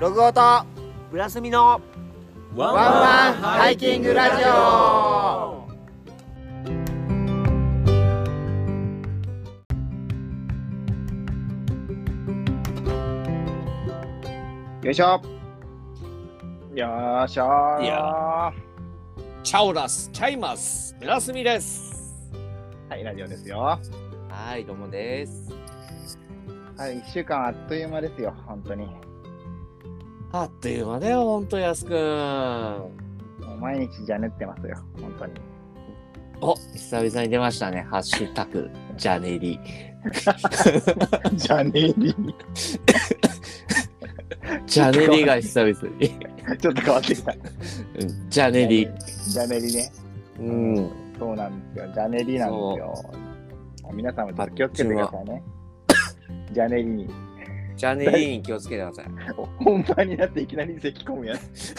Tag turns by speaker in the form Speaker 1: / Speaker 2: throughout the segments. Speaker 1: ログオと
Speaker 2: ブラスミの
Speaker 1: ワンワンハイキングラジオ
Speaker 3: よいしょよーしょー
Speaker 4: いやチャオラス、チャイマス、ブラスミです。
Speaker 3: はい、ラジオですよ。は
Speaker 2: はいどうもです
Speaker 3: い、1週間あっという間ですよ、本当に。
Speaker 4: あっという間だよ、ほんと、やすくん。お、
Speaker 3: もう毎日じゃねってますよ、本当に。
Speaker 4: 久々に出ましたね。ハッシュタグ、ジャネリ。
Speaker 3: じゃねえり。
Speaker 4: ジャネリが久々に。
Speaker 3: ちょっと変わってきた。
Speaker 4: うんジャネリ。
Speaker 3: じゃねりね。
Speaker 4: うん。
Speaker 3: そうなんですよ、じゃねりなんですよ。皆さんもちょっと気をつけてください ね。じゃねりに。
Speaker 2: チャンネルに気をつけてください
Speaker 3: 本番になっていきなり咳込むやつ。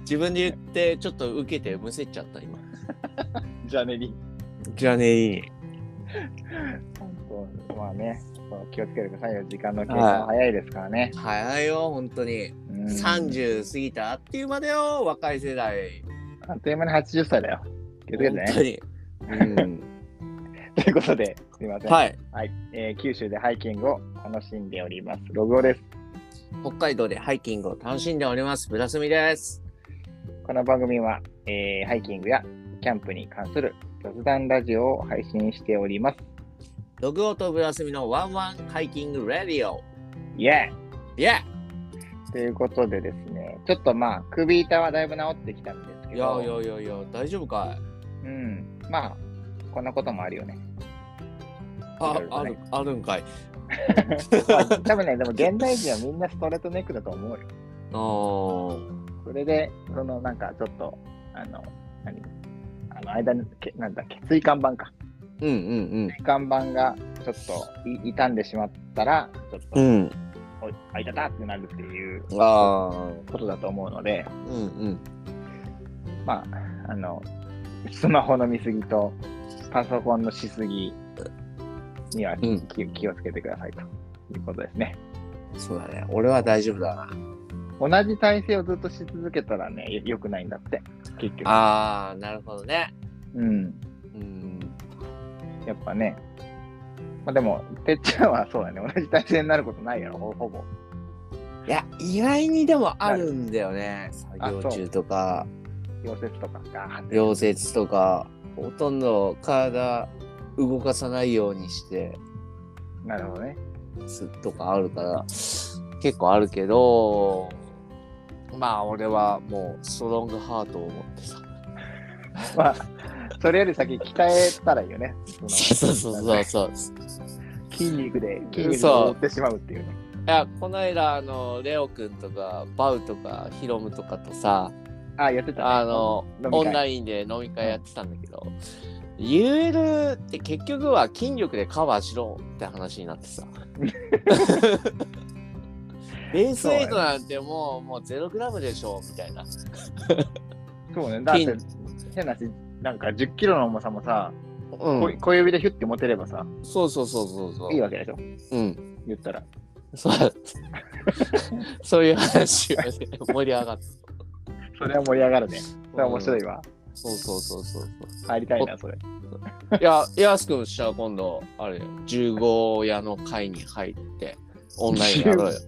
Speaker 4: 自分で言って、ちょっと受けてむせっちゃった、今。
Speaker 3: じゃねり。
Speaker 4: ジャネリ。
Speaker 3: 本当まあね、そう気をつけてくださいよ、時間の経過は早いですからね。
Speaker 4: 早いよ、ほんとに。
Speaker 3: うん
Speaker 4: 30過ぎたあっという間だよ、若い世代。
Speaker 3: あっという間に80歳だよ。気をつけて
Speaker 4: ほんと
Speaker 3: ね。
Speaker 4: に。うん。
Speaker 3: ということで、すいません。
Speaker 4: はい。
Speaker 3: はい、えー九州でハイキングを楽しんでおります。ログオです。
Speaker 4: 北海道でハイキングを楽しんでおります。ブラスミです。
Speaker 3: この番組は、えーハイキングやキャンプに関する雑談ラジオを配信しております。
Speaker 4: ログオとブラスミのワンワンハイキングラディオ。
Speaker 3: イエ
Speaker 4: イェ
Speaker 3: ーイということでですね、ちょっとまあ、首板はだいぶ治ってきたんですけ
Speaker 4: イ
Speaker 3: ど、
Speaker 4: いやいやいやいや、大丈夫かい
Speaker 3: うん、まあ、こんなこともあるよね。
Speaker 4: あ、
Speaker 3: 大丈夫
Speaker 4: あ
Speaker 3: ね
Speaker 4: る、あるんかい。
Speaker 3: まあ多分ね、でも現代人はみんなストレートネックだと思うよ。
Speaker 4: あー
Speaker 3: それで、そのなんかちょっと、あの、何あの間に、けなんだっけ、椎間板か。
Speaker 4: うんうん
Speaker 3: 看板がちょっとい傷んでしまったら、ちょっと、
Speaker 4: うん。うん。
Speaker 3: おい、あいたたってなるっていう
Speaker 4: ああ。
Speaker 3: ことだと思うので、
Speaker 4: うんうん。
Speaker 3: まあ、あの、スマホの見過ぎと、パソコンのしすぎには
Speaker 4: うん
Speaker 3: 気,、気をつけてくださいということですね。
Speaker 4: そうだね。俺は大丈夫だな。
Speaker 3: 同じ体勢をずっとし続けたらね、よ良くないんだって、結局。
Speaker 4: ああ、なるほどね。
Speaker 3: うん。
Speaker 4: うん。
Speaker 3: やっぱね。まあでも、てっちゃんはそうだね、同じ体勢になることないやろ、ほほぼ。
Speaker 4: いや、意外にでもあるんだよね。作業
Speaker 3: あそう
Speaker 4: 中とか、
Speaker 3: 溶接とかガーって。
Speaker 4: 溶接とか、ほとんど体動かさないようにして、
Speaker 3: なるほどね。
Speaker 4: すとかあるから結構あるけどまあ俺はもうストロングハートを持ってさ
Speaker 3: まあ、それより先鍛えたらいいよね。その
Speaker 4: そうそうそうそう
Speaker 3: 筋肉で筋肉
Speaker 4: そう
Speaker 3: を覆ってしまうっていうね。
Speaker 4: いやこの間あのレオくんとかバウとかヒロムとかとさ
Speaker 3: あ、やってた、ね。
Speaker 4: あの
Speaker 3: 飲み会
Speaker 4: オンラインで飲み会やってたんだけど UL って結局は筋力でカバーしろって話になって さベース8なんてもうもう0グラムでしょみたいな
Speaker 3: そうね。だって
Speaker 4: 筋、
Speaker 3: 変なし、なんか10キロの重さもさ、
Speaker 4: うん
Speaker 3: 小小指でヒュッて持てればさ、
Speaker 4: そうそうそうそうそう
Speaker 3: いいわけでしょ。
Speaker 4: うん
Speaker 3: 言ったら。
Speaker 4: そう そういう話がね、盛り上がって。
Speaker 3: それは盛り上がるね。 それは面白いわ。
Speaker 4: そうそうそうそうそ
Speaker 3: 入りたいな、それ。
Speaker 4: う。いや、やすくんしたら今度、あれよ、15屋の会に入って、オンラインやろうよ。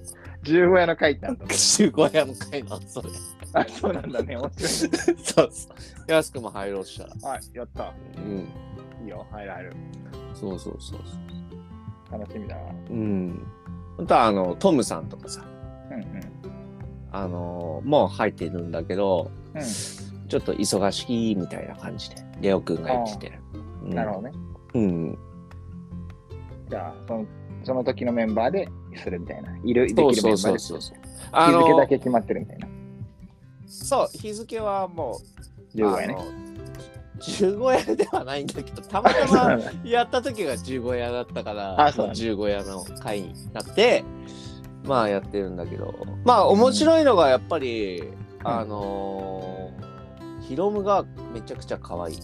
Speaker 3: 15夜の会ってあるんだね。
Speaker 4: 15屋の会なの、それ。
Speaker 3: あ、そうなんだね。面白いね。
Speaker 4: そうそう。やすくんも入ろうしたら。
Speaker 3: はい、やった。
Speaker 4: うん。
Speaker 3: いいよ。入る入る。
Speaker 4: そうそうそうそ
Speaker 3: 楽しみだな。
Speaker 4: う。うん。あとは、あの、トムさんとかさ、
Speaker 3: うんうん。
Speaker 4: あの、もう入ってるんだけど、
Speaker 3: う
Speaker 4: ちょっと忙しいみたいな感じで、レオくんが言ってて。うん
Speaker 3: ん。なるほどね。
Speaker 4: うん。
Speaker 3: じゃあ、その、その時のメンバーでするみたいな。いる、できるメン
Speaker 4: そ
Speaker 3: バ
Speaker 4: う
Speaker 3: ーで
Speaker 4: そうそうそう。
Speaker 3: 日
Speaker 4: あの
Speaker 3: 付だけ決まってるみたいな。
Speaker 4: そう、日付はもう、
Speaker 3: 15やね
Speaker 4: あ。の。15夜ではないんだけど、たまた まやった時が15夜だったから、
Speaker 3: あそうなんだ
Speaker 4: 15夜の会になって、まあやってるんだけど、まあ面白いのがやっぱり、あのーヒロムがめちゃくちゃ可 愛い。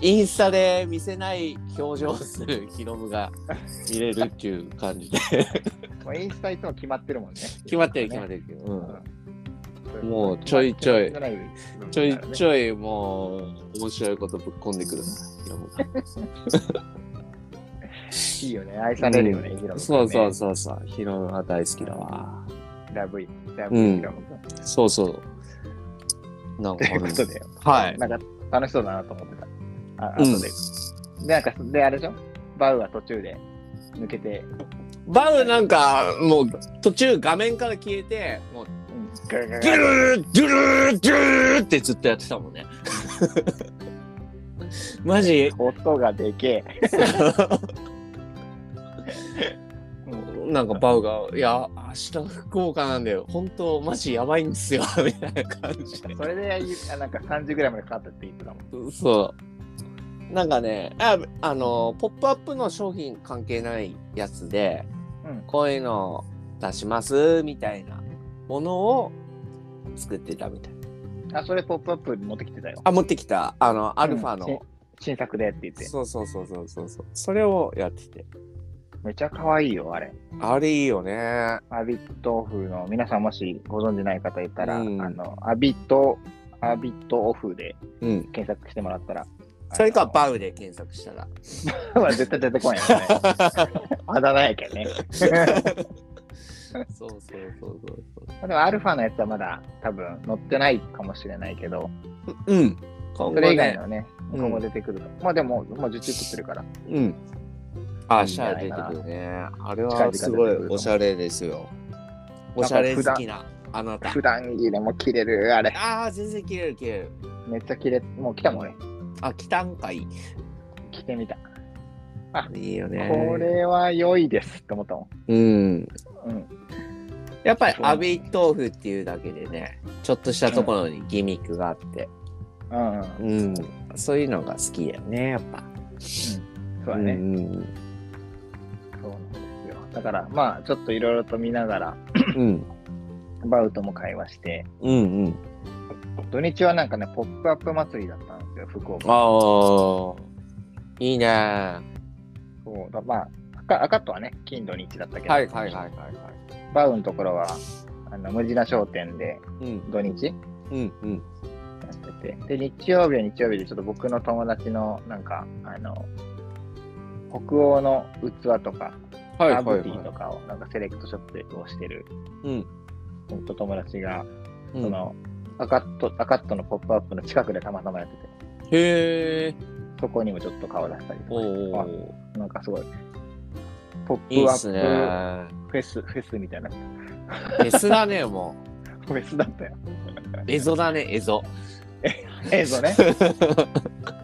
Speaker 4: インスタで 見せない表情をするヒロムが見れるっていう感じで。
Speaker 3: もうインスタいつも決まってるもんね。
Speaker 4: 決まってる決まってるけど、うん、もうちょいちょいちょいち
Speaker 3: ょ
Speaker 4: ょ
Speaker 3: い。
Speaker 4: いもう面白いことぶっ込んでくるなヒロムが
Speaker 3: いいよね。愛されるよね、ヒロム君ね
Speaker 4: そうそうそうそうヒロムは大好きだわ
Speaker 3: ラブイ、ラブイヒロム君
Speaker 4: そうそうなん
Speaker 3: と
Speaker 4: か
Speaker 3: いうことで、
Speaker 4: はい
Speaker 3: なんか楽しそうだなと思ってた。あ、
Speaker 4: う
Speaker 3: 後
Speaker 4: ん
Speaker 3: で。で、なんか、で、あれでしょバウは途中で抜けて、
Speaker 4: バウなんかもう途中画面から消えてもう
Speaker 3: うん、ガラガラ
Speaker 4: ドゥ
Speaker 3: ガラ
Speaker 4: ルードゥルードゥルーってずっとやってた もんねマジ
Speaker 3: 音がでけえ。
Speaker 4: なんかバウが「いや明日福岡なんだよ本当マジやばいんですよ」みたいな感じで
Speaker 3: それで、あなんか 30g でかかったって言ってたもん。
Speaker 4: そうなんかねああの「ポップアップの商品関係ないやつで、
Speaker 3: うん
Speaker 4: こういうの出しますみたいなものを作ってたみたい
Speaker 3: あ、それポップアップに持ってきてたよ。
Speaker 4: あ持ってきたあのアルファ
Speaker 3: うん
Speaker 4: の、
Speaker 3: 新作でって言って。
Speaker 4: そうそうそうそうそうそうそれをやってて
Speaker 3: めちゃ可愛いよ、あれ。
Speaker 4: あれいいよね
Speaker 3: アビットオフの、皆さんもしご存知ない方いたら、
Speaker 4: うん
Speaker 3: あの、アビット、アビットオフで
Speaker 4: うん
Speaker 3: 検索してもらったら。
Speaker 4: それか
Speaker 3: あの
Speaker 4: バウで検索したら
Speaker 3: は絶対出てこないよ ね。あだ名やけどね。
Speaker 4: そうそうそうそうそう
Speaker 3: でもアルファのやつはまだ多分載ってないかもしれないけど、
Speaker 4: うん。
Speaker 3: そ
Speaker 4: そ
Speaker 3: れ以外のね、
Speaker 4: うん
Speaker 3: 今後出てくると。まあでも、もう受注取ってるから。
Speaker 4: うん。あ、シャア出てくるね。あれはすごいおしゃれですよ。おしゃれ好きなあなた
Speaker 3: 普。段着でも着れる、あれ。
Speaker 4: ああ、全然切れる切れる。
Speaker 3: めっちゃ着れ、もう着たもんね。
Speaker 4: あ、来たんかい。
Speaker 3: 着てみた。
Speaker 4: いいよね。
Speaker 3: これは良いですって思ったも
Speaker 4: うん。
Speaker 3: ん。うん。
Speaker 4: やっぱりアビ豆腐っていうだけでね、ちょっとしたところにギミックがあって、
Speaker 3: うん、うん。
Speaker 4: うん。そういうのが好きだよね、やっぱ。
Speaker 3: そうだ
Speaker 4: う
Speaker 3: ね。
Speaker 4: ん。
Speaker 3: そうなんですよ。だから、まあ、ちょっといろいろと見ながら、
Speaker 4: うん。
Speaker 3: バウとも会話して、
Speaker 4: うんうん。
Speaker 3: 土日はなんかね、ポップアップ祭りだったんですよ、福岡。
Speaker 4: ああ。いいね。は
Speaker 3: そうだまあ、赤赤とはね、金土日だったけ
Speaker 4: い
Speaker 3: ど、
Speaker 4: はいはいはいは
Speaker 3: バウのところは、あの、無地な商店で
Speaker 4: い。うん
Speaker 3: 土日や
Speaker 4: うんうん。
Speaker 3: ってて、で、日曜日は日曜日で、ちょっと僕の友達の、なんか、あの、北欧の器とか、
Speaker 4: はい
Speaker 3: ハー
Speaker 4: はい
Speaker 3: ブテ
Speaker 4: は
Speaker 3: ィー
Speaker 4: い
Speaker 3: と。かを、なんかセレクトショップでこうしてる、
Speaker 4: うん。
Speaker 3: ほんと友達が、
Speaker 4: うん
Speaker 3: その、赤と、赤とのポップアップの近くでたまたまやってて、
Speaker 4: へえ。
Speaker 3: そこにもちょっと顔出したりと
Speaker 4: お
Speaker 3: か
Speaker 4: お。
Speaker 3: あなんかすごい、ポッ
Speaker 4: いい
Speaker 3: プ
Speaker 4: っ
Speaker 3: ア
Speaker 4: すね。
Speaker 3: ップフェス、フェスみたいな、フ
Speaker 4: フェスだね、も
Speaker 3: ェスだったよ。
Speaker 4: う。エゾだね、エゾ。
Speaker 3: 映像ね。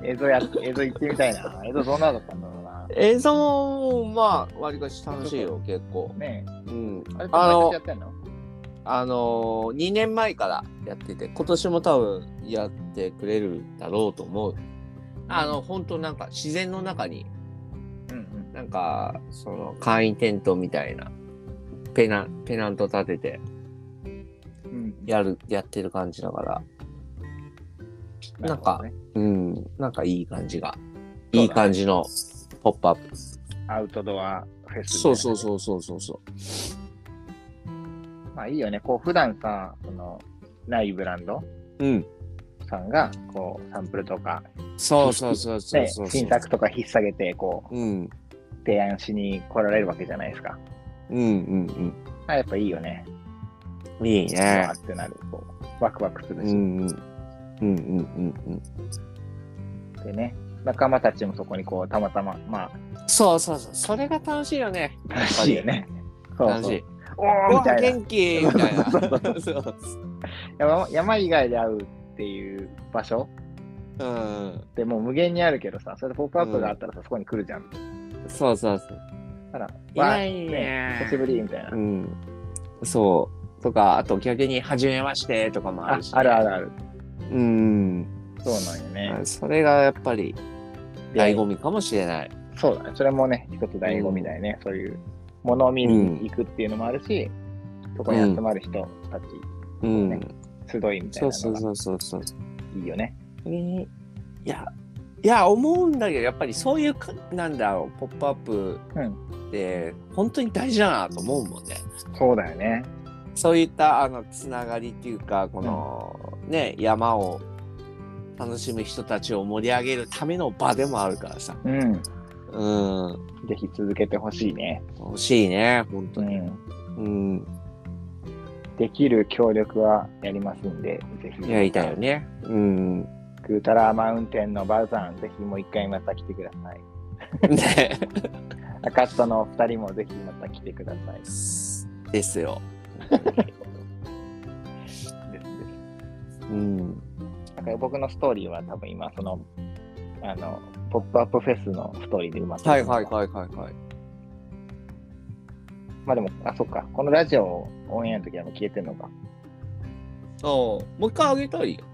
Speaker 3: 映像や、映像行ってみたいな。映像どんなだったんだろうな。
Speaker 4: エゾも、まあ、わりかし楽しいよ、結構。
Speaker 3: ね
Speaker 4: うん。
Speaker 3: え、あれ、
Speaker 4: あの
Speaker 3: 友達やってんの
Speaker 4: あのー、2年前からやってて、今年も多分やってくれるだろうと思う。あの、本当なんか自然の中に、
Speaker 3: うんうん。
Speaker 4: なんか、その、簡易テントみたいな、ペナ、ペナント立てて、
Speaker 3: うん
Speaker 4: やる、やってる感じだから、なんか
Speaker 3: るほどね
Speaker 4: うん、なんかいい感じが、
Speaker 3: だね
Speaker 4: いい感じのポップアップ。
Speaker 3: アウトドアフェス。
Speaker 4: そうそう
Speaker 3: う。
Speaker 4: そうそうそうそ
Speaker 3: まあいいよね。こう、普段さ、その、ないブランド
Speaker 4: う。うん。
Speaker 3: さんが、こう、サンプルとか、
Speaker 4: そうそうそうそう
Speaker 3: ね
Speaker 4: そう、そう。
Speaker 3: 新作とか引っ提げて、こ
Speaker 4: うん。
Speaker 3: う、提案しに来られるわけじゃないですか。
Speaker 4: うんうん
Speaker 3: あやっぱいいよね。
Speaker 4: うん。いいね
Speaker 3: わ。ーってなる。こう、ワクワクす
Speaker 4: う
Speaker 3: る
Speaker 4: ん
Speaker 3: し。
Speaker 4: うん。うんうんうん
Speaker 3: でね、仲間たちもそこにこう、たまたま、ま
Speaker 4: うん。そうそうそう。それが楽しいよね。
Speaker 3: あ、楽しいよね。そう
Speaker 4: 楽し
Speaker 3: そう
Speaker 4: い。
Speaker 3: お
Speaker 4: う
Speaker 3: ーみ
Speaker 4: わ
Speaker 3: たいな
Speaker 4: 元気みたいな。
Speaker 3: そ
Speaker 4: そうう
Speaker 3: そうそう
Speaker 4: そう。
Speaker 3: 山。山以外で会うっていう場所
Speaker 4: うん。
Speaker 3: ってもう無限にあるけどさ、それでポップアップがあったらさ、そこに来るじゃん。
Speaker 4: そうそうそう。
Speaker 3: たら、
Speaker 4: い
Speaker 3: わ
Speaker 4: な
Speaker 3: ー
Speaker 4: いね
Speaker 3: 久しぶりみたいな
Speaker 4: う。ん。そう。とか、あと逆に、初めましてとかもあ
Speaker 3: あ
Speaker 4: るし、
Speaker 3: あるあるある。
Speaker 4: る。うん。
Speaker 3: そうなんよね。
Speaker 4: それがやっぱり、
Speaker 3: で
Speaker 4: 醍醐味かもしれない。
Speaker 3: そうだね。それもね、一つ醍醐味だよね。そういうものを見に行くっていうのもあるし、そこに集まる人たち、
Speaker 4: うん。
Speaker 3: ね集いみた
Speaker 4: そう
Speaker 3: いな
Speaker 4: そ
Speaker 3: の
Speaker 4: う
Speaker 3: が
Speaker 4: そうそうそう。
Speaker 3: いいよね。
Speaker 4: いや、いや、思うんだけど、やっぱりそういうか、なんだろう、ポップアップって本当に大事だなと思うもんね。
Speaker 3: そうだよね。
Speaker 4: そういったあのつながりっていうかこの、ね山を楽しむ人たちを盛り上げるための場でもあるからさ。
Speaker 3: うん。
Speaker 4: うん
Speaker 3: ぜひ続けてほしいね。
Speaker 4: 欲しいね本当
Speaker 3: う
Speaker 4: に。
Speaker 3: ん。
Speaker 4: うん
Speaker 3: できる協力はやりますんで、ぜひ。
Speaker 4: やりたいよ。ね。うん。
Speaker 3: グータラーマウンテンのバウさん、ぜひもう一回また来てください。
Speaker 4: ね。
Speaker 3: アカットのお二人もぜひまた来てください。です
Speaker 4: ですよ。
Speaker 3: です
Speaker 4: うん。
Speaker 3: だから僕のストーリーは多分今、その、あの、ポップアップフェスのストーリーで埋まってる
Speaker 4: はいはいはいはいはい。
Speaker 3: まあでも、あ、そっか。このラジオオンエアの時はもう消えてんのか。
Speaker 4: ああ、もう一回あげたいよ。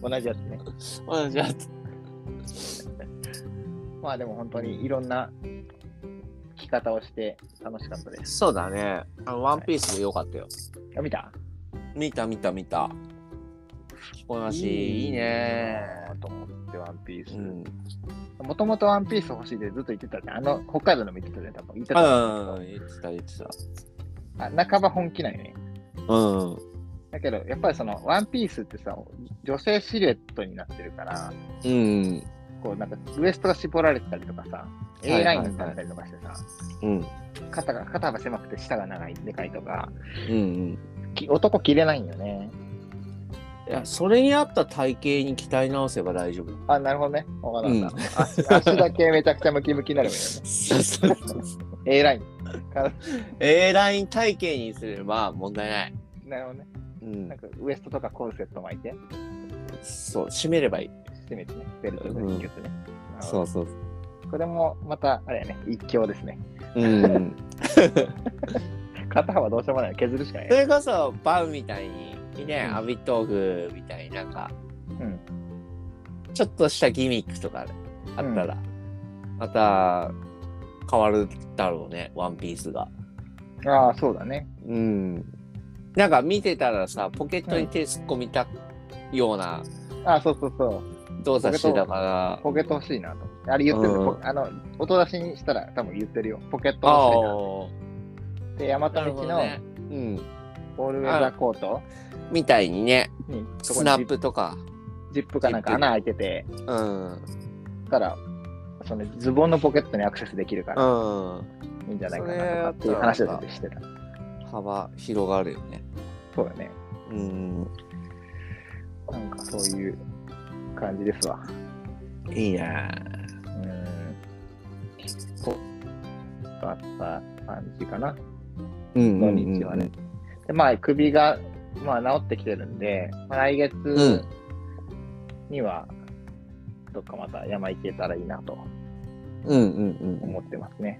Speaker 3: 同じやつね。
Speaker 4: あじゃあ、
Speaker 3: まあでも本当にいろんな聞き方をして楽しかったです。
Speaker 4: そうだね。あのワンピースも良かったよ。
Speaker 3: あ見た
Speaker 4: 見た見た見た。着こなし、いいね。
Speaker 3: いいなと思って、ワンピー
Speaker 4: う
Speaker 3: ス。
Speaker 4: ん。
Speaker 3: もともとワンピース欲しいでずっと言ってたね。あの、北海道の見てたね、多分。言ってたと思
Speaker 4: う、
Speaker 3: うん
Speaker 4: 言ってた言って
Speaker 3: けどあ半ば本気なんよね。
Speaker 4: た。うん。
Speaker 3: だけど、やっぱりその、ワンピースってさ、女性シルエットになってるから、
Speaker 4: うん。
Speaker 3: こう、なんか、ウエストが絞られてたりとかさ、
Speaker 4: いはい
Speaker 3: A ラインだったりとかしてさ、
Speaker 4: うん。
Speaker 3: 肩が、肩幅狭くて下が長い、でかいとか、
Speaker 4: うん。
Speaker 3: き男着れないんよね。
Speaker 4: いや、それに合った体型に鍛え直せば大丈夫。
Speaker 3: あ、なるほどね。わかった、
Speaker 4: うん
Speaker 3: 足。足だけめちゃくちゃムキムキになればいいよね。
Speaker 4: そうそうそう。
Speaker 3: A ライン。か
Speaker 4: A ライン体型にすれば問題ない。
Speaker 3: なるほどね。
Speaker 4: うん
Speaker 3: なん。かウエストとかコルセット巻いて、
Speaker 4: そう、締めればいい。
Speaker 3: 締めてね、ベルトで引き寄ってね。なるほど
Speaker 4: うそう。
Speaker 3: これもまた、あれやね、一強ですね。
Speaker 4: うん。
Speaker 3: 肩幅どうしようもない。削るしかない
Speaker 4: そ
Speaker 3: ね。
Speaker 4: れこそ、バウみたいに、ね、
Speaker 3: うん
Speaker 4: アビトーフみたいになんか、
Speaker 3: うん
Speaker 4: ちょっとしたギミックとかあったら、また変わるだろうね、ワンピースが。
Speaker 3: ああ、そうだね。
Speaker 4: うん。なんか見てたらさ、ポケットに手突っ込みたような
Speaker 3: ああ、そうそうそう。
Speaker 4: 動作してたから、
Speaker 3: ポケット欲しいなと思って。あれ言ってる、
Speaker 4: うん
Speaker 3: ポあの、音出しにしたら多分言ってるよ。ポケット
Speaker 4: ああ
Speaker 3: 欲しいな。で、ヤマ
Speaker 4: な
Speaker 3: ト
Speaker 4: る
Speaker 3: 道
Speaker 4: ほど
Speaker 3: の
Speaker 4: ね。うん。
Speaker 3: オールウェザーコート
Speaker 4: みたいにね、
Speaker 3: に、そこ
Speaker 4: ス
Speaker 3: に
Speaker 4: ナ
Speaker 3: ジ
Speaker 4: ッ
Speaker 3: ップ
Speaker 4: プとか。
Speaker 3: ジップかなんか穴開いてて、
Speaker 4: うん。
Speaker 3: たら、そのズボンのポケットにアクセスできるから。
Speaker 4: うん。
Speaker 3: いいんじゃないかなとかっていう話をちょっとしてた。
Speaker 4: 幅広がるよね。
Speaker 3: そうだね。
Speaker 4: うん。
Speaker 3: なんかそういう感じですわ。
Speaker 4: いいね。
Speaker 3: うん。こう、あった感じかな。
Speaker 4: うん
Speaker 3: 土日はね。。で、まあ、首が、まあ、治ってきてるんで、まあ、来
Speaker 4: う
Speaker 3: 月
Speaker 4: ん。
Speaker 3: には、どっかまた山行けたらいいなと
Speaker 4: うんうんうん。
Speaker 3: 思ってますね。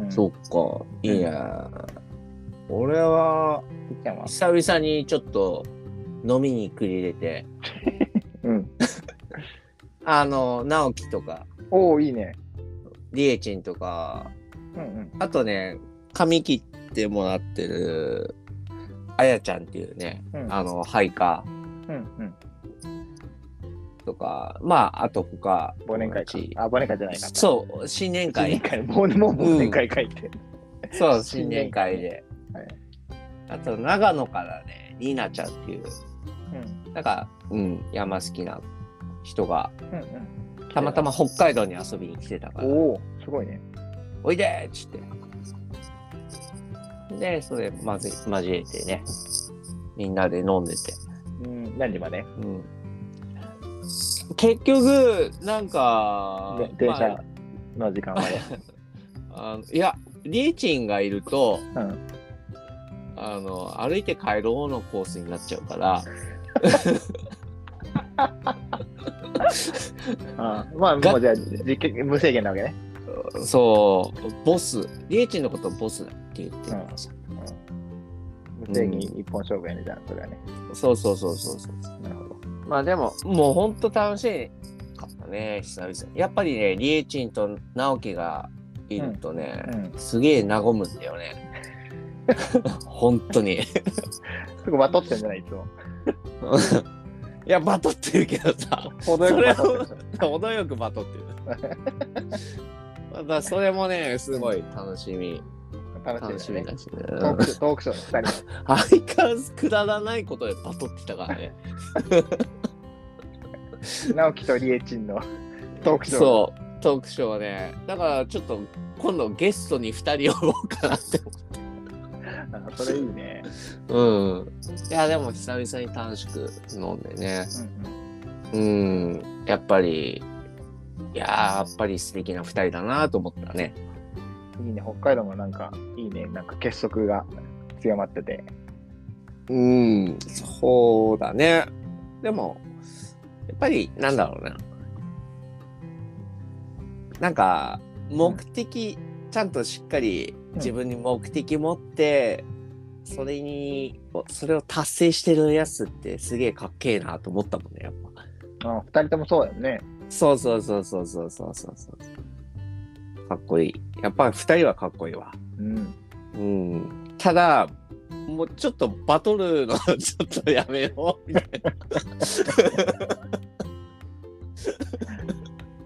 Speaker 3: うん、
Speaker 4: そっか。いいね。俺は、
Speaker 3: う。ちゃんは。
Speaker 4: 久々にちょっと飲みに繰り入れて、
Speaker 3: うん。
Speaker 4: あの、直樹とか、
Speaker 3: おおいいね。
Speaker 4: りえちんとか、
Speaker 3: うん
Speaker 4: あとね、髪切ってもらってる、あやちゃんっていうね、
Speaker 3: うん。うん。
Speaker 4: あの、配下
Speaker 3: うんうん。
Speaker 4: とか、まあ、あと他、
Speaker 3: 忘年会
Speaker 4: 友達
Speaker 3: か。あ、忘年会じゃないか。
Speaker 4: そう、新年
Speaker 3: 新年
Speaker 4: 会。
Speaker 3: 会。もう、もう忘年会書いて。
Speaker 4: そう、新
Speaker 3: 新
Speaker 4: 年
Speaker 3: 年
Speaker 4: 会
Speaker 3: 会
Speaker 4: で。
Speaker 3: はい
Speaker 4: あと、長野からね、りなちゃんっていう、
Speaker 3: うん
Speaker 4: なんか、うん、山好きな人が、
Speaker 3: うんうん
Speaker 4: たまたま。北海道に遊びに来てたから、
Speaker 3: おお、すごいね。
Speaker 4: おいでーっつって。で、それ、まず、交えてね、みんなで飲んでて。
Speaker 3: うん、何時まで
Speaker 4: うん結局、なんか、
Speaker 3: で電
Speaker 4: ま
Speaker 3: 車の時間ま で。
Speaker 4: あ、あのいや、りえちんがいると、
Speaker 3: うん
Speaker 4: あの、歩いて帰ろうのコースになっちゃうから、
Speaker 3: ああまあ、
Speaker 4: が
Speaker 3: もうじゃあ、実験無制限なわけね。
Speaker 4: そう、ボス、りえちんのことをボスだって言ってるからさ。
Speaker 3: 無制限一本勝負やね、じゃあ、それはね。
Speaker 4: そうそうそうそうそう。
Speaker 3: なるほど。
Speaker 4: まあでも、もうほんと楽しかったね、久々に。やっぱりね、りえちんと直樹がいるとね、
Speaker 3: うん。
Speaker 4: すげえ和むんだよ ね。本当に。い
Speaker 3: すぐまとってんじゃないいつも。
Speaker 4: や、バトってるけどさ、
Speaker 3: 程よくまとってる
Speaker 4: 程よくバトってる。 またそれもね、すごい楽しみ。楽
Speaker 3: 楽し
Speaker 4: し
Speaker 3: み
Speaker 4: み
Speaker 3: だね。
Speaker 4: だしね。
Speaker 3: トークショートークショーの2人も
Speaker 4: 相変わらずくだらないことでバトってたからね。
Speaker 3: 直樹とリエチ ンのトークショー。
Speaker 4: そう、トークショーはね。だからちょっと今度ゲストに2人呼ぼうかなって。
Speaker 3: あそれいいね。
Speaker 4: うん。いや、でも久々に短縮飲んでね。
Speaker 3: うんうん
Speaker 4: うん。やっぱり、いやーやっぱり素敵な2人だなと思ったね。
Speaker 3: いいね、北海道もなんかいいね、なんか結束が強まってて。
Speaker 4: うん、そうだね。でも、やっぱり、なんだろうな。なんか、目的、ちゃんとしっかり自分に目的持って、それに、それを達成してるやつってすげえかっけえなと思ったもんね、やっぱ。
Speaker 3: あ二人ともそうだよね。
Speaker 4: そうそうそうそうそうそうそうそう。かっこいい。やっぱり二人はかっこいいわ。
Speaker 3: うん。
Speaker 4: うん。ただ、もうちょっとバトルの ちょっとやめようみたい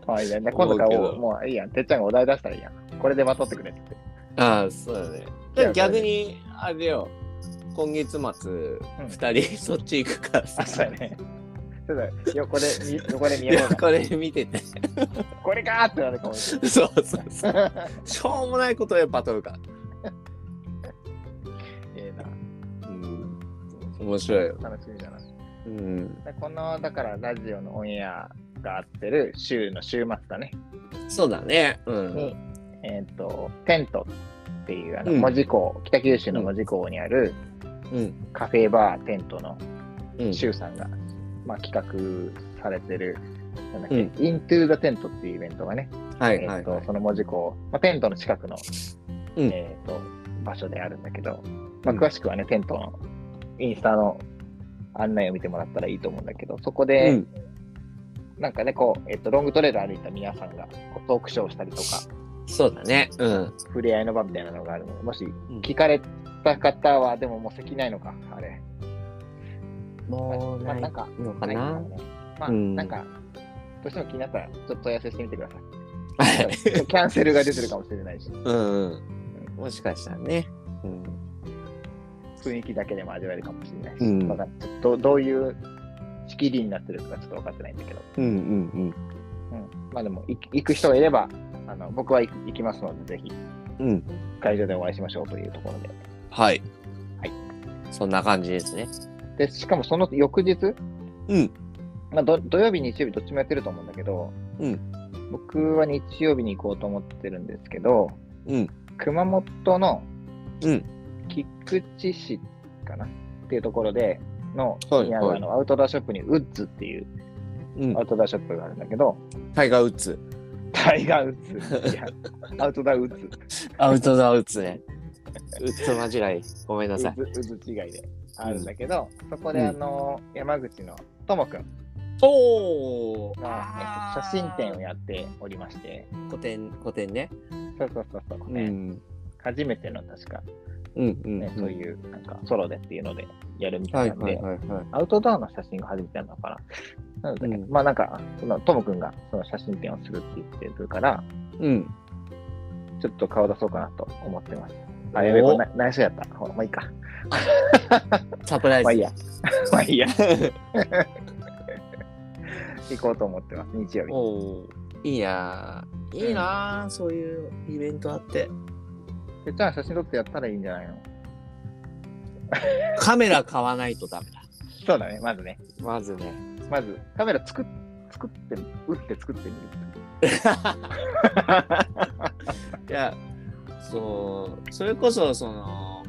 Speaker 3: 可愛いね。今度から
Speaker 4: 思うけ
Speaker 3: お
Speaker 4: ど
Speaker 3: もういいやん。てっちゃんがお題出したらいいやん。これでまとってくれって。
Speaker 4: な。ああ、そうだね。
Speaker 3: いや
Speaker 4: 逆に、あれよ、今月末、二人 そっち行くから
Speaker 3: あ、そう
Speaker 4: さ
Speaker 3: や。ね。ちょっと横で、み横で見
Speaker 4: い
Speaker 3: えよ
Speaker 4: や
Speaker 3: うが
Speaker 4: これ見てて。
Speaker 3: これかーってなるかもしれ
Speaker 4: そうそうそう。
Speaker 3: ない。
Speaker 4: しょうもないことでバトルか。
Speaker 3: ええ
Speaker 4: うん。面白いよ。
Speaker 3: な。楽しみだな。
Speaker 4: うん。
Speaker 3: でこの、だからラジオのオンエアが合ってる週の週末だね。
Speaker 4: そうだね。うん。
Speaker 3: えっ、と、テントっていう、あの、
Speaker 4: うん
Speaker 3: 門司港、北九州の門司港にある
Speaker 4: うん。
Speaker 3: カフェバーテントの
Speaker 4: うん。
Speaker 3: 周さんが、まあ、企画されてる、なんだっけ、
Speaker 4: うん
Speaker 3: Into the Tent っていうイベントがね、
Speaker 4: はいは
Speaker 3: えっ
Speaker 4: いは
Speaker 3: と
Speaker 4: い。
Speaker 3: その門司港、まあ、テントの近くの、
Speaker 4: うん
Speaker 3: えっと場所であるんだけど、まあ、詳しくはね、テントのインスタの案内を見てもらったらいいと思うんだけど、そこで、
Speaker 4: うん
Speaker 3: なんかね、こう、えっと、ロングトレード歩いた皆さんがこうトークショーをしたりとか、
Speaker 4: そうだね。うん。
Speaker 3: 触れ合いの場みたいなのがあるので、もし聞かれた方は、でももう席ないのか、あれ。
Speaker 4: もう
Speaker 3: まあ、
Speaker 4: な
Speaker 3: なん
Speaker 4: い
Speaker 3: か、
Speaker 4: のか
Speaker 3: ないから
Speaker 4: な
Speaker 3: ね。まあ、
Speaker 4: うん
Speaker 3: なんか、どうしても気になったら、ちょっと問い合わせしてみてくだ さい。
Speaker 4: はい。
Speaker 3: キャンセルが出てるかもしれないし、
Speaker 4: うん、うん。もしかしたらね。うん。
Speaker 3: 雰囲気だけでも味わえるかもしれないし、
Speaker 4: うん
Speaker 3: まだちょっとどういう仕切りになってるかちょっと分かってないんだけど、
Speaker 4: うんうんうん。
Speaker 3: うん、まあでも、い行く人がいれば、あの僕は行行きますので、ぜひ
Speaker 4: うん。
Speaker 3: 会場でお会いしましょうというところで。
Speaker 4: はい。
Speaker 3: はい。
Speaker 4: そんな感じですね。
Speaker 3: で、しかもその翌日、
Speaker 4: うん。
Speaker 3: まあ、ど土曜日、日曜日、どっちもやってると思うんだけど、
Speaker 4: うん
Speaker 3: 僕は日曜日に行こうと思ってるんですけど、
Speaker 4: うん。
Speaker 3: 熊本の
Speaker 4: うん
Speaker 3: 菊池市かな、っていうところでの、
Speaker 4: はい
Speaker 3: にある
Speaker 4: はい
Speaker 3: あのアウトドアショップにウッズっていう
Speaker 4: うん
Speaker 3: アウトドアショップがあるんだけど、
Speaker 4: タイガー・ウッズ。
Speaker 3: タイガーウ ッズ、いやアウトドアウッズ、
Speaker 4: アウトドア・ウッズね。ウッズ間違い。ごめん
Speaker 3: ウ
Speaker 4: なさい。
Speaker 3: ッズウッズ違いであるんだけど、そこであの、山口のともくん
Speaker 4: おお
Speaker 3: の、えっと写真展をやっておりまして、
Speaker 4: 古典、古典ね。
Speaker 3: そうそうそうそう、ね
Speaker 4: ん。
Speaker 3: 初めての確か、
Speaker 4: うんうん、
Speaker 3: ねそういうなんかソロでっていうのでやるみた
Speaker 4: はいい
Speaker 3: なんで、
Speaker 4: はいはいはい。
Speaker 3: アウトドアの写真が初めてなのかな。なんだっけ、
Speaker 4: うん
Speaker 3: まあなんか、そのトム君がその写真展をするって言ってるから、
Speaker 4: うん。
Speaker 3: ちょっと顔出そうかなと思ってます。あ、やべえ、これな内緒やった。ほら、まあいいか。
Speaker 4: サプライズ。
Speaker 3: まあいい や。まあいいや。行こうと思ってます、日曜日。
Speaker 4: おお。いいなー。いいなー、そういうイベントあって。
Speaker 3: で、じゃあ写真撮ってやったらいいんじゃないの
Speaker 4: カメラ買わないとダメだ。
Speaker 3: そうだね、まずね。
Speaker 4: まずね。
Speaker 3: まず、カメラ作っ作って、打って作ってみる。
Speaker 4: いや、そう、それこそ、その、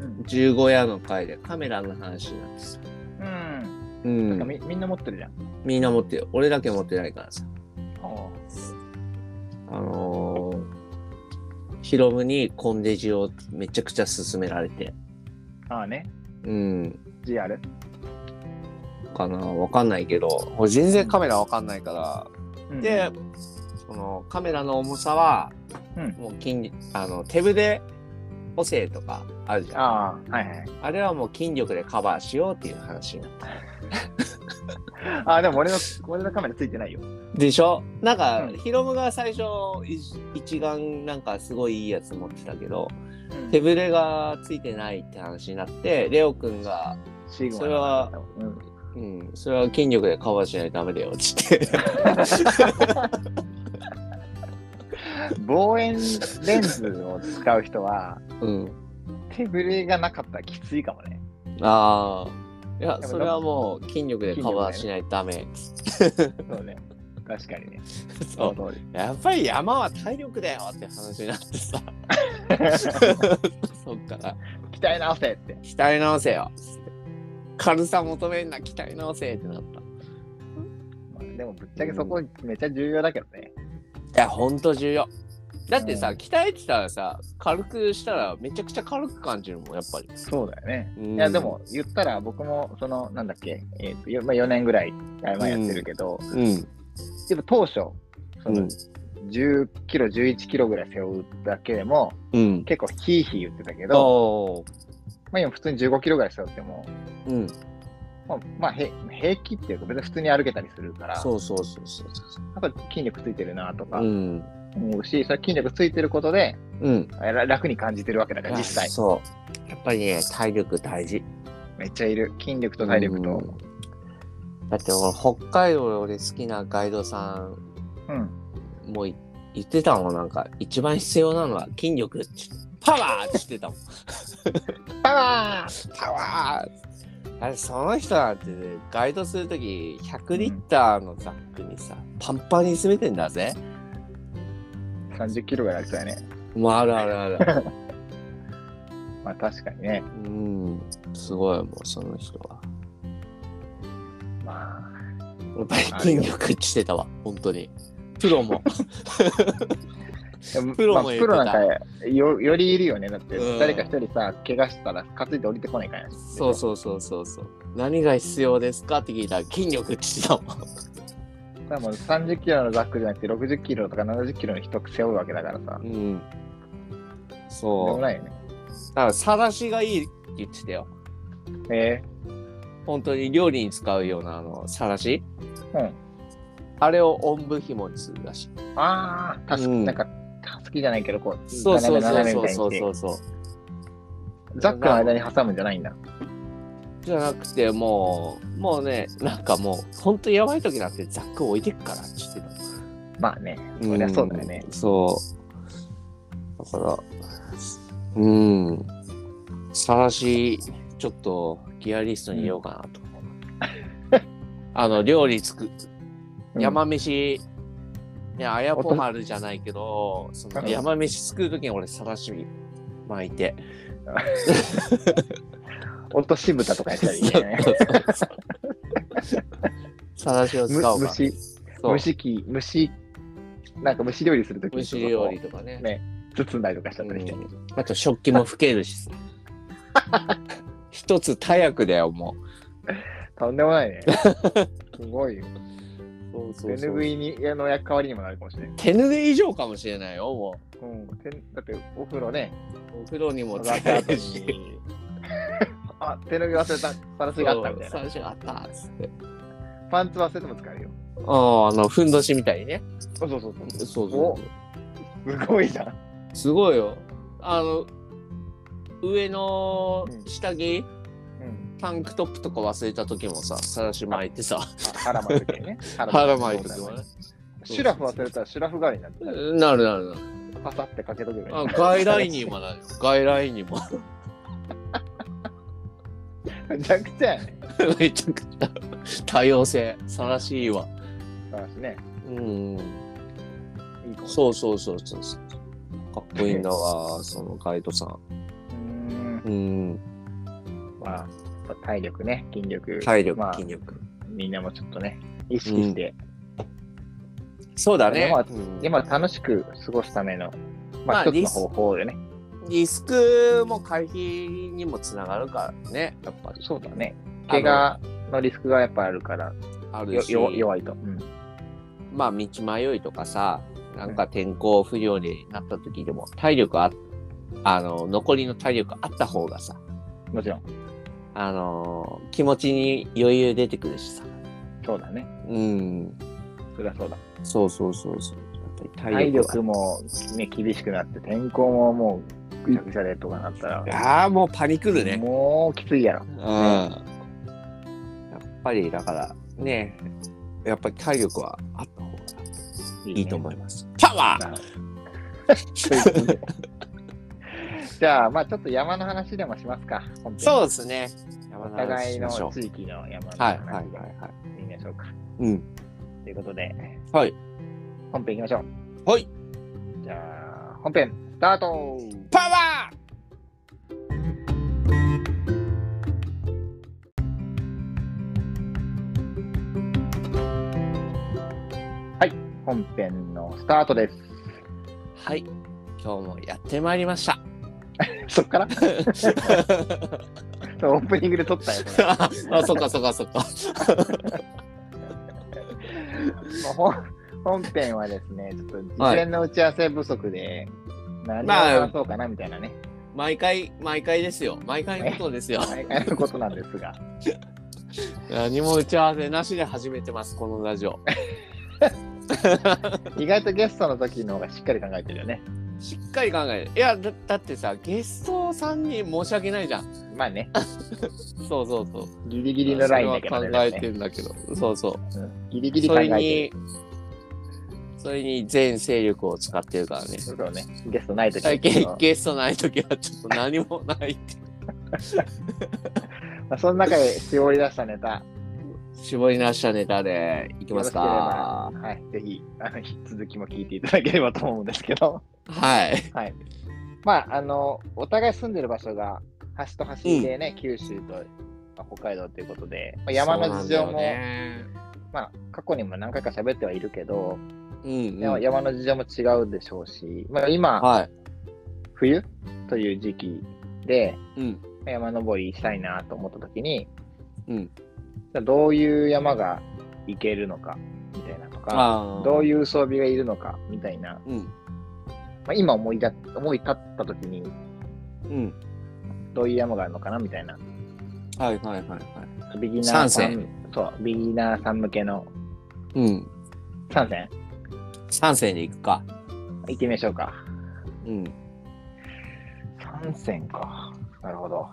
Speaker 3: うん
Speaker 4: 15夜の会でカメラの話になってさ。
Speaker 3: うん。
Speaker 4: う
Speaker 3: なんか
Speaker 4: ん。
Speaker 3: みみんな持ってるじゃん。
Speaker 4: みんな持ってる。俺だけ持ってないからさ。
Speaker 3: あ
Speaker 4: あのー、ヒロムにコンデジをめちゃくちゃ勧められて。
Speaker 3: あーね、
Speaker 4: うん。
Speaker 3: GR?
Speaker 4: かなわかんないけど。俺全然カメラわかんないから。
Speaker 3: うん
Speaker 4: で、そのカメラの重さは、
Speaker 3: うん
Speaker 4: もう筋、あの、手腕補正とかあるじゃん。
Speaker 3: ああ、はいはい。
Speaker 4: あれはもう筋力でカバーしようっていう話になった。
Speaker 3: あ、でも俺の、俺のカメラついてないよ。
Speaker 4: でしょなんか、
Speaker 3: うん
Speaker 4: ヒロムが最初一一眼なんかすごいいいやつ持ってたけど手
Speaker 3: で
Speaker 4: ぶれがついてないって話になってレオくんが、
Speaker 3: シーグマ
Speaker 4: それは
Speaker 3: うん
Speaker 4: うん、それは筋力でカバーしないとダメだよっつって
Speaker 3: 望遠レンズを使う人は、
Speaker 4: うん
Speaker 3: 手ぶれがなかったらきついかもね。
Speaker 4: ああいや
Speaker 3: でも
Speaker 4: それはもう筋力でカバーしないとダメ
Speaker 3: そうね。確かにね。
Speaker 4: そ
Speaker 3: そうの通り。
Speaker 4: やっぱり山は体力だよって話になって さそっから
Speaker 3: 鍛え直せって。
Speaker 4: 鍛え直せよっつって軽さ求めんな鍛え直せってなった
Speaker 3: まあでもぶっちゃけそこめっちゃ重要だけどね。
Speaker 4: いや、ほんと重要。だってさ、
Speaker 3: うん
Speaker 4: 鍛えてたらさ、軽くしたらめちゃくちゃ軽く感じるもん、やっぱり。
Speaker 3: そうだよね。
Speaker 4: い
Speaker 3: いや、で、も言ったら僕も、その、なんだっけ、えーとよまあ、4年ぐらい前やってるけど、
Speaker 4: うん。
Speaker 3: でも当初、そ
Speaker 4: うん
Speaker 3: の10キロ、11キロぐらい背負うだけでも、
Speaker 4: うん。
Speaker 3: 結構ヒーヒー言ってたけど、
Speaker 4: おー
Speaker 3: まあ今普通に15キロぐらい背負っても、
Speaker 4: うん。
Speaker 3: まあ、まあ、へ平気っていうか別に普通に歩けたりするから、
Speaker 4: そうそうそうそうそ
Speaker 3: やっぱ筋力ついてるなとか
Speaker 4: う。うん。
Speaker 3: 思うし、それ筋力ついてることで
Speaker 4: うん。
Speaker 3: あら楽に感じてるわけだから、実際。
Speaker 4: そう。やっぱりね、体力大事。
Speaker 3: めっちゃいる。筋力と体力と。
Speaker 4: うんだって俺、北海道で俺好きなガイドさん
Speaker 3: うん。
Speaker 4: もい言ってたもん、なんか、一番必要なのは筋力って。パワーって言ってたもん。
Speaker 3: パワー
Speaker 4: パワーあれその人なんてねガイドするとき100リッターのザックにさ、パンパンに詰めてんだぜ
Speaker 3: !30 キロぐらいありそうやね。
Speaker 4: もうあるあるあ る
Speaker 3: まあ確かにね。
Speaker 4: うんすごいもうその人は
Speaker 3: まあ、
Speaker 4: やっぱり筋力してたわ本当にプロも
Speaker 3: でも
Speaker 4: プロも
Speaker 3: ま
Speaker 4: 言
Speaker 3: あ
Speaker 4: って
Speaker 3: プ
Speaker 4: た
Speaker 3: ロなんかよよりいるよね。だって
Speaker 4: うん
Speaker 3: 誰か一人さ、怪我したら担いで降りてこないからね。
Speaker 4: そうそうそうそうそう何が必要ですかって聞いたら筋力って言ってたもん
Speaker 3: 多分30キロのザックじゃなくて60キロとか70キロの人背負うわけだからさ。とん
Speaker 4: うん
Speaker 3: で
Speaker 4: そ
Speaker 3: も
Speaker 4: う
Speaker 3: ないよね。
Speaker 4: だからさらしがいいって言ってたよ
Speaker 3: え
Speaker 4: 本当に料理に使うようなあのさらし
Speaker 3: えうん。
Speaker 4: あれをおんぶ紐にするらしい
Speaker 3: ああ、確か
Speaker 4: うん
Speaker 3: なんか、たすきじゃないけど、こう、
Speaker 4: そうそうそ
Speaker 3: 斜
Speaker 4: う
Speaker 3: め斜めみ
Speaker 4: そう
Speaker 3: たいに
Speaker 4: そうそ
Speaker 3: して、
Speaker 4: うそう。
Speaker 3: ザックの間に挟むんじゃないんだ。
Speaker 4: じゃなくてもうもうねなんかもうほんとやばい時なんてザック置いてくからって言ってた。
Speaker 3: まあね、そりゃそうだよね。
Speaker 4: ん。そう。だからうん。さらしちょっとギアリストに入れようかなと。 あの料理つく
Speaker 3: うん
Speaker 4: 山飯、ねあやこ丸じゃないけどその山飯作る時に俺さらし巻いて。
Speaker 3: 落とし蓋とかやったらいいんだよね。
Speaker 4: さらしを使おう
Speaker 3: む
Speaker 4: か。
Speaker 3: 虫、
Speaker 4: そう
Speaker 3: 蒸し器、蒸し、なんか蒸し料理するとき
Speaker 4: 蒸し料理とかね。
Speaker 3: ね包んだりとかしちゃったりして。
Speaker 4: うんあと食器も拭ける しさ。一つ多役だよ、も
Speaker 3: とんでもな いね。すごいよ。
Speaker 4: う。
Speaker 3: 手ぬぐいに家の役割にもなるかもしれない。
Speaker 4: 手ぬぐい以上かもしれないよ、も
Speaker 3: うん、手だってお風呂ね、
Speaker 4: う。お風呂にも
Speaker 3: 上が
Speaker 4: 使
Speaker 3: った
Speaker 4: え
Speaker 3: 後
Speaker 4: るし。
Speaker 3: に、 あ、手ぬぐい忘れた、パラスがあったみたい
Speaker 4: そう
Speaker 3: な。
Speaker 4: さらしがあったっつって。
Speaker 3: パンツ忘れても使えるよ。
Speaker 4: ああ、あの、ふんどしみたいにね。
Speaker 3: そうそうそう
Speaker 4: そう
Speaker 3: そ。
Speaker 4: そううそ
Speaker 3: おすごいじゃん。
Speaker 4: う。すごいよ。あの、上の
Speaker 3: うん
Speaker 4: 下着、
Speaker 3: うん。
Speaker 4: タンクトップとか忘れた時もさ、さらし巻いてさ、
Speaker 3: あ腹巻いてね。
Speaker 4: 腹巻いてもね。
Speaker 3: シュラフ忘れたらシュラフ代わりになって
Speaker 4: なるなるなる。
Speaker 3: た、パサってかけとけばいい。
Speaker 4: あ外来にもな るよ。外来にも。
Speaker 3: めちゃくちゃやね。
Speaker 4: めちゃくちゃ多様性、さらしいわ。
Speaker 3: だしね。
Speaker 4: うん。
Speaker 3: いいかも
Speaker 4: そうそうそうそうそう。かっこいいんだわ、そのガイドさん。
Speaker 3: うーん。
Speaker 4: うん。
Speaker 3: まあ、やっぱ体力ね、筋力。
Speaker 4: 体力、
Speaker 3: まあ
Speaker 4: 筋、力。
Speaker 3: みんなもちょっとね、意識して、
Speaker 4: そうだね
Speaker 3: でも。
Speaker 4: うん
Speaker 3: 今楽しく過ごすための、
Speaker 4: ま
Speaker 3: ま
Speaker 4: あ
Speaker 3: あ、一つ
Speaker 4: リ
Speaker 3: の
Speaker 4: ス
Speaker 3: 方法でね。
Speaker 4: リスクも回避にもつながるからね、やっぱり。
Speaker 3: そうだね。怪我のリスクがやっぱあるから、
Speaker 4: ある
Speaker 3: よ
Speaker 4: し、
Speaker 3: 弱弱いと。うん。
Speaker 4: まあ道迷いとかさ、なんか天候不良になった時でも、体力あ、あの、残りの体力あった方がさ、
Speaker 3: もちろん。
Speaker 4: あのー気持ちに余裕出てくるしさ。
Speaker 3: そうだね。
Speaker 4: うん。
Speaker 3: そりゃそうだ。
Speaker 4: そうそうそうそう。やっぱり
Speaker 3: 体力もね、厳しくなって、天候ももう、ぐちゃぐちゃでとかなったら、
Speaker 4: ああ、もうパニクるね。
Speaker 3: もうきついやろ。
Speaker 4: うん。やっぱりだから、ねやっぱり体力はあった方がいいと思います。パワー
Speaker 3: す。ということで じゃあ、まあちょっと山の話でもしますか。本当に
Speaker 4: そうですね。山
Speaker 3: お
Speaker 4: の話
Speaker 3: 互い
Speaker 4: し
Speaker 3: の
Speaker 4: ましょ
Speaker 3: 地域の山の
Speaker 4: う。はいはいは
Speaker 3: 話
Speaker 4: い
Speaker 3: で
Speaker 4: はい。
Speaker 3: いきましょうか。
Speaker 4: うん。
Speaker 3: ということで、
Speaker 4: はい。
Speaker 3: 本編いきましょう。
Speaker 4: はい。
Speaker 3: じゃあ、本編、スタート
Speaker 4: パワー
Speaker 3: 本編のスタートです。
Speaker 4: はい。今日もやってまいりました。
Speaker 3: そっからオープニングで撮ったやつ。
Speaker 4: あ、そっかそっかそっか。
Speaker 3: まあほん本編はですね、ちょっと事前の打ち合わせ不足で、何を
Speaker 4: まあ
Speaker 3: 話そうかなみたいなね、
Speaker 4: 毎回、毎回ですよ。毎回のことですよ。
Speaker 3: 毎回のことなんですが、
Speaker 4: 何も打ち合わせなしで始めてます、このラジオ。
Speaker 3: 意外とゲストの時の方がしっかり考えてるよね。
Speaker 4: しっかり考える。いやだ、だってさ、ゲストさんに申し訳ないじゃん。
Speaker 3: まあね、
Speaker 4: そうそうそう。
Speaker 3: ギリギリのラインだけど
Speaker 4: そ
Speaker 3: ね。
Speaker 4: れは考えてんだけど、そうそ
Speaker 3: うんギリ
Speaker 4: う。
Speaker 3: ギリ
Speaker 4: そ
Speaker 3: 考
Speaker 4: れ
Speaker 3: えてる。
Speaker 4: に、それに全勢力を使ってるからね。
Speaker 3: そうね、ゲストない時
Speaker 4: 最
Speaker 3: だけ
Speaker 4: 近
Speaker 3: ど
Speaker 4: ゲストない時はちょっと何もないって
Speaker 3: まあ、その中で絞り出したネタ、
Speaker 4: 絞りなしたネタでいきますか。
Speaker 3: はい、ぜひあの続きも聞いていただければと思うんですけ ど、
Speaker 4: はい。
Speaker 3: まあ、あの、お互い住んでる場所が、端と端でね、九州と、まあ北海道ということで、まあ、山の事情
Speaker 4: そうなん
Speaker 3: も、
Speaker 4: だよね
Speaker 3: まあ、過去にも何回か喋ってはいるけど、
Speaker 4: うん、
Speaker 3: で
Speaker 4: う
Speaker 3: も
Speaker 4: ん。
Speaker 3: 山の事情も違うでしょうし、まあ、今、
Speaker 4: はい。
Speaker 3: 冬という時期で、
Speaker 4: うん。
Speaker 3: まあ山登りしたいなと思った時に、
Speaker 4: うん
Speaker 3: どういう山が行けるのかみたいなとか、
Speaker 4: あー
Speaker 3: どういう装備がいるのかみたいな、
Speaker 4: うん。
Speaker 3: まあ、今思いだ思い立った時に、
Speaker 4: うん。
Speaker 3: どういう山があるのかなみたいな、
Speaker 4: はいはいはいはい。
Speaker 3: ビギナーさ
Speaker 4: 三
Speaker 3: ん、そう、ビギナーさん向けの
Speaker 4: うん。
Speaker 3: 3選、
Speaker 4: 三世に行くか。
Speaker 3: 行ってみましょうか。
Speaker 4: うん。
Speaker 3: 3選か。なるほど。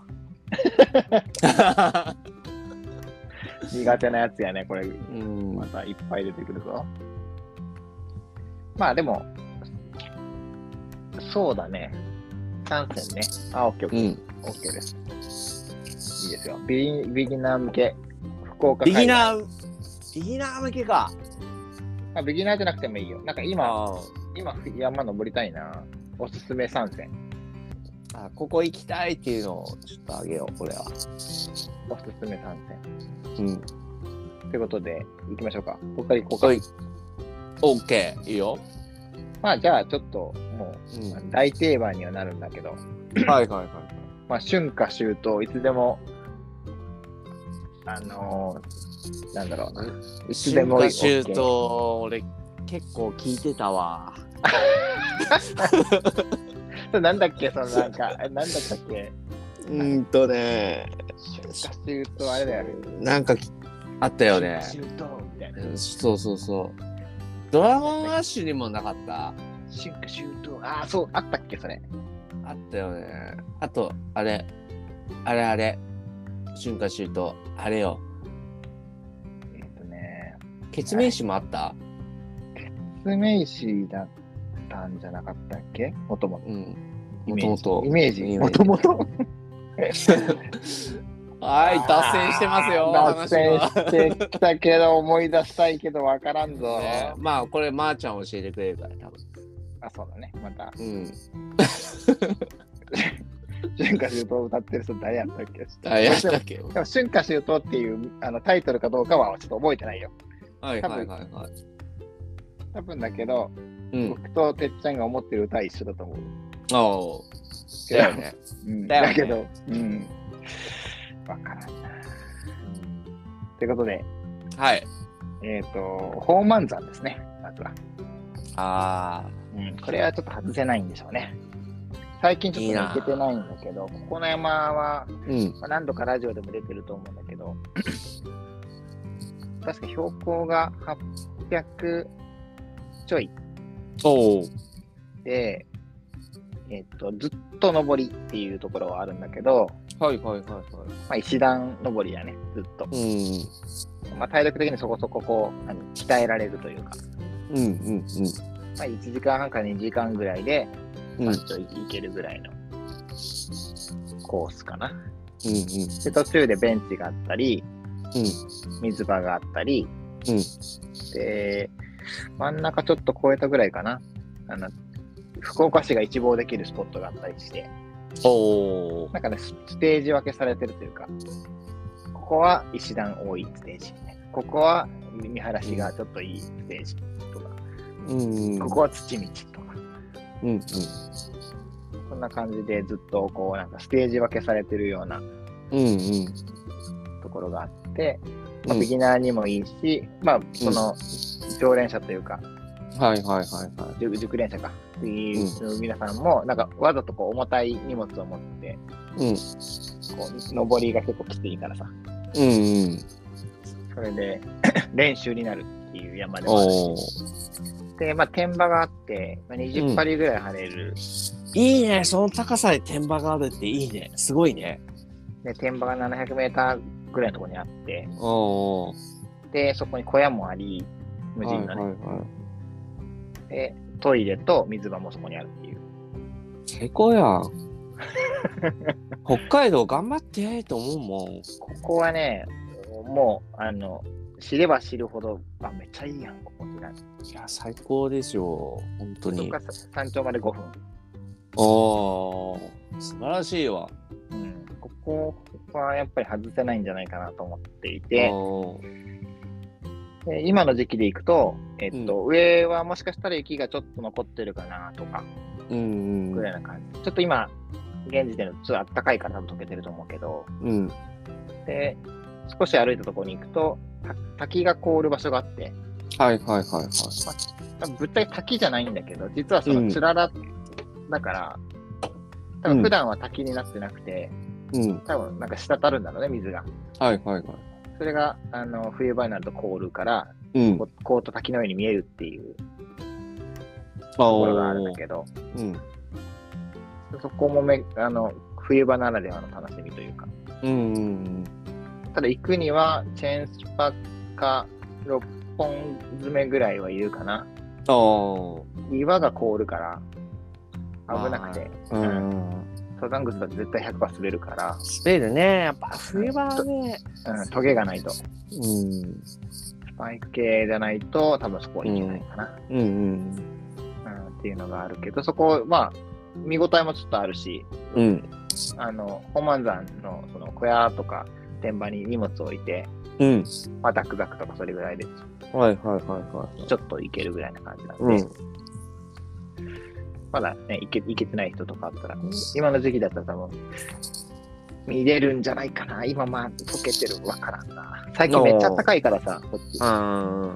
Speaker 3: 苦手なやつやね、これ。
Speaker 4: うん
Speaker 3: またいっぱい出てくるぞ。まあでも、そうだね。3選ね。あ、オッケーオ
Speaker 4: うん。
Speaker 3: ッケー。オッケーです。いいですよ。ビギビギナー向け、福岡
Speaker 4: ビギ
Speaker 3: ー
Speaker 4: ナー、ビギナー向けか。
Speaker 3: あ。ビギナーじゃなくてもいいよ。なんか今、
Speaker 4: あー
Speaker 3: 今山登りたいな。おすすめ3選。
Speaker 4: あ、ここ行きたいっていうのをちょっとあげよう、これは。
Speaker 3: おすすめ3選。
Speaker 4: うん。
Speaker 3: ということで、行きましょうか。僕から行こうか。
Speaker 4: はい。オッケー、いいよ。
Speaker 3: まあじゃあちょっと、も
Speaker 4: う
Speaker 3: う、
Speaker 4: ん。
Speaker 3: 大定番にはなるんだけど、
Speaker 4: はいはいはい。
Speaker 3: まあ、春夏秋冬、いつでも、あのー、なんだろうな。いつで
Speaker 4: 春
Speaker 3: も
Speaker 4: 夏秋冬、俺、結構聞いてたわ。
Speaker 3: それなんだっけ、そのなん か、えなんだったっけ。
Speaker 4: うんとね、
Speaker 3: 春夏秋冬、あれだよね。
Speaker 4: なんかきあったよね。
Speaker 3: 春夏秋冬みたいな。
Speaker 4: うんそうそうそう。ドラゴンアッシュにもなかった
Speaker 3: 春夏秋冬、ああ、そう、あったっけ、それ。
Speaker 4: あったよね。あと、あれ、あれあれ、春夏秋冬、あれよ。
Speaker 3: えっ、とね、
Speaker 4: 決名詞もあった、
Speaker 3: スメイシーだったんじゃなかったっけもともと。
Speaker 4: うん。もともと
Speaker 3: イ。メージ。
Speaker 4: イメージ
Speaker 3: もともと。
Speaker 4: はい、脱線してますよ。
Speaker 3: 脱線
Speaker 4: 話は
Speaker 3: してきたけど、思い出したいけど、わからんぞ。
Speaker 4: ねまあ、これ、まー、ちゃん教えてくれるから、多分。
Speaker 3: あ、そうだね。また。
Speaker 4: うん。
Speaker 3: 春夏秋冬を歌ってる人誰やったっけ
Speaker 4: あ、やったっけ
Speaker 3: でも春夏秋冬っていうあのタイトルかどうかはちょっと覚えてないよ。
Speaker 4: はいはいはいはい。
Speaker 3: 多分だけど、
Speaker 4: うん。
Speaker 3: 僕とてっちゃんが思ってる歌は一緒だと思う。
Speaker 4: ああ。だよね。
Speaker 3: うん
Speaker 4: だよね
Speaker 3: けど、うん。わからんな。ということで、
Speaker 4: はい。
Speaker 3: えっ、と、宝満山ですね、まずは。
Speaker 4: あ
Speaker 3: うん、これはちょっと外せないんでしょうね。最近ちょっとね
Speaker 4: いいな
Speaker 3: 行けてないんだけど、ここの山は
Speaker 4: あ。うん。
Speaker 3: まあ何度かラジオでも出てると思うんだけど、確か標高が800ちょい
Speaker 4: おお。
Speaker 3: で、えっと、ずっと登りっていうところはあるんだけど、
Speaker 4: はいはいはいは
Speaker 3: まあ、石段登りだね、ずっと。
Speaker 4: い。うん。
Speaker 3: まあ、体力的にそこそここう、何鍛えられるというか、
Speaker 4: うんうん
Speaker 3: まあ、1時間半から2時間ぐらいで、
Speaker 4: うん。うんうん
Speaker 3: まあ、ちょい行けるぐらいのコースかな。
Speaker 4: うん。
Speaker 3: で、途中でベンチがあったり、
Speaker 4: うん
Speaker 3: 水場があったり、
Speaker 4: うん
Speaker 3: で、真ん中ちょっと越えたぐらいかな。あの、福岡市が一望できるスポットがあったりして、
Speaker 4: おお。
Speaker 3: なんかね、スステージ分けされてるというか、ここは石段多いステージみたいな、ここは見晴らしがちょっといいステージとか、
Speaker 4: うん
Speaker 3: ここは土道とか、
Speaker 4: うんうん。
Speaker 3: こんな感じでずっとこう、なんかステージ分けされてるような
Speaker 4: うんうん。
Speaker 3: ところがあって、まあ、
Speaker 4: うん
Speaker 3: ビギナーにもいいし、まあ、その、常連者というか、
Speaker 4: はいはいはいは
Speaker 3: 熟熟練者か、っていう皆さんも、なんかわざとこう重たい荷物を持って、
Speaker 4: い。うん
Speaker 3: こう、上りが結構きついからさ、
Speaker 4: うんうん。
Speaker 3: それで 練習になるっていう山でもあるし
Speaker 4: おお。
Speaker 3: で、まあ、天場があって、まあ、
Speaker 4: う
Speaker 3: 20
Speaker 4: ん
Speaker 3: 針ぐらい張れる、
Speaker 4: いいね。その高さに天場があるっていいね。すごいね。
Speaker 3: で天場が700メーターぐらいのところにあって、
Speaker 4: おお。
Speaker 3: で、そこに小屋もあり、無人のね、
Speaker 4: はいはいはい。
Speaker 3: で、トイレと水場もそこにあるっていう。
Speaker 4: 最高やん。 北海道頑張ってと思うもん。
Speaker 3: ここはね、もう、あの、知れば知るほど、あ、めっちゃいいやん、ここってなる。
Speaker 4: いや、最高ですよ。本当
Speaker 3: そこ
Speaker 4: に
Speaker 3: か。ら山頂まで5分。
Speaker 4: おお。素晴らしいわ。
Speaker 3: うん、ここはやっぱり外せないんじゃないかなと思っていて、
Speaker 4: おー
Speaker 3: で今の時期で行くと、えっと、上はもしかしたら雪がちょっと残ってるかなとか、
Speaker 4: うんう
Speaker 3: ぐら
Speaker 4: ん。
Speaker 3: いな感じ。ちょっと今、現時点でちょっと暖かいから多分溶けてると思うけど、
Speaker 4: うん。
Speaker 3: で、少し歩いたところに行くと、た滝が凍る場所があって、
Speaker 4: はいはいはいはい。
Speaker 3: 多分ぶっちゃけ滝じゃないんだけど、実はそのつららだから、多分普段は滝になってなくて、
Speaker 4: うん。
Speaker 3: 多分なんか滴るんだろうね、水が。
Speaker 4: はいはいはい。
Speaker 3: それが、あの、冬場になると凍るから、
Speaker 4: うん。
Speaker 3: こ凍うと滝のように見えるっていうところがあるんだけど、
Speaker 4: うん。
Speaker 3: そこもめ、あの、冬場ならではの楽しみというか。
Speaker 4: うんうん
Speaker 3: ただ行くには、チェーンスパか6本詰めぐらいはいるかな。
Speaker 4: うん。お
Speaker 3: 岩が凍るから、危なくて、
Speaker 4: ー。うん。
Speaker 3: 登山靴だと絶対100%滑るか
Speaker 4: 滑るね。やっぱ冬場はね。
Speaker 3: ら、うん、トゲがないと。ス
Speaker 4: うん。
Speaker 3: パイク系じゃないと、多分そこは行けないかな、
Speaker 4: うんうん。
Speaker 3: うんっていうのがあるけど、そこ、まあ、見応えもちょっとあるし、
Speaker 4: うん。
Speaker 3: あの、本満山のその小屋とか、天場に荷物置いて、
Speaker 4: うん。
Speaker 3: まあ、ダックダックとかそれぐらいで、
Speaker 4: はいはいはいはい。
Speaker 3: ちょっと行けるぐらいな感じなんで、
Speaker 4: うん。
Speaker 3: まだね、行け行けてない人とかあったら、今の時期だったら多分、見れるんじゃないかな。今まあ、溶けてるわからんな。最近めっちゃ高いからさ、こっち。
Speaker 4: あー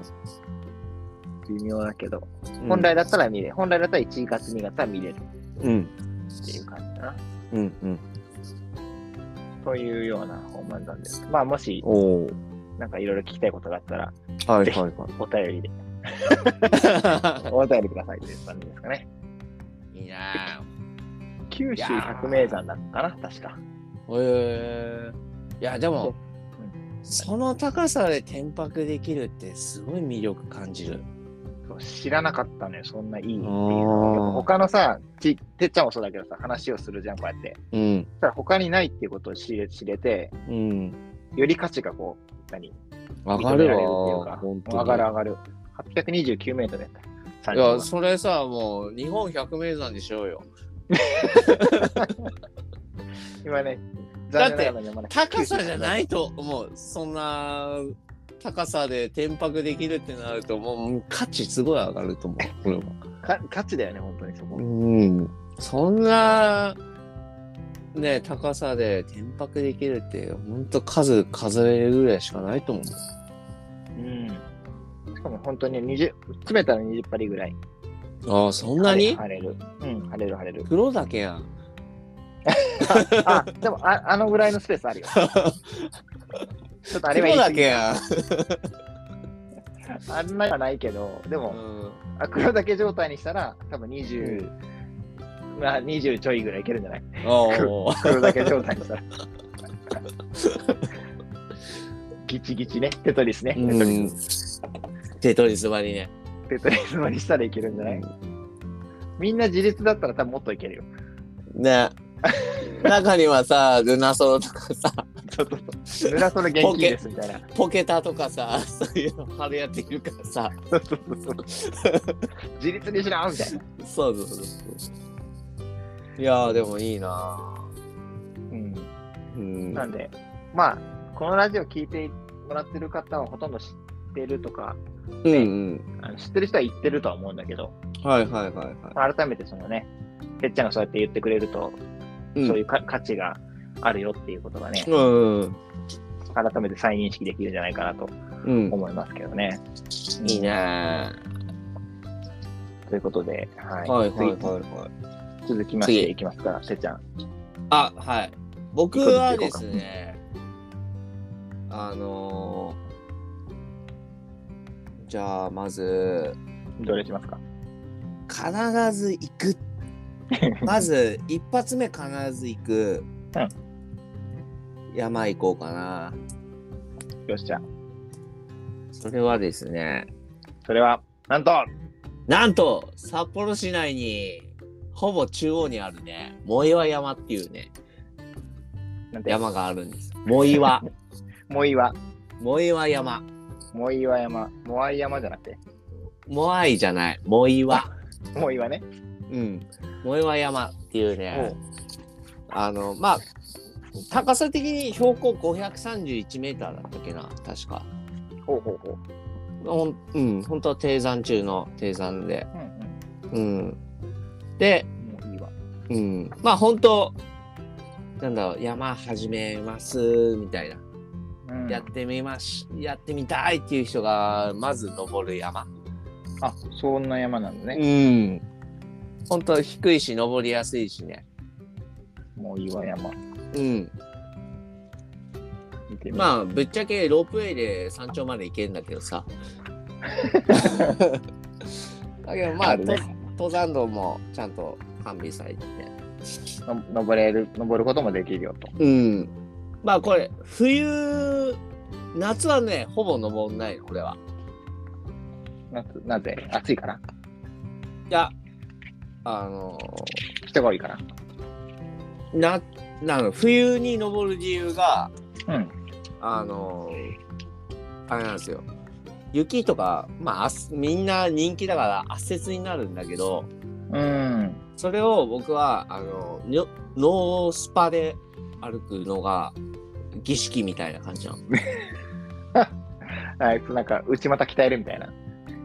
Speaker 3: 微妙だけど、
Speaker 4: うん
Speaker 3: 本来だったら見れる。本来だったら1月、2月は見れる
Speaker 4: うん。
Speaker 3: っていう感じかな。
Speaker 4: うんうん。
Speaker 3: というような本番なんです。まあ、もし、
Speaker 4: おお。
Speaker 3: なんかいろいろ聞きたいことがあったら、
Speaker 4: はい
Speaker 3: ぜひ
Speaker 4: はい
Speaker 3: お便りで、
Speaker 4: は
Speaker 3: お便りくださいという感じですかね。
Speaker 4: い。いいな
Speaker 3: 九州百名山だったかな、確か。
Speaker 4: ぁ。へえ。いや、でも、その高さで転泊できるってすごい魅力感じる。
Speaker 3: そう知らなかったね、そんないいっていう
Speaker 4: あー
Speaker 3: の。他のさ、ちてっちゃんもそうだけどさ、話をするじゃん、こうやって。
Speaker 4: うん。
Speaker 3: ただ他にないっていうことを知れ知れて、
Speaker 4: うん。
Speaker 3: より価値がこう、何
Speaker 4: 上
Speaker 3: 認
Speaker 4: が
Speaker 3: め
Speaker 4: る
Speaker 3: られるっていう
Speaker 4: わ。
Speaker 3: か、
Speaker 4: 本当に
Speaker 3: 上がる上がる。829メートルやった。
Speaker 4: いや、それさ、もう、日本百名山にしようよ。
Speaker 3: 今ね、
Speaker 4: だって
Speaker 3: 残念ながらねまだ。
Speaker 4: 高さじゃないいと思う。そんな、高さで転泊できるってなると、もう、価値すごい上がると思う。これは。
Speaker 3: か価値だよね、本当にそこ。
Speaker 4: うん。そんな、ね、高さで転泊できるって、ほんと数数えるぐらいしかないと思う。
Speaker 3: うん。しかも本当に20、詰めたら20針ぐらい。
Speaker 4: ああ、そんなに
Speaker 3: 晴れる。晴れるうん、晴れる晴れる。
Speaker 4: 黒だけやん。
Speaker 3: あ、でも あ、あのぐらいのスペースあるよ。ちょっとあれは
Speaker 4: 黒
Speaker 3: 言い
Speaker 4: だ
Speaker 3: 過
Speaker 4: け
Speaker 3: ぎ
Speaker 4: やん。
Speaker 3: あんなにはないけど、で
Speaker 4: う
Speaker 3: も、
Speaker 4: ん
Speaker 3: あ黒岳状態にしたら、多分20、まあ20ちょいぐらいいけるんじゃない
Speaker 4: おー
Speaker 3: 黒岳状態に したら。ギチギチね、テトリスね。テトリ
Speaker 4: うんテトリス割りね。
Speaker 3: ステトリスにしたらいけるんじゃないみんな自立だったら多分もっとい けるよ。
Speaker 4: ね。中にはさ、 ルナソロとかさ、
Speaker 3: ちょっと、ルナソの元気ですみたいな。
Speaker 4: ポケタとかさ、 そういうの春やってるからさ。
Speaker 3: そうそうそう自立にしろ
Speaker 4: そ
Speaker 3: みたいな。
Speaker 4: うそうそうそう。いやー、でもいいな
Speaker 3: うん、
Speaker 4: ーうん。
Speaker 3: なんで、まあ、このラジオ聞いてもらってる方はほとんど知ってるとか、
Speaker 4: うんうん。
Speaker 3: あの知ってる人は言ってるとは思うんだけど、
Speaker 4: はいはいはいは
Speaker 3: まあ改めてそのね、てっちゃんがそうやって言ってくれると、
Speaker 4: い。うん
Speaker 3: そういうか価値があるよっていうことがね、
Speaker 4: うんうん
Speaker 3: 改めて再認識できるんじゃないかなと
Speaker 4: うん。
Speaker 3: 思いますけどね。
Speaker 4: いいねー。
Speaker 3: ということで、はい。
Speaker 4: はいはいはいはい。
Speaker 3: 次続きまして
Speaker 4: 次
Speaker 3: いきますか、てっちゃん。
Speaker 4: あ、はい。僕はですね、あのー、じゃあまず、
Speaker 3: どれしますか
Speaker 4: 必ず行くまず一発目必ず行く、山行こうかな
Speaker 3: よし、じゃあ、
Speaker 4: それはですね
Speaker 3: それは、なんと、
Speaker 4: なんと札幌市内にほぼ中央にあるね藻岩山っていうね
Speaker 3: なんて、
Speaker 4: 山があるんです藻岩
Speaker 3: 藻岩、
Speaker 4: 藻岩山
Speaker 3: 藻岩山、藻岩山じゃなくて、
Speaker 4: モアイじゃない藻岩
Speaker 3: 藻岩ね。
Speaker 4: うん藻岩山っていうね
Speaker 3: お
Speaker 4: あのまあ高さ的に標高531メーターだったっけな確か
Speaker 3: ほうほうほう。
Speaker 4: ほんうん、本当は低山中の低山で。
Speaker 3: うん
Speaker 4: うん。で、
Speaker 3: うん。藻岩。
Speaker 4: うん。まあ本当、なんだろう、山始めます、みたいな。
Speaker 3: うん
Speaker 4: やってみまし、やってみたいっていう人が、まず登る山。
Speaker 3: あ、そんな山なんだね。
Speaker 4: うん。本当低いし、登りやすいしね。
Speaker 3: 藻岩山。
Speaker 4: うん。
Speaker 3: 見てみよう
Speaker 4: まあ、ぶっちゃけロープウェイで山頂まで行けるんだけど さ。だけどまあ、
Speaker 3: あるね
Speaker 4: と登山道もちゃんと完備されてて。
Speaker 3: の登れる、登ることもできるよと。
Speaker 4: うん。まあこれ、冬、夏はね、ほぼ登んないの、俺は。
Speaker 3: ななぜ暑いから
Speaker 4: いや、あの
Speaker 3: 人が多いから
Speaker 4: ーな、なの、冬に登る理由が、
Speaker 3: うん。
Speaker 4: あのーあれなんですよ。雪とか、まああす、みんな人気だから圧雪になるんだけど、
Speaker 3: うん。
Speaker 4: それを僕は、あの、にょノースパで歩くのが、儀式みたいな感じなの。
Speaker 3: あいつなんか、内股鍛えるみたいな。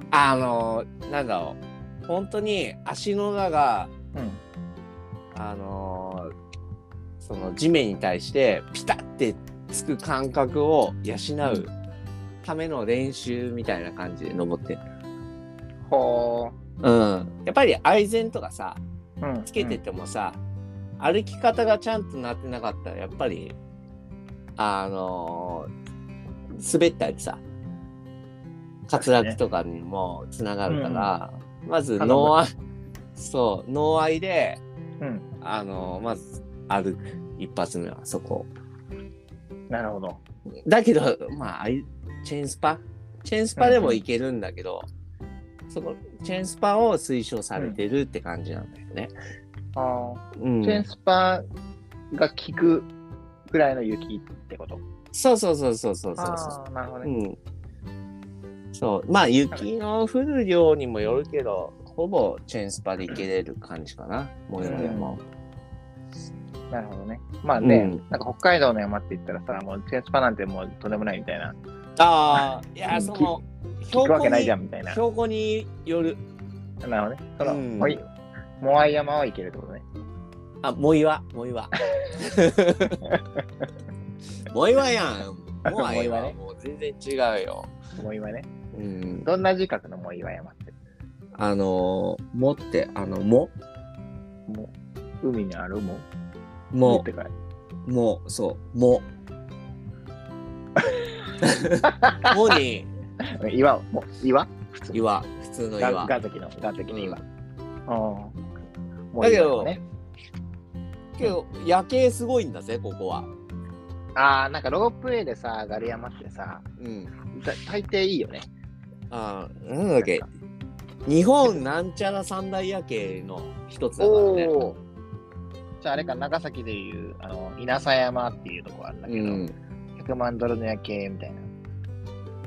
Speaker 4: あのーなんだろう。本当に足の裏が
Speaker 3: うん。
Speaker 4: あのーその地面に対してピタッてつく感覚を養うための練習みたいな感じで登ってる
Speaker 3: ほ
Speaker 4: うん、やっぱり愛禅とかさ
Speaker 3: う。うん。
Speaker 4: つけててもさ、歩き方がちゃんとなってなかったらやっぱりあのー滑ったりさ滑落とかにもつながるから、まず
Speaker 3: ただの
Speaker 4: 脳愛そう脳愛で
Speaker 3: うん。
Speaker 4: あのまず歩く一発目はそこ
Speaker 3: なるほど。
Speaker 4: だけ どまああいチェーンスパチェーンスパでもいけるんだけど、そこチェーンスパを推奨されてるって感じなんだよね、
Speaker 3: あ
Speaker 4: うん
Speaker 3: チェーンスパが効くぐらいの雪ってこと。
Speaker 4: そうそうそうそうそうそうそ
Speaker 3: あー、なるほど
Speaker 4: う、うん、そうまあ雪の降る量にもよるけどほぼチェーンスパでいけれる感じかな、もやもやも
Speaker 3: なるほどね。まあね、
Speaker 4: うん
Speaker 3: なんか北海道の山って言ったらさ、もうチェーンスパなんてもうとんでもないみたいな。
Speaker 4: ああいや
Speaker 3: うん
Speaker 4: その
Speaker 3: 効くわけないじゃ
Speaker 4: ん
Speaker 3: んみたいな。
Speaker 4: 標高による
Speaker 3: なるほどね。その、
Speaker 4: うん
Speaker 3: もい、モアイ山はいけるってことね。
Speaker 4: あ、もういわ、もうい わ。もういわやん。もういわ、
Speaker 3: もういわね
Speaker 4: もう全然違うよ。
Speaker 3: モイワね。
Speaker 4: うん。
Speaker 3: どんな字角のモイワ山って。
Speaker 4: あのー、もって、あの、も、
Speaker 3: もう海にあるもん。もっ
Speaker 4: も
Speaker 3: て、かい。
Speaker 4: も、そう、も。もに、
Speaker 3: 岩を、もう岩普通
Speaker 4: 岩、普通の
Speaker 3: 岩
Speaker 4: 岩。
Speaker 3: 岩石の、岩石の岩。
Speaker 4: う
Speaker 3: ああ。も
Speaker 4: だけど
Speaker 3: いいね、
Speaker 4: けど、夜景すごいんだぜ、ここは。
Speaker 3: ああ、なんかロープウェイでさ、上がる山ってさ、
Speaker 4: うん。
Speaker 3: だ大抵いいよね。
Speaker 4: あーなんだっけ。日本なんちゃら三大夜景の一つだからね。
Speaker 3: おお。じゃああれか、長崎でいう、あの、稲佐山っていうとこあるんだけ
Speaker 4: う
Speaker 3: ど、
Speaker 4: ん。
Speaker 3: 100万ドルの夜景みたいな。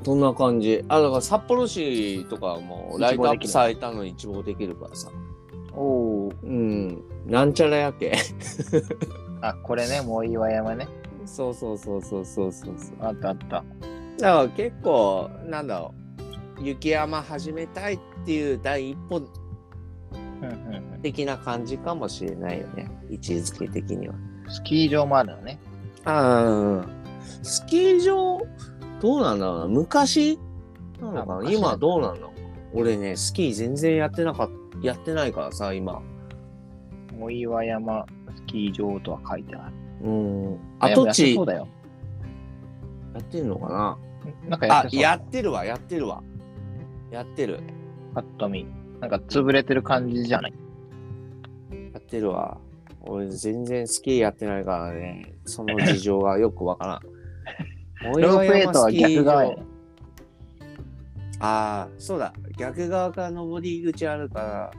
Speaker 4: そんな感じ。あ、だから札幌市とかもライトアップされたの一望できるからさ。
Speaker 3: おお。
Speaker 4: うん。なんちゃら夜景。
Speaker 3: あ、これね、もう岩山ね。
Speaker 4: そうそうそうそうそうそうそう。
Speaker 3: あったあった。
Speaker 4: だから結構なんだろう雪山始めたいっていう第一歩
Speaker 3: うんうんうん。
Speaker 4: 的な感じかもしれないよね位置づけ的には。
Speaker 3: スキー場もあるのね。
Speaker 4: ああスキー場どうなんだろうな昔なの
Speaker 3: あ
Speaker 4: かな
Speaker 3: 昔
Speaker 4: 今どうなんだろう俺ねスキー全然やってなかっやってないからさ今。
Speaker 3: もう岩山スキー場とは書いてある。
Speaker 4: うん
Speaker 3: あでも
Speaker 4: 跡地
Speaker 3: 安そ
Speaker 4: や
Speaker 3: うだよ。
Speaker 4: ってんのかな
Speaker 3: なんかやっ
Speaker 4: あ
Speaker 3: てそう
Speaker 4: やってるわやってるわやってる
Speaker 3: パッと見。なんか潰れてる感じじゃない。
Speaker 4: やってるわ。俺全然スキーやってないからね、その事情がよくわ からん。お
Speaker 3: ロープウェイとは逆側や
Speaker 4: ああー、そうだ。逆側から登り口あるか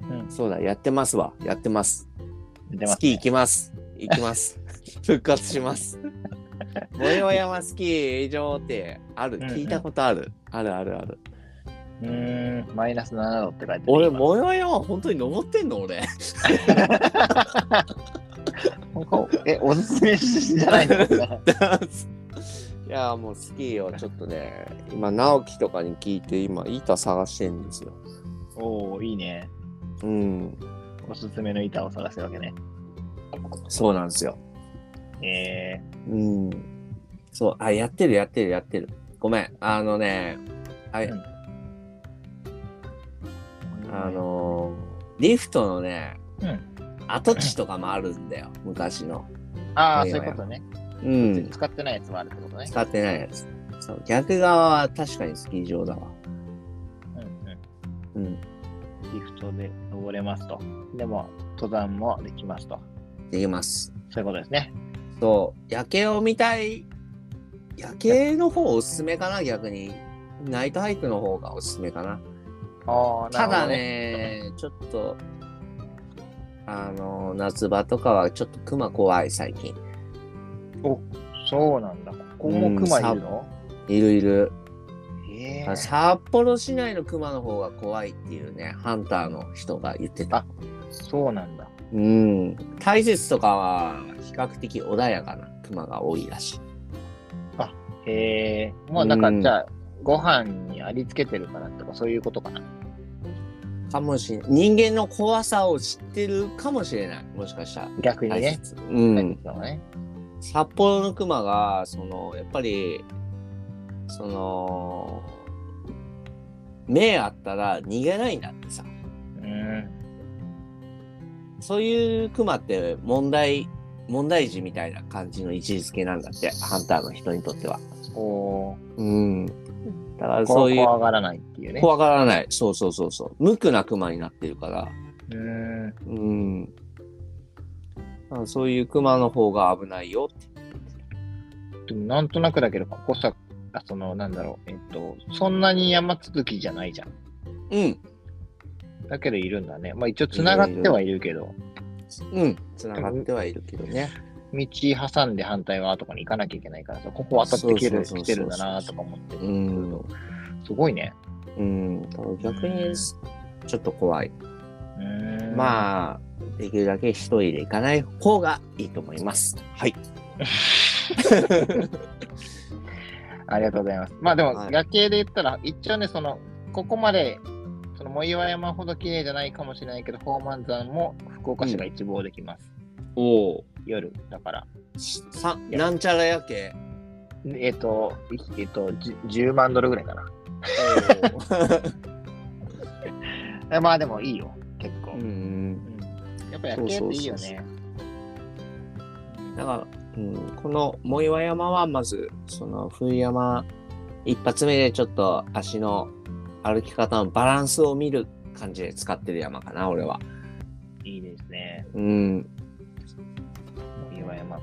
Speaker 4: ら、
Speaker 3: うん
Speaker 4: そうだ、やってますわ。やってます。
Speaker 3: 出てま
Speaker 4: ス
Speaker 3: す
Speaker 4: キー行きます。行き ます。復活します。萌え山スキー場ってある。
Speaker 3: うんうん
Speaker 4: 聞いたことある。あるあるある。
Speaker 3: うーん、マイナス7度って書いてある。
Speaker 4: 俺、
Speaker 3: 今
Speaker 4: 萌え山本当に登ってんの俺。
Speaker 3: こうえ、おすすめじゃないの か
Speaker 4: いやーもうスキーをちょっとね、今、直樹とかに聞いて、今、板探してんですよ。
Speaker 3: おおいいね。
Speaker 4: うん、
Speaker 3: おすすめの板を探すわけね。
Speaker 4: そうなんですよ。
Speaker 3: え
Speaker 4: うん。そう、あ、やってる、やってる、やってる。ごめん、あのね、あれ、
Speaker 3: うんー、
Speaker 4: あ、のーリフトのね、
Speaker 3: うん
Speaker 4: 跡地とかもあるんだよ、昔の。
Speaker 3: ああ、
Speaker 4: い
Speaker 3: そ
Speaker 4: やい
Speaker 3: うい
Speaker 4: や
Speaker 3: うことね。
Speaker 4: うん、
Speaker 3: 使ってないやつもあるってことね。
Speaker 4: 使ってないやつ。そう、逆側は確かにスキー場だわ。
Speaker 3: うんうん
Speaker 4: うん。
Speaker 3: リフトで登れますと。でも、登山もできますと。
Speaker 4: できます。
Speaker 3: そういうことですね。
Speaker 4: そう、夜景を見たい。夜景の方おすすめかな、逆に。ナイトハイクの方がおすすめかな。
Speaker 3: ああ、
Speaker 4: ただ。ね、ちょっと、あの、夏場とかはちょっと熊怖い、最近。
Speaker 3: そうなんだ。ここも熊いるの
Speaker 4: いるいる。
Speaker 3: ええ
Speaker 4: あ札幌市内の熊の方が怖いっていうね、ハンターの人が言ってた。
Speaker 3: そうなんだ。
Speaker 4: うん。大雪とかは比較的穏やかな熊が多いらしい。
Speaker 3: へえ。もうなんか、
Speaker 4: うん
Speaker 3: じゃあ、ご飯にありつけてるからとか、そういうことかな。
Speaker 4: かもしれない。人間の怖さを知ってるかもしれない。もしかしたら。
Speaker 3: 逆に
Speaker 4: 大
Speaker 3: ね。
Speaker 4: 雪うん。
Speaker 3: そうね。
Speaker 4: 札幌の熊がそのやっぱりその目あったら逃げないんだってさ
Speaker 3: うん。
Speaker 4: そういう熊って問題問題児みたいな感じの位置づけなんだってハンターの人にとっては
Speaker 3: こ
Speaker 4: うんだから
Speaker 3: う、
Speaker 4: そういう
Speaker 3: 怖がらないっていうね。
Speaker 4: 怖がらないそうそうそうそう無垢な熊になってるから
Speaker 3: うん。
Speaker 4: うんだからそういう熊の方が危ないよって
Speaker 3: でもなんとなくだけど、ここさ、あその、なんだろう、えっと、そんなに山続きじゃないじゃん。
Speaker 4: うん
Speaker 3: だけどいるんだね。まあ一応繋がってはいるけど、
Speaker 4: うんつながってはいるけどね
Speaker 3: 道挟んで反対側とかに行かなきゃいけないからさ、ここ渡ってきてる
Speaker 4: そうそうそうそう
Speaker 3: 来てるんだなとか思って、
Speaker 4: うん
Speaker 3: すごいね。
Speaker 4: うん、だから逆にすちょっと怖い。
Speaker 3: あ。
Speaker 4: まあ、できるだけ一人で行かない方がいいと思います。はい。
Speaker 3: ありがとうございます。まあでも、
Speaker 4: はい
Speaker 3: 夜景で言ったら、一応ね、その、ここまで、その、藻岩山ほど綺麗じゃないかもしれないけど、宝満山も福岡市が一望できます。
Speaker 4: おお。
Speaker 3: 夜、だから。
Speaker 4: さ、なんちゃら夜景。
Speaker 3: えっと、いえっと、じ10万ドルぐらいかな。
Speaker 4: おー
Speaker 3: えまあでもいいよ、結構。
Speaker 4: う
Speaker 3: うん
Speaker 4: ん。
Speaker 3: やっぱ夜景っていいよ
Speaker 4: そうそう
Speaker 3: ね。
Speaker 4: だから、うん、この藻岩山はまず、その冬山一発目でちょっと足の歩き方のバランスを見る感じで使ってる山かな、俺は。
Speaker 3: いいですね。
Speaker 4: うん。
Speaker 3: 岩山。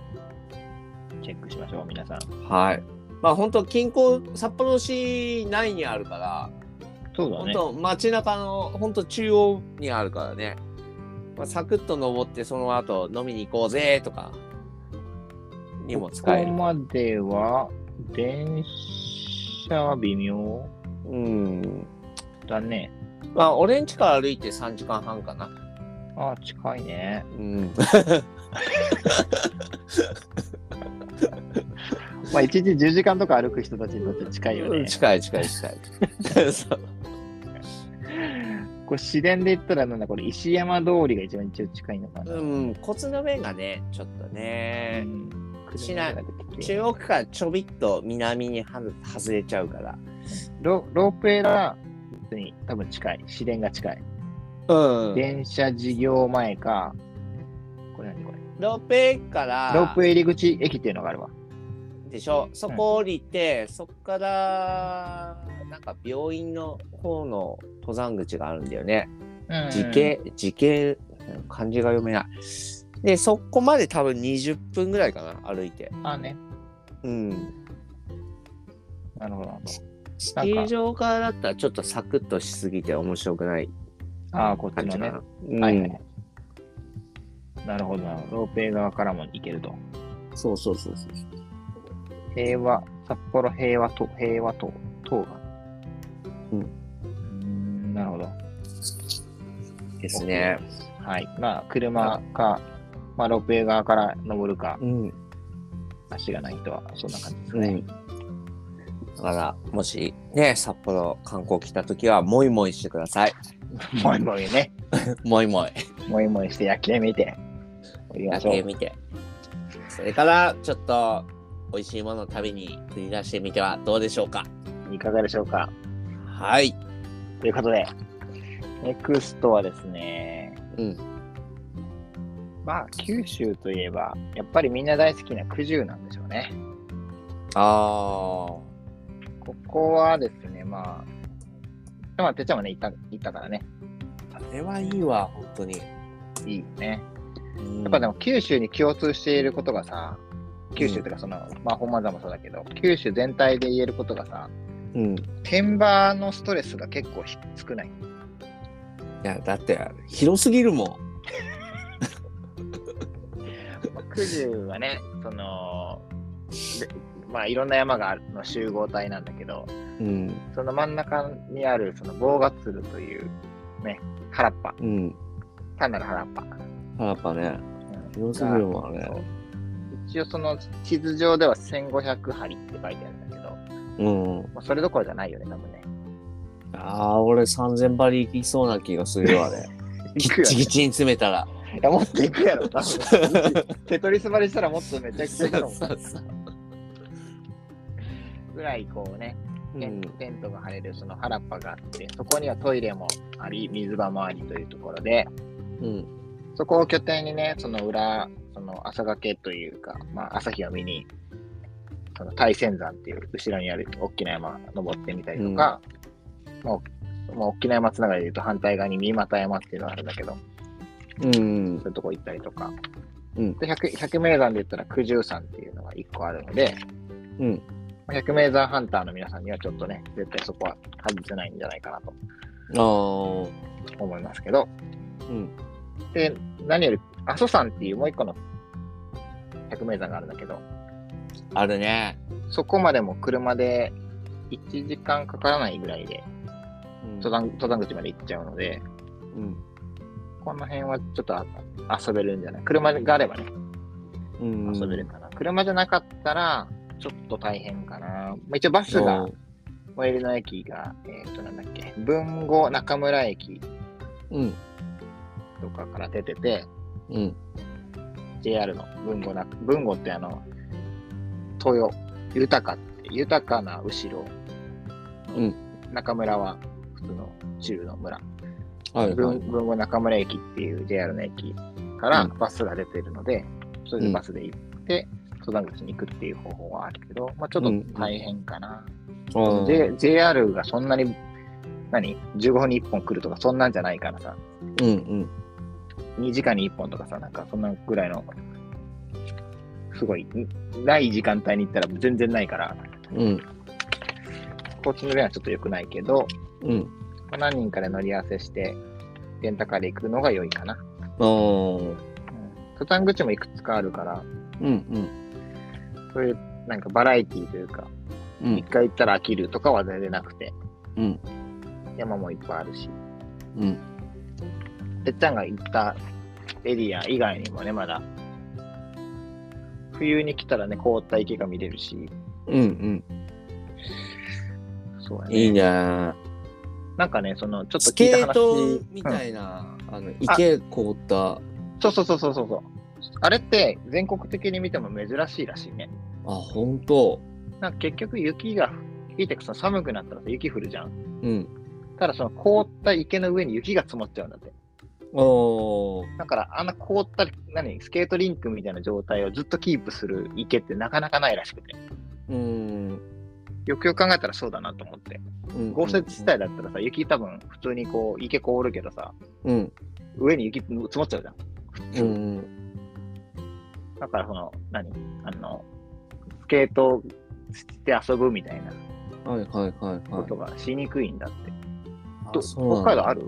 Speaker 3: チェックしましょう、皆さん。
Speaker 4: はい。まあ本当近郊、札幌市内にあるから、
Speaker 3: そうだ
Speaker 4: 本
Speaker 3: ね。
Speaker 4: 当街中の本当中央にあるからね、まあ、サクッと登ってその後飲みに行こうぜとかにも使え
Speaker 3: こ
Speaker 4: る
Speaker 3: こ。までは、電車は微妙
Speaker 4: うん。
Speaker 3: だね。
Speaker 4: まあ俺ん家から歩いて3時間半かな。
Speaker 3: あー、近いね。
Speaker 4: うん。
Speaker 3: まあ、1日10時間とか歩く人たちにとって近いよね。
Speaker 4: 近い近い近 い。そう
Speaker 3: これ、自然で言ったら、なんだ、これ、石山通りが一番一応近いのかな。
Speaker 4: うん、交通の便がね、ちょっとね、市内中央区からちょびっと南にはず外れちゃうから。
Speaker 3: ロロープウェイが本当に多分近い。市電が近い。
Speaker 4: うん。
Speaker 3: 電車事業前か、これ何これ。
Speaker 4: ロープウェイから、
Speaker 3: ロープウェイ入り口駅っていうのがあるわ。
Speaker 4: でしょそこ降りて、そこからなんか病院の方の登山口があるんだよね時系時系漢字が読めないでそこまで多分20分ぐらいかな歩いて
Speaker 3: あね。
Speaker 4: うん
Speaker 3: なるほどなるほど。
Speaker 4: スキー場からだったらちょっとサクッとしすぎて面白くない
Speaker 3: ああ、こっち
Speaker 4: 感
Speaker 3: の
Speaker 4: じか
Speaker 3: ね。
Speaker 4: な、
Speaker 3: はいは
Speaker 4: う
Speaker 3: い
Speaker 4: ん
Speaker 3: はい。なるほどなるほど。ロープウェイ側からも行けると。
Speaker 4: そうそうそうそう
Speaker 3: 平和、札幌平和と、平和と、塔が。
Speaker 4: うん
Speaker 3: ん。なるほど。
Speaker 4: ですね
Speaker 3: はい。まあ、車か、まあ、ロープウェイ側から登るか、
Speaker 4: うん、
Speaker 3: 足がない人は、そんな感じです
Speaker 4: う
Speaker 3: ね。
Speaker 4: ん、だからもしね札幌観光来た時はモイモイしてください
Speaker 3: もいもいね。
Speaker 4: モイモイ
Speaker 3: もいもいして夜景見て。降りま
Speaker 4: 夜
Speaker 3: しょ
Speaker 4: 景
Speaker 3: う。
Speaker 4: 見てそれからちょっと美味しいものを食べに繰り出してみてはどうでしょうか
Speaker 3: いかがでしょうか。
Speaker 4: はい
Speaker 3: ということで、ネクストはですね、
Speaker 4: うん
Speaker 3: まあ、九州といえば、やっぱりみんな大好きな九十なんでしょうね。
Speaker 4: あー
Speaker 3: ここはですね、まあ、まあ、てっちゃんもね、行った、行ったからね、
Speaker 4: あれはいいわ本当に
Speaker 3: いいよね。
Speaker 4: うん
Speaker 3: やっぱでも、九州に共通していることがさ、九州というか、その、まあ、本間さんもそうだけど、九州全体で言えることがさ、
Speaker 4: うんい
Speaker 3: 天場のストレスが結構ひ少ない。
Speaker 4: やだって広すぎるも
Speaker 3: 九十はね、その、でまあ、いろんな山があるの集合体なんだけど、
Speaker 4: んうん
Speaker 3: その真ん中にある、その、棒が鶴という、ね、原っぱ、
Speaker 4: うん
Speaker 3: 単なる原っぱ。
Speaker 4: やっぱね
Speaker 3: うん
Speaker 4: 広すぎるもんね
Speaker 3: そう一応、その、地図上では1500針って書いてあるんだけど、
Speaker 4: うん
Speaker 3: まあ、それどころじゃないよね、多分ね。
Speaker 4: あー俺3000張りいきそうな気がするわ ねギ
Speaker 3: 行
Speaker 4: ッ
Speaker 3: くよ
Speaker 4: チ
Speaker 3: ね、
Speaker 4: ギチに詰めたら
Speaker 3: いや、もっと行くやろ、多分。テトリスバレしたらもっとめちゃくちゃ行くのも
Speaker 4: そうそう
Speaker 3: ぐらい、こうね、
Speaker 4: う
Speaker 3: テン
Speaker 4: ん
Speaker 3: トテントが張れる、その原っぱがあって、そこにはトイレもあり、水場もありというところで、
Speaker 4: うん
Speaker 3: そこを拠点にね、その裏、その朝がけというか、まあ、朝日を見に、その大仙山っていう後ろにある大きな山登ってみたりとか、もう、もう大きな山つながりで言うと反対側に三股山っていうのがあるんだけど、
Speaker 4: うん
Speaker 3: そういうとこ行ったりとか、
Speaker 4: うん
Speaker 3: で 100, 100名山で言ったら九十山っていうのが1個あるので、
Speaker 4: うん
Speaker 3: 100名山ハンターの皆さんにはちょっとね、絶対そこは外せないんじゃないかなと
Speaker 4: あー
Speaker 3: 思いますけど、
Speaker 4: うん
Speaker 3: で、何より阿蘇山っていうもう一個の百名山があるんだけど、
Speaker 4: あるね
Speaker 3: そこまでも車で1時間かからないぐらいで
Speaker 4: うん
Speaker 3: 登山登山口まで行っちゃうので、
Speaker 4: うん
Speaker 3: この辺はちょっとあ遊べるんじゃない車があればね、
Speaker 4: うん
Speaker 3: 遊べるかな。車じゃなかったら、ちょっと大変かな。まあ一応バスが、最寄りの駅が、えっ、と、なんだっけ、文後中村駅
Speaker 4: うん
Speaker 3: とかから出てて、
Speaker 4: うん。
Speaker 3: JR の文後な、文後ってあの、東洋、豊かって、豊かな後ろ、
Speaker 4: うん
Speaker 3: 中村は普通の中の村、
Speaker 4: はいは
Speaker 3: 文
Speaker 4: い。
Speaker 3: 文後中村駅っていう JR の駅から
Speaker 4: う
Speaker 3: バスが出てるので、それでバスで行って、登山口に行くっていう方法はあるけど、まあ、ちょっ
Speaker 4: うん
Speaker 3: と大変かな。J- JR がそんなに、何 ?15 分に1本来るとか、そんなんじゃないからさ、
Speaker 4: うんうん。
Speaker 3: 2時間に1本とかさ、なんかそんなぐらいの、すごい、んない時間帯に行ったら全然ないから、
Speaker 4: うん
Speaker 3: 交通の量はちょっと良くないけど、
Speaker 4: うん。
Speaker 3: まあ何人かで乗り合わせして、レンタカーで行くのが良いかな。
Speaker 4: あー
Speaker 3: 登山口もいくつかあるから、
Speaker 4: うん
Speaker 3: そういうなんかバラエティーというか、
Speaker 4: うん。うん
Speaker 3: 一回行ったら飽きるとかは全然なくて、
Speaker 4: うん
Speaker 3: 山もいっぱいあるし、
Speaker 4: うん。
Speaker 3: てっちゃんが行ったエリア以外にもね、まだ、冬に来たらね、凍った池が見れるし、
Speaker 4: うん
Speaker 3: そうや
Speaker 4: うん。
Speaker 3: ね。
Speaker 4: いいねー。
Speaker 3: なんかね、その、ちょっと
Speaker 4: ス
Speaker 3: 聞い
Speaker 4: ケ
Speaker 3: た
Speaker 4: ー
Speaker 3: 話。
Speaker 4: トみたいな、あの、池凍った。
Speaker 3: そうそうそうそうそうそう。あれって全国的に見ても珍しいらしいね。
Speaker 4: あ、ほんと。
Speaker 3: なんか結局雪が、雪ってその寒くなったらさ雪降るじゃん。
Speaker 4: うん。
Speaker 3: ただその凍った池の上に雪が積もっちゃうんだって。
Speaker 4: おー。
Speaker 3: だからあんな凍った、何、スケートリンクみたいな状態をずっとキープする池ってなかなかないらしくて。
Speaker 4: うん。
Speaker 3: よくよく考えたらそうだなと思って。
Speaker 4: うん
Speaker 3: 豪雪地帯だったらさ、雪多分普通にこう池凍るけどさ、
Speaker 4: うん。
Speaker 3: 上に雪積もっちゃうじゃん。
Speaker 4: うん。
Speaker 3: だからその、何あの、スケートして遊ぶみたいな
Speaker 4: はいはいはい
Speaker 3: こ
Speaker 4: は
Speaker 3: とがしにくいんだって。
Speaker 4: い。
Speaker 3: と
Speaker 4: あそうなん
Speaker 3: 北海
Speaker 4: だ
Speaker 3: 道ある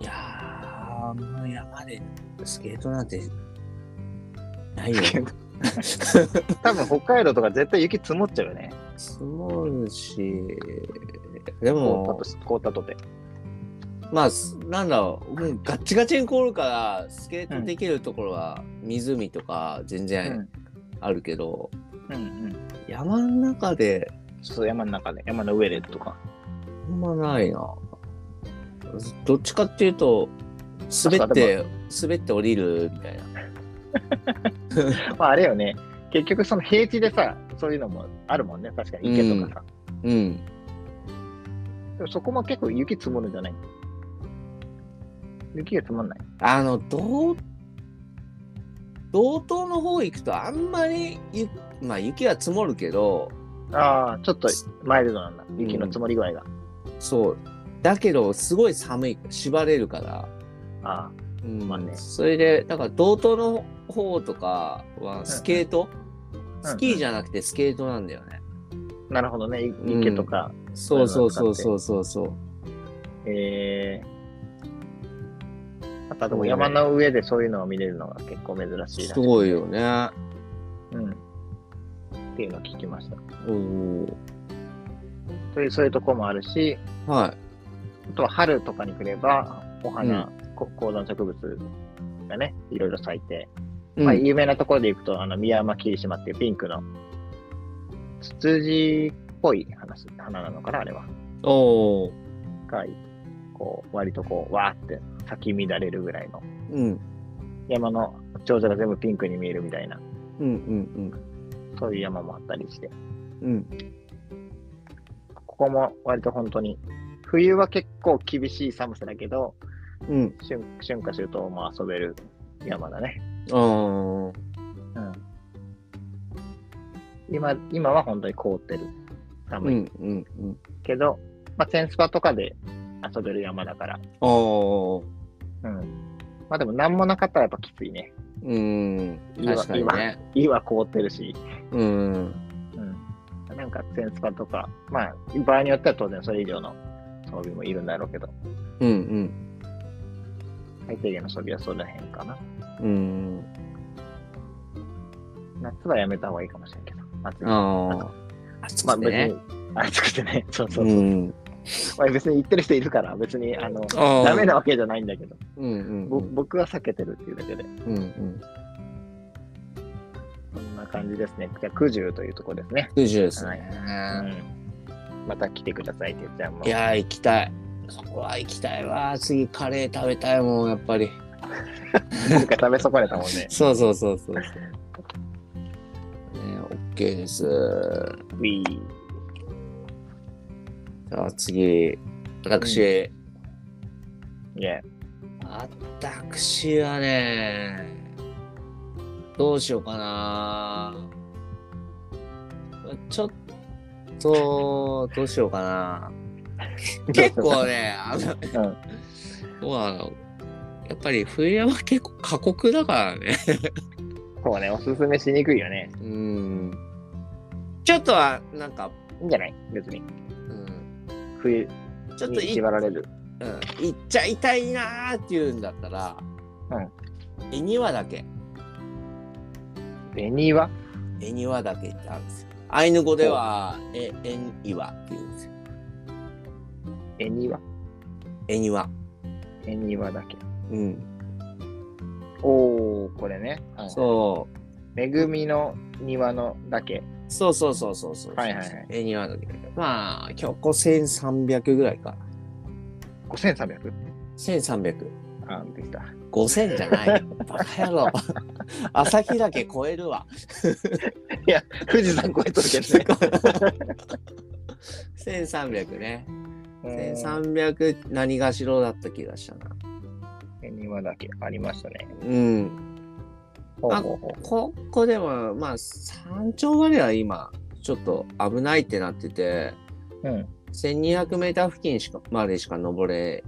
Speaker 4: いやー、もう山でスケートなんてないよ。
Speaker 3: 多分北海道とか絶対雪積もっちゃうよね。
Speaker 4: 積もるし、で
Speaker 3: 凍った
Speaker 4: も
Speaker 3: と、し凍ったとて。
Speaker 4: まあ、すなんだろう、もうガッチガチに凍るから、スケートできるところは湖とか全然あるけど、
Speaker 3: うんうん。
Speaker 4: 山の中で
Speaker 3: そう、山の中で、山の上でとか。
Speaker 4: あんまないな。どっちかっていうと、滑
Speaker 3: あそ
Speaker 4: っ
Speaker 3: うで
Speaker 4: て、滑って降りるみたいな。
Speaker 3: まああれよね、結局その平地でさ、そういうのもあるもんね、確かに池とかさ。
Speaker 4: うん。
Speaker 3: でもそこも結構雪積もるんじゃない雪が積もんない。
Speaker 4: あの、道、道東の方行くとあんまりゆ、まあ雪は積もるけど、
Speaker 3: ああ、ちょっとマイルドなんだ、雪の積もり具合が。
Speaker 4: そう。だけど、すごい寒い、縛れるから。
Speaker 3: あ
Speaker 4: うん
Speaker 3: まあね
Speaker 4: それで、だから道東の方とかはスケート、
Speaker 3: ん
Speaker 4: スキーじゃなくてスケートなんだよね。
Speaker 3: あ、なるほどね、い
Speaker 4: ん
Speaker 3: 池とか。
Speaker 4: そうそうそうそうそうそう。
Speaker 3: えー、なんかでも山の上でそういうのを見れるのが結構珍しいら
Speaker 4: す
Speaker 3: しい。
Speaker 4: ごいよね。
Speaker 3: うん。っていうのを聞きました。
Speaker 4: おー
Speaker 3: というそういうとこもあるし、
Speaker 4: はい。
Speaker 3: あとは春とかに来れば、お花、こ高山植物がね、いろいろ咲いて、
Speaker 4: うん
Speaker 3: まあ、有名なところで行くと、あの、宮山霧島っていうピンクの、ツツジっぽい話花なのかな、あれは。
Speaker 4: おー
Speaker 3: が、こう、割とこう、わーって咲き乱れるぐらいの、
Speaker 4: うん。
Speaker 3: 山の頂上が全部ピンクに見えるみたいな、
Speaker 4: うんうん
Speaker 3: そういう山もあったりして、
Speaker 4: うん。うん。
Speaker 3: ここも割と本当に、冬は結構厳しい寒さだけど、
Speaker 4: うん。
Speaker 3: 春春夏秋冬も遊べる山だね。
Speaker 4: あー
Speaker 3: 今今は本当に凍ってる。
Speaker 4: う
Speaker 3: 寒い
Speaker 4: んうんうん。
Speaker 3: けど、まあ、テンスパとかで遊べる山だから。
Speaker 4: あー。
Speaker 3: うん。まあでも、なんもなかったらやっぱきついね。
Speaker 4: うん。
Speaker 3: 今
Speaker 4: 確かにね。
Speaker 3: 岩凍ってるし。
Speaker 4: うん。
Speaker 3: うん。なんか、テンスパとか、まあ、場合によっては当然それ以上の装備もいるんだろうけど、
Speaker 4: うん
Speaker 3: 最低限の装備はその辺かな。
Speaker 4: うん。うん。
Speaker 3: 夏はやめた方がいいかもしれんけど。暑い。
Speaker 4: ああ。暑
Speaker 3: ま
Speaker 4: くて
Speaker 3: あ別
Speaker 4: ね
Speaker 3: に。、暑くてね。 そうそううそう。
Speaker 4: ん。
Speaker 3: まあ別に行ってる人いるから、別に、あの、
Speaker 4: あー
Speaker 3: ダメなわけじゃないんだけど、
Speaker 4: うんうん
Speaker 3: ぼ僕は避けてるっていうだけで。
Speaker 4: うんうん。
Speaker 3: こんな感じですね。じゃあ、九十というところですね。
Speaker 4: 九十です
Speaker 3: はい
Speaker 4: ね。
Speaker 3: うんまた来てください、てっちゃんも。
Speaker 4: いやー、行きたい。そこは行きたいわ。次カレー食べたいもん、やっぱり。。
Speaker 3: なんか食べ損ねたもんね
Speaker 4: そうそうそうそう。ね、オッケーです。
Speaker 3: ウィー。
Speaker 4: じゃあ次、私、
Speaker 3: いや、
Speaker 4: 私はね、どうしようかな。ちょっと、どうしようかな。結構ね、あの、
Speaker 3: うん
Speaker 4: どうなのやっぱり冬山結構過酷だからね。
Speaker 3: そうね、おすすめしにくいよね。
Speaker 4: うん。ちょっとは、なんか、
Speaker 3: いいんじゃない別に。
Speaker 4: うん、
Speaker 3: 冬
Speaker 4: ちょっと
Speaker 3: に
Speaker 4: い
Speaker 3: 縛られる。
Speaker 4: うん、行っちゃいたいなーっていうんだったら、うん。恵庭だけ、
Speaker 3: 紅は
Speaker 4: 恵庭だけってあるんですよ。アイヌ語では、え、えん岩っていうんですよ。
Speaker 3: 紅は
Speaker 4: 恵庭。
Speaker 3: 紅はだけ。
Speaker 4: うん。
Speaker 3: おー、これね。はい、
Speaker 4: そう。
Speaker 3: 恵みの庭のだけ。
Speaker 4: そうそうそうそうそう。
Speaker 3: はいはいはい。
Speaker 4: 恵庭だけ。まあ、標高1300ぐらいか。
Speaker 3: 5300?
Speaker 4: 1300。
Speaker 3: あ、で きた。
Speaker 4: 5000じゃない。バカ 野郎。朝日岳超えるわ。
Speaker 3: いや、富士山超えとるけどね。
Speaker 4: 1300ね。
Speaker 3: うん
Speaker 4: 1300何がしろだった気がしたな。
Speaker 3: 紅はだけありましたね。
Speaker 4: うん。
Speaker 3: ほう
Speaker 4: あ
Speaker 3: ほうほう
Speaker 4: ここでは、まあ、山頂までは今、ちょっと危ないってなってて、
Speaker 3: うん。
Speaker 4: 1200メーター付近しかまでしか登れ、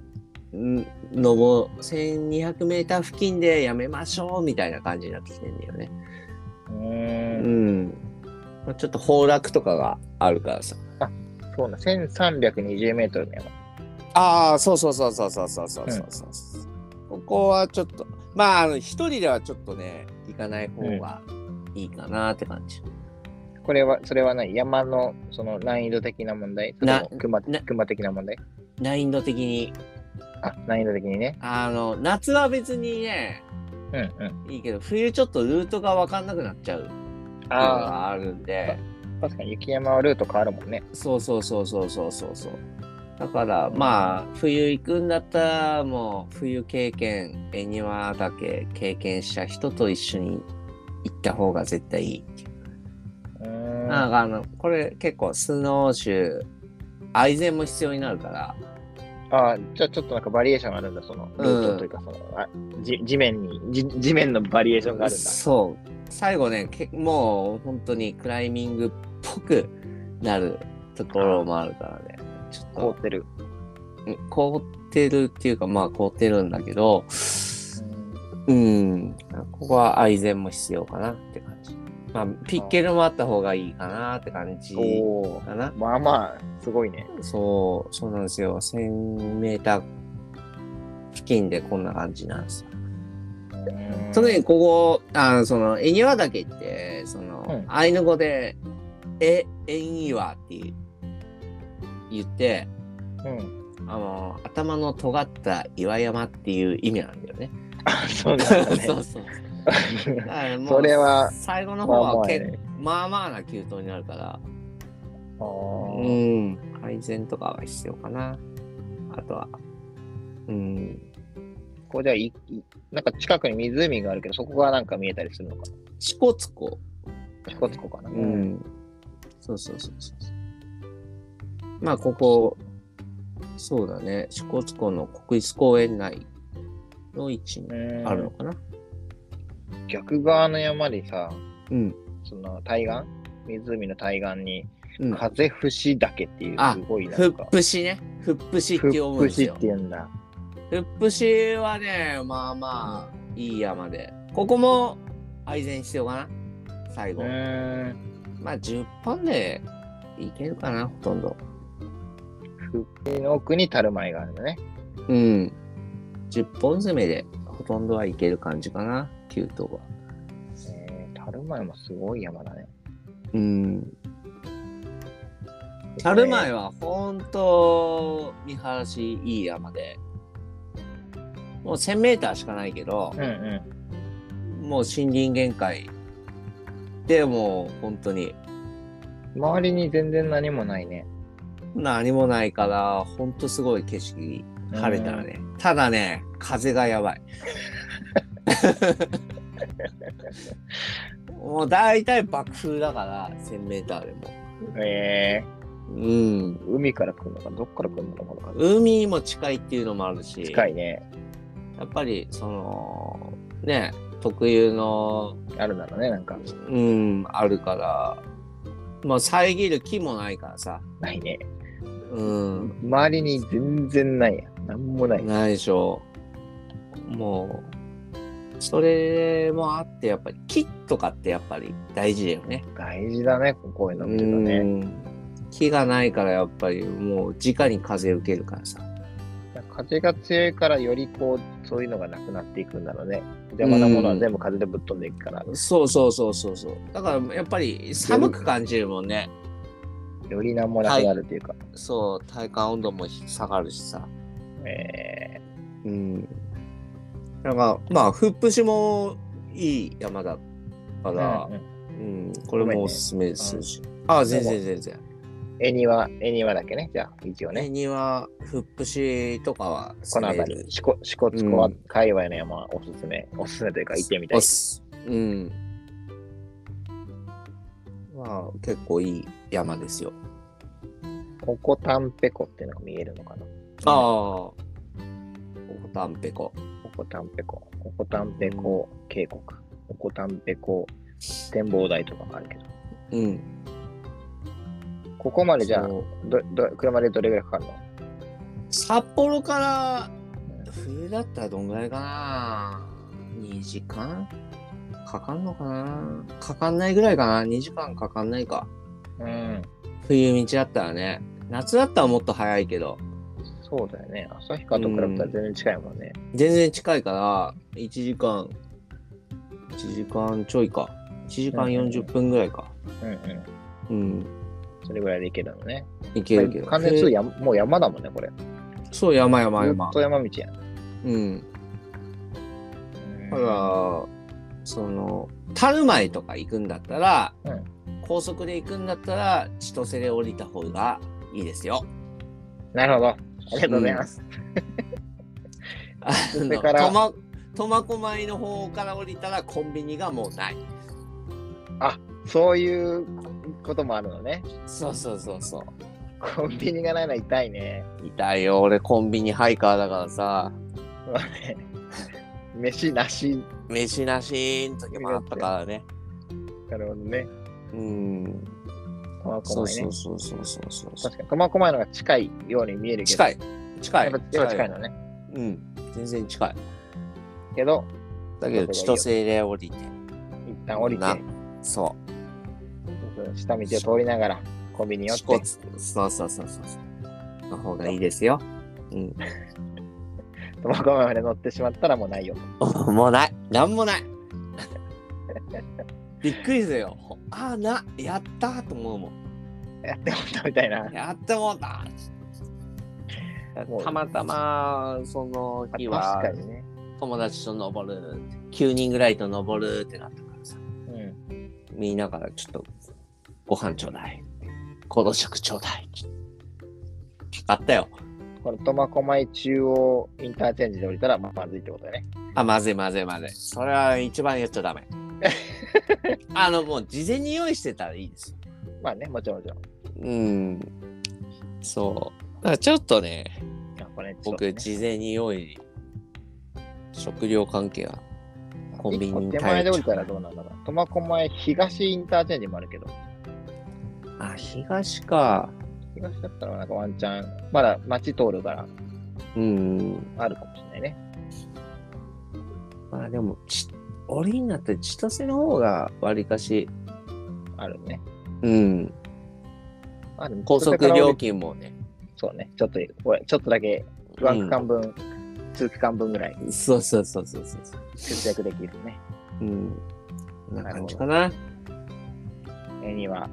Speaker 4: ん登、1200メーター付近でやめましょうみたいな感じになってきてんだよね。
Speaker 3: う
Speaker 4: う
Speaker 3: ーん。
Speaker 4: ん。まあちょっと崩落とかがあるからさ。
Speaker 3: そうな、1320メートルの山。
Speaker 4: ああ、そうそうそうそうそうそうそうそうそう、ここはちょっと、まあ、あの一人ではちょっとね、行かない方がいいかなって感じ。
Speaker 3: これは、それは何山の、その難易度的な問題それ
Speaker 4: な
Speaker 3: とも熊
Speaker 4: な
Speaker 3: 熊的な問題
Speaker 4: 難易度的に。
Speaker 3: あ、難易度的にね。
Speaker 4: あの、夏は別にね、
Speaker 3: うんうん。
Speaker 4: いいけど、冬ちょっとルートがわかんなくなっちゃうっていうの
Speaker 3: あ
Speaker 4: があるんで、
Speaker 3: あ、確かに雪山はルート変わるもんね。
Speaker 4: そうそうそうそうそうそうそう。だから、まあ、冬行くんだったら、もう、冬経験、恵庭だけ経験した人と一緒に行った方が絶対いい。
Speaker 3: うーん。
Speaker 4: なんかあの、これ結構スノーシュー、愛禅も必要になるから、
Speaker 3: あーじゃあちょっとなんかバリエーションあるんだ、その、ルートというか、その、あじ地面にじ、地面のバリエーションがあるんだ。
Speaker 4: そう。最後ね、けもう本当にクライミングっぽくなるところもあるからね。ちょ
Speaker 3: 凍ってる。
Speaker 4: っと凍ってるっていうか、まあ凍ってるんだけど、うん、ここは愛禅も必要かなって感じ。まあ、ピッケルもあった方がいいかなって感じ
Speaker 3: おおー
Speaker 4: かな。
Speaker 3: まあまあ、すごいね。
Speaker 4: そう、そうなんですよ。1000メーター付近でこんな感じなんですよ。その時にここ、あのその、恵庭岳って、その、
Speaker 3: うん
Speaker 4: アイヌ語で、え、縁岩っていう言って、
Speaker 3: うん。
Speaker 4: あの、頭の尖った岩山っていう意味なんだよね。
Speaker 3: あ、 そうなんだね。
Speaker 4: そうそう。だからもう
Speaker 3: それは
Speaker 4: 最後の
Speaker 3: ま
Speaker 4: 方
Speaker 3: あま
Speaker 4: は
Speaker 3: あ
Speaker 4: 結
Speaker 3: ね
Speaker 4: まあまあな急登になるから、
Speaker 3: あー
Speaker 4: うん、改善とかは必要かな。あとは、うん、
Speaker 3: ここじゃいいなんか近くに湖があるけど、そこがなんか見えたりするのか
Speaker 4: 支笏湖。
Speaker 3: な。チコチコかな。
Speaker 4: う。ん。そうそうそうそうそう。まあ、ここ、そうだね、支笏湖の国立公園内の位置に
Speaker 3: ん
Speaker 4: あるのかな。
Speaker 3: 逆側の山でさ、
Speaker 4: うん。
Speaker 3: その対岸湖の対岸に、
Speaker 4: うん、
Speaker 3: 風伏し岳っていう、
Speaker 4: あ
Speaker 3: すごいな
Speaker 4: ふ
Speaker 3: ん
Speaker 4: っ
Speaker 3: か。
Speaker 4: ぷしね。ふっぷしって読むん
Speaker 3: ふ
Speaker 4: で
Speaker 3: っ
Speaker 4: す
Speaker 3: しっ
Speaker 4: よ
Speaker 3: て。言うんだ。
Speaker 4: ふっぷしはね、まあまあ、いい山で。ここも愛禅必要かな最
Speaker 3: う
Speaker 4: 後。
Speaker 3: ーん。
Speaker 4: まあ、10本でいけるかな、ほとんど。
Speaker 3: その奥に樽前があるんだね。
Speaker 4: うん。10本攻めでほとんどはいける感じかな、9等は。
Speaker 3: えー、樽前もすごい山だね。
Speaker 4: うん。樽前は本当見晴らしいい山で、もう1000メーターしかないけど、
Speaker 3: うんう
Speaker 4: もう森林限界でもう本当に
Speaker 3: ん。周りに全然何もないね。
Speaker 4: 何もないから、本当すごい景色、晴れたらね。ただね、風がやば い。もう大体爆風だから、1000メーターでも。
Speaker 3: うん。え
Speaker 4: うん。
Speaker 3: ー、海から来るのか、どっから来るのか、この風。
Speaker 4: 海も近いっていうのもあるし、
Speaker 3: 近いね。
Speaker 4: やっぱりそのね、特有の、
Speaker 3: あるだろうね、なんか。
Speaker 4: うん、あるから、まあ、遮る気もないからさ、
Speaker 3: ないね。
Speaker 4: うん、
Speaker 3: 周りに全然ないや。なんもない。
Speaker 4: ないでしょう。もう、それもあって、やっぱり、木とかってやっぱり大事だよね。
Speaker 3: 大事だね、こういうのっていうの
Speaker 4: う
Speaker 3: ね。
Speaker 4: ん木がないからやっぱりもう直に風受けるからさ
Speaker 3: 風が強いからよりこう、そういうのがなくなっていくんだろうね。邪魔なものは全部風でぶっ飛んでいくから、
Speaker 4: そうそうそうそうそうだからやっぱり寒く感じるもんね
Speaker 3: よりなんもなくなるというか。
Speaker 4: そう体感温度も下がるしさ
Speaker 3: え
Speaker 4: うんだからまあフップシもいい山だか
Speaker 3: ー
Speaker 4: ら
Speaker 3: う、んうん
Speaker 4: うんこれもおすすめするし、あ全然全然
Speaker 3: 絵には、絵にはだけね、じゃあ、一応ね。
Speaker 4: ね庭フップシとかは
Speaker 3: この
Speaker 4: 攻め
Speaker 3: 辺
Speaker 4: る
Speaker 3: り、シコシコツコは界隈の山はおすすめ、おすすめというか行ってみたい
Speaker 4: お。すうんまあ結構いい山ですよ
Speaker 3: ここタンペコっていうのが見えるのかな
Speaker 4: ああ。おこたんぺこ。
Speaker 3: ここタンペコ、ここタンペコ渓谷、ここタンペコ展望台とかもあるけど、
Speaker 4: うん。
Speaker 3: ここまでじゃあ、
Speaker 4: そう
Speaker 3: どど車でどれぐらいかかるの
Speaker 4: 札幌から、冬だったらどんぐらいかな ?2 時間かかんのかなかかんないぐらいかな ?2 時間かかんないか。
Speaker 3: うん、
Speaker 4: 冬道だったらね。夏だったらもっと早いけど、
Speaker 3: そうだよね。旭川と比べたら全然近いもんね。
Speaker 4: 全然近いから、1時間、1時間ちょいか。1時間40分ぐらいか。
Speaker 3: うんうん。
Speaker 4: うん。
Speaker 3: それぐらいで行けるのね。
Speaker 4: いけるけど。
Speaker 3: 完全にそうやもう山だもんね、これ。ず
Speaker 4: そう、山山
Speaker 3: っ
Speaker 4: 山。
Speaker 3: と山道やん。
Speaker 4: うん。だ
Speaker 3: うん
Speaker 4: から、その、樽前とか行くんだったら、
Speaker 3: うん
Speaker 4: 高速で行くんだったら、千歳で降りた方がいいですよ。
Speaker 3: なるほど。ありがとうございます。
Speaker 4: あ
Speaker 3: そ
Speaker 4: の
Speaker 3: れから
Speaker 4: 苫苫小牧の方から降りたらコンビニがもうない。
Speaker 3: そういうこともあるのね。
Speaker 4: そうそうそうそ
Speaker 3: コンビニがないのは痛いね。
Speaker 4: う。痛いよ、俺コンビニハイカーだからさ、
Speaker 3: まあね飯なし。
Speaker 4: 飯なしの時もあったからね。
Speaker 3: なるほどね。
Speaker 4: うん。
Speaker 3: 苫
Speaker 4: そう
Speaker 3: 小牧
Speaker 4: そ
Speaker 3: ね
Speaker 4: う。そうそうそうそう。
Speaker 3: 確かに苫小牧のが近いように見えるけど。
Speaker 4: 近
Speaker 3: い。
Speaker 4: い。近
Speaker 3: や
Speaker 4: い
Speaker 3: っぱ。やっぱ近いのね。
Speaker 4: うん。全然近い。
Speaker 3: けど、
Speaker 4: だけど、千歳で降りて。
Speaker 3: 一旦降りて
Speaker 4: な、そう。
Speaker 3: 下道を通りながら、コンビニ寄っ
Speaker 4: 四骨
Speaker 3: て、
Speaker 4: そうそうそうそう。の方がいいですよ。 うん。
Speaker 3: 苫小牧まで乗ってしまったらもうないよ。
Speaker 4: もうない。なんもない。 びっくりするよ。ああ、な、やったーと思うもん。
Speaker 3: やってもらったみたいな。
Speaker 4: やってもうた
Speaker 3: もう
Speaker 4: たまたま、その日
Speaker 3: まあ
Speaker 4: は
Speaker 3: 確か、にね。
Speaker 4: 友達と登る、9人ぐらいと登るってなったからさ、
Speaker 3: うん。
Speaker 4: みんなからちょっと、ご飯ちょうだい。この食ちょうだい。あったよ。
Speaker 3: この苫小牧中央インターチェンジで降りたら、まあまずいってことだね。
Speaker 4: あ、まずいまずいまずい。それは一番言っちゃダ メ。あの、もう事前に用意してたらいいですよ。
Speaker 3: まあね、もちろんもちろん。
Speaker 4: うん。そう。だからちょっとね、
Speaker 3: あこれ
Speaker 4: 僕、事前に用意、食料関係はコンビニに
Speaker 3: 手前で降りたらどうなんだろう。苫小牧東インターチェンジもあるけど、
Speaker 4: あ、東か。
Speaker 3: 東だったらなんかワンチャン、まだ街通るから
Speaker 4: うん。
Speaker 3: あるかもしれないね。
Speaker 4: まあでも、ち、折になって千歳の方がわりかし、
Speaker 3: あるね。
Speaker 4: うん。
Speaker 3: あでも
Speaker 4: 高速
Speaker 3: それから降
Speaker 4: 料
Speaker 3: り
Speaker 4: 金もね。
Speaker 3: そうね。ちょっと、これちょっとだけ、ワン区間分、通区間分ぐらい
Speaker 4: うんそうそうそうそうそうそう。
Speaker 3: 節約できるね。
Speaker 4: うん。こんな感じかな。
Speaker 3: 絵には、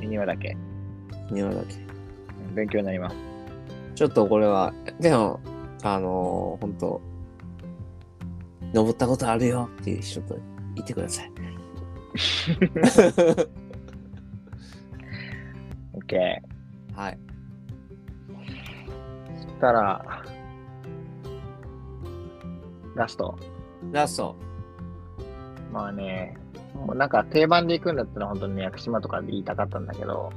Speaker 3: 絵にはだけ、
Speaker 4: 庭だけ。
Speaker 3: うん勉強になります。
Speaker 4: ちょっとこれは、でも、あのー、本当登ったことあるよっていう人と言ってください。
Speaker 3: OK。
Speaker 4: はい。
Speaker 3: そしたら、ラスト。
Speaker 4: ラスト。
Speaker 3: まあね、もうなんか定番で行くんだったら本当にね屋久島とかで言いたかったんだけど、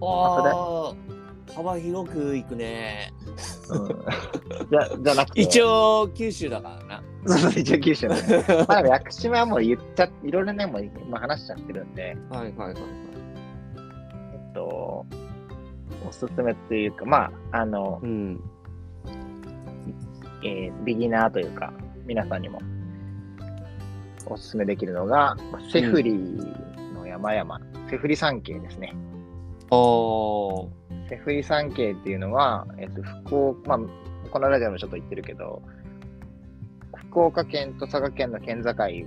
Speaker 4: おー、幅広くいくね。
Speaker 3: うんじゃじゃなくて、
Speaker 4: 一応、九州だからな。
Speaker 3: そうそう、一応九州なんで。まあ、でも屋久島はもう言っちゃ、いろいろね、もう今話しちゃってるんで、
Speaker 2: はいはいはいはい。
Speaker 3: えっと、おすすめというか、まあ、あの、
Speaker 4: うん。
Speaker 3: えービギナーというか、皆さんにもおすすめできるのが、まあセフリの山々、セフリ山系ですね。
Speaker 4: あー。
Speaker 3: セフリ山系っていうのは、えっと、福岡、まあ、このラジオでもちょっと言ってるけど、福岡県と佐賀県の県境に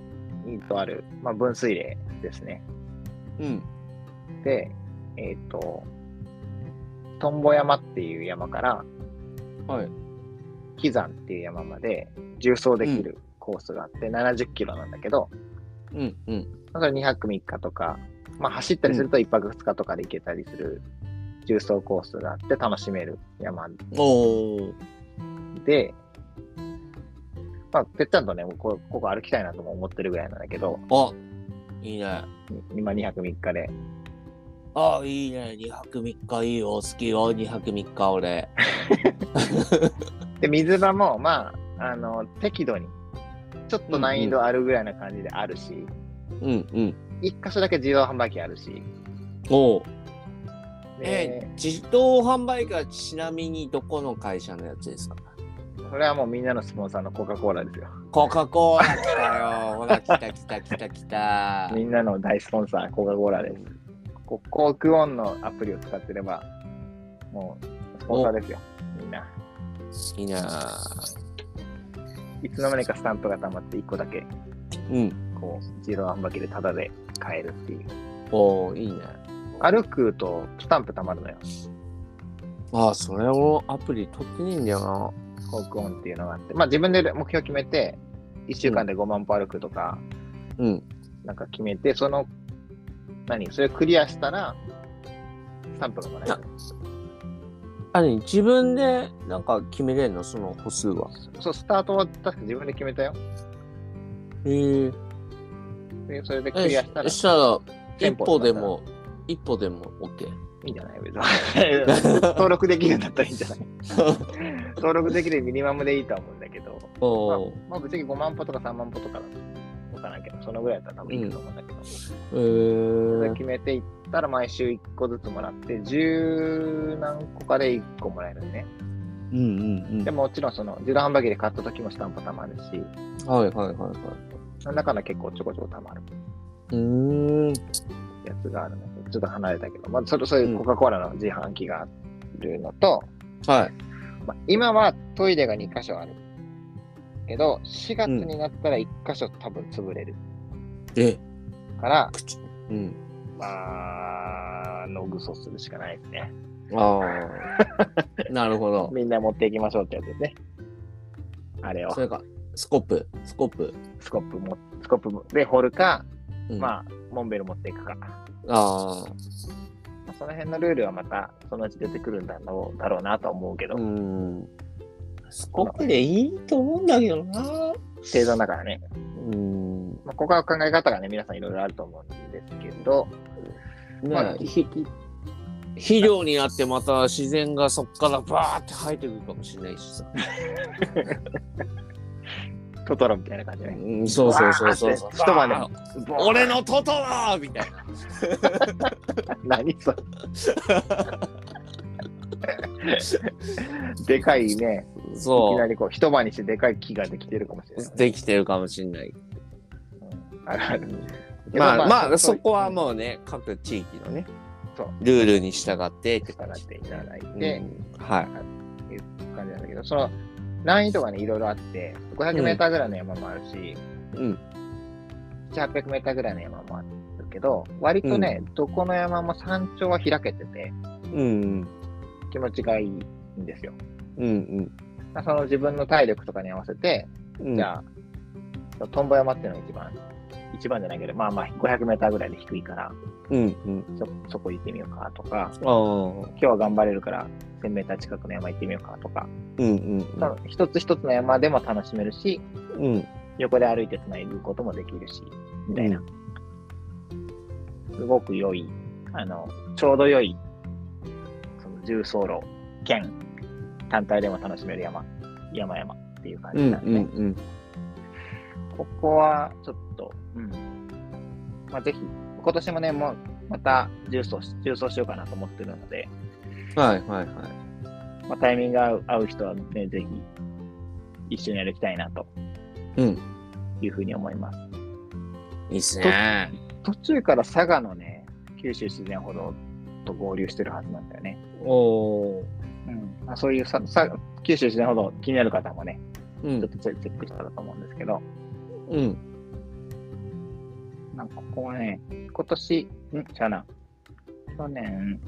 Speaker 3: とある、まあ、分水嶺ですね。
Speaker 4: うん。
Speaker 3: で、えっ、と、トンボ山っていう山から、
Speaker 4: はい。
Speaker 3: 木山っていう山まで縦走できるコースがあって、70キロなんだけど、
Speaker 4: うん。うん。
Speaker 3: だから2泊3日とか、まあ、走ったりすると1泊2日とかで行けたりする重走コースがあって楽しめる山
Speaker 4: おー。
Speaker 3: で、まあ、ぺっちゃんとね、もうこここ歩きたいなとも思ってるぐらいなんだけど、
Speaker 4: あいいね。
Speaker 3: 今2泊3日で、
Speaker 4: あいいね。2泊3日いいよ。好きよ。2泊3日俺。
Speaker 3: で、水場も、まあ、あの、適度に、ちょっと難易度あるぐらいな感じであるし、
Speaker 4: うんうん。
Speaker 3: 一箇所だけ自動販売機あるし、
Speaker 4: おー。え
Speaker 3: で、
Speaker 4: 自動販売機はちなみにどこの会社のやつですか
Speaker 3: それはもうみんなのスポンサーのコカ・コーラですよ。
Speaker 4: コカ・コーラ来た よ。ほら、来た来た来た来た。
Speaker 3: みんなの大スポンサー、コカ・コーラです。こコークオンのアプリを使ってれば、もう、スポンサーですよ、みんな。
Speaker 4: 好きな。
Speaker 3: いつの間にかスタンプが溜まって、1個だけ、
Speaker 4: うん。
Speaker 3: こう、自動販売機でタダで買えるっていう。
Speaker 4: おー、いいね。
Speaker 3: 歩くと、スタンプ溜まるのよ。
Speaker 4: ああ、それをアプリ取ってねえんだよ
Speaker 3: コークオンっていうのがあって、まあ自分で目標決めて、1週間で5万歩歩くとか、
Speaker 4: な。うん。
Speaker 3: なんか決めて、その、何それクリアしたら、スタンプがもらえる。
Speaker 4: あれ、自分でなんか決めれんのその歩数は。
Speaker 3: そう、スタートは確か自分で決めたよ。
Speaker 4: へえ。
Speaker 3: で、それでク
Speaker 4: え
Speaker 3: リアしたら、
Speaker 4: し
Speaker 3: い
Speaker 4: したら、一
Speaker 3: 店舗
Speaker 4: 歩
Speaker 3: だ
Speaker 4: で
Speaker 3: ったら
Speaker 4: も、一歩でも OK。
Speaker 3: いんじゃない別に。 登録できるんだったらいいんじ ゃない登録できるミニマムでいいとは思うんだけど、
Speaker 4: おー。
Speaker 3: まあぶっちゃけ5万歩とか3万歩とかわからんけど、そのぐらいだったら多分いいと思うんだけど、
Speaker 4: え
Speaker 3: それ
Speaker 4: ー。
Speaker 3: 決めていったら毎週1個ずつもらって、十何個かで1個もらえるね。
Speaker 4: うんうん
Speaker 3: でももちろんその自動販売機で買った時もスタンプたまるし、
Speaker 4: うん。はいはいはいはい。
Speaker 3: なんだかんだ結構ちょこちょこたまる
Speaker 4: うーん。
Speaker 3: やつがあるので、ちょっと離れたけど、まあ、それそういうコカ・コーラの自販機があるのと、
Speaker 4: はい。
Speaker 3: まあ、今はトイレが2箇所あるけど、4月になったら1箇所多分潰れる
Speaker 4: え、
Speaker 3: から、
Speaker 4: 口。うん。
Speaker 3: まあ、ログソするしかないですね。
Speaker 4: あ あ。なるほど。
Speaker 3: みんな持っていきましょうってやつですね。あれを
Speaker 4: そ、れか、スコップ、スコップ。
Speaker 3: スコップも、スコップで掘るか、
Speaker 4: うん、あ
Speaker 3: まあ、モンベル持っていくか。
Speaker 4: あ
Speaker 3: まあその辺のルールはまたそのうち出てくるんだろうだろうなとは思うけど、
Speaker 4: ー、うん。スコップでいいと思うんだけどな。
Speaker 3: 正常だからね、
Speaker 4: うん。ね
Speaker 3: まあ、ここは考え方がね、皆さんいろいろあると思うんですけど、まあ、
Speaker 4: え
Speaker 3: ひ
Speaker 4: 肥料になってまた自然がそっからバーって生えてくるかもしれないしさ。
Speaker 3: トトロみたいな感じで、ね、
Speaker 4: うん、そうそうそうそうそう。
Speaker 3: わーって一晩で
Speaker 4: あー俺のトトロみたいな。
Speaker 3: 何それ。でかいね、いき
Speaker 4: そ
Speaker 3: なりこう一晩にしてでかい木ができてるかもしれな
Speaker 4: う。
Speaker 3: い。
Speaker 4: できてるかもしれない。
Speaker 3: あるある
Speaker 4: まあまあ、
Speaker 3: そ
Speaker 4: そ
Speaker 3: う
Speaker 4: こはもうね、各地域のね
Speaker 3: そう、
Speaker 4: ルールに従ってって
Speaker 3: 従
Speaker 4: 感
Speaker 3: っ
Speaker 4: じ。
Speaker 3: ていただいて、
Speaker 4: うんはい。
Speaker 3: 感じなんだけど、その難易度がね、いろいろあって、500メーターぐらいの山もあるし、
Speaker 4: うん。
Speaker 3: 800メーターぐらいの山もあるけど、割とね、どこの山も山頂は開けてて、
Speaker 4: うん。
Speaker 3: 気持ちがいいんですよ。
Speaker 4: うん。
Speaker 3: まあその自分の体力とかに合わせて、
Speaker 4: うん。
Speaker 3: じゃあ、トンボ山っていうのが一番、一番じゃないけど、まあまあ500メーターぐらいで低いから、
Speaker 4: うん。うん。
Speaker 3: そそこ行ってみようかとか、
Speaker 4: ああ。
Speaker 3: 今日は頑張れるから1000メーター近くの山行ってみようかとか、
Speaker 4: うん。うん。
Speaker 3: その一つ一つの山でも楽しめるし、
Speaker 4: うん。
Speaker 3: 横で歩いてつないでいくこともできるし、みたいな。すごく良い、あの、ちょうど良い、その重走路、兼、単体でも楽しめる山、山々っていう感
Speaker 4: う
Speaker 3: じ
Speaker 4: ん。
Speaker 3: なんで、
Speaker 4: うん。
Speaker 3: ここはちょっと、うん。まあ、ぜひ、今年もね、もう、また重曹し、重曹しようかなと思ってるので、
Speaker 4: はいはいはい。
Speaker 3: まあ、タイミングが合う合う人はね、ぜひ、一緒にやりたいなと
Speaker 4: うん。
Speaker 3: いうふうに思います。
Speaker 4: いいっすね。
Speaker 3: 途中から佐賀のね、九州自然歩道と合流してるはずなんだよね。
Speaker 4: おー。
Speaker 3: うん。まあ、そういうささ九州自然歩道気になる方もね、
Speaker 4: う
Speaker 3: ちょっ
Speaker 4: ん。
Speaker 3: とチェチェックしたらと思うんですけど、
Speaker 4: うん。
Speaker 3: なんかここはね、今年、んじゃあな、去年、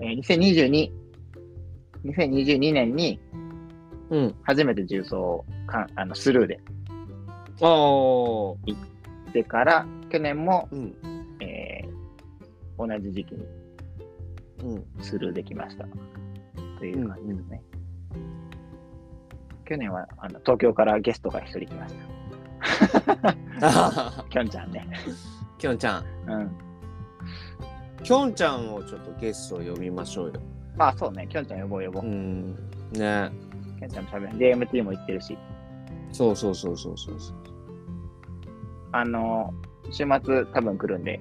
Speaker 3: えー、2022、2022年に
Speaker 4: うん。
Speaker 3: 初めて重曹をかあのスルーで、
Speaker 4: おー。
Speaker 3: でから、去年も、
Speaker 4: うん。
Speaker 3: えー同じ時期に
Speaker 4: うん。
Speaker 3: スルーできました。という感じですね。去年はあの東京からゲストが一人来ました。
Speaker 4: あはは
Speaker 3: きょんちゃんね。
Speaker 4: きょんちゃん。
Speaker 3: うん。
Speaker 4: きょんちゃんをちょっとゲストを呼びましょうよ。
Speaker 3: まあそうね、きょんちゃん呼ぼう呼ぼう。
Speaker 4: ん。ね
Speaker 3: きょんちゃんも喋る。JMT も行ってるし。
Speaker 4: そうそうそうそうそうそう。
Speaker 3: あの、週末多分来るんで、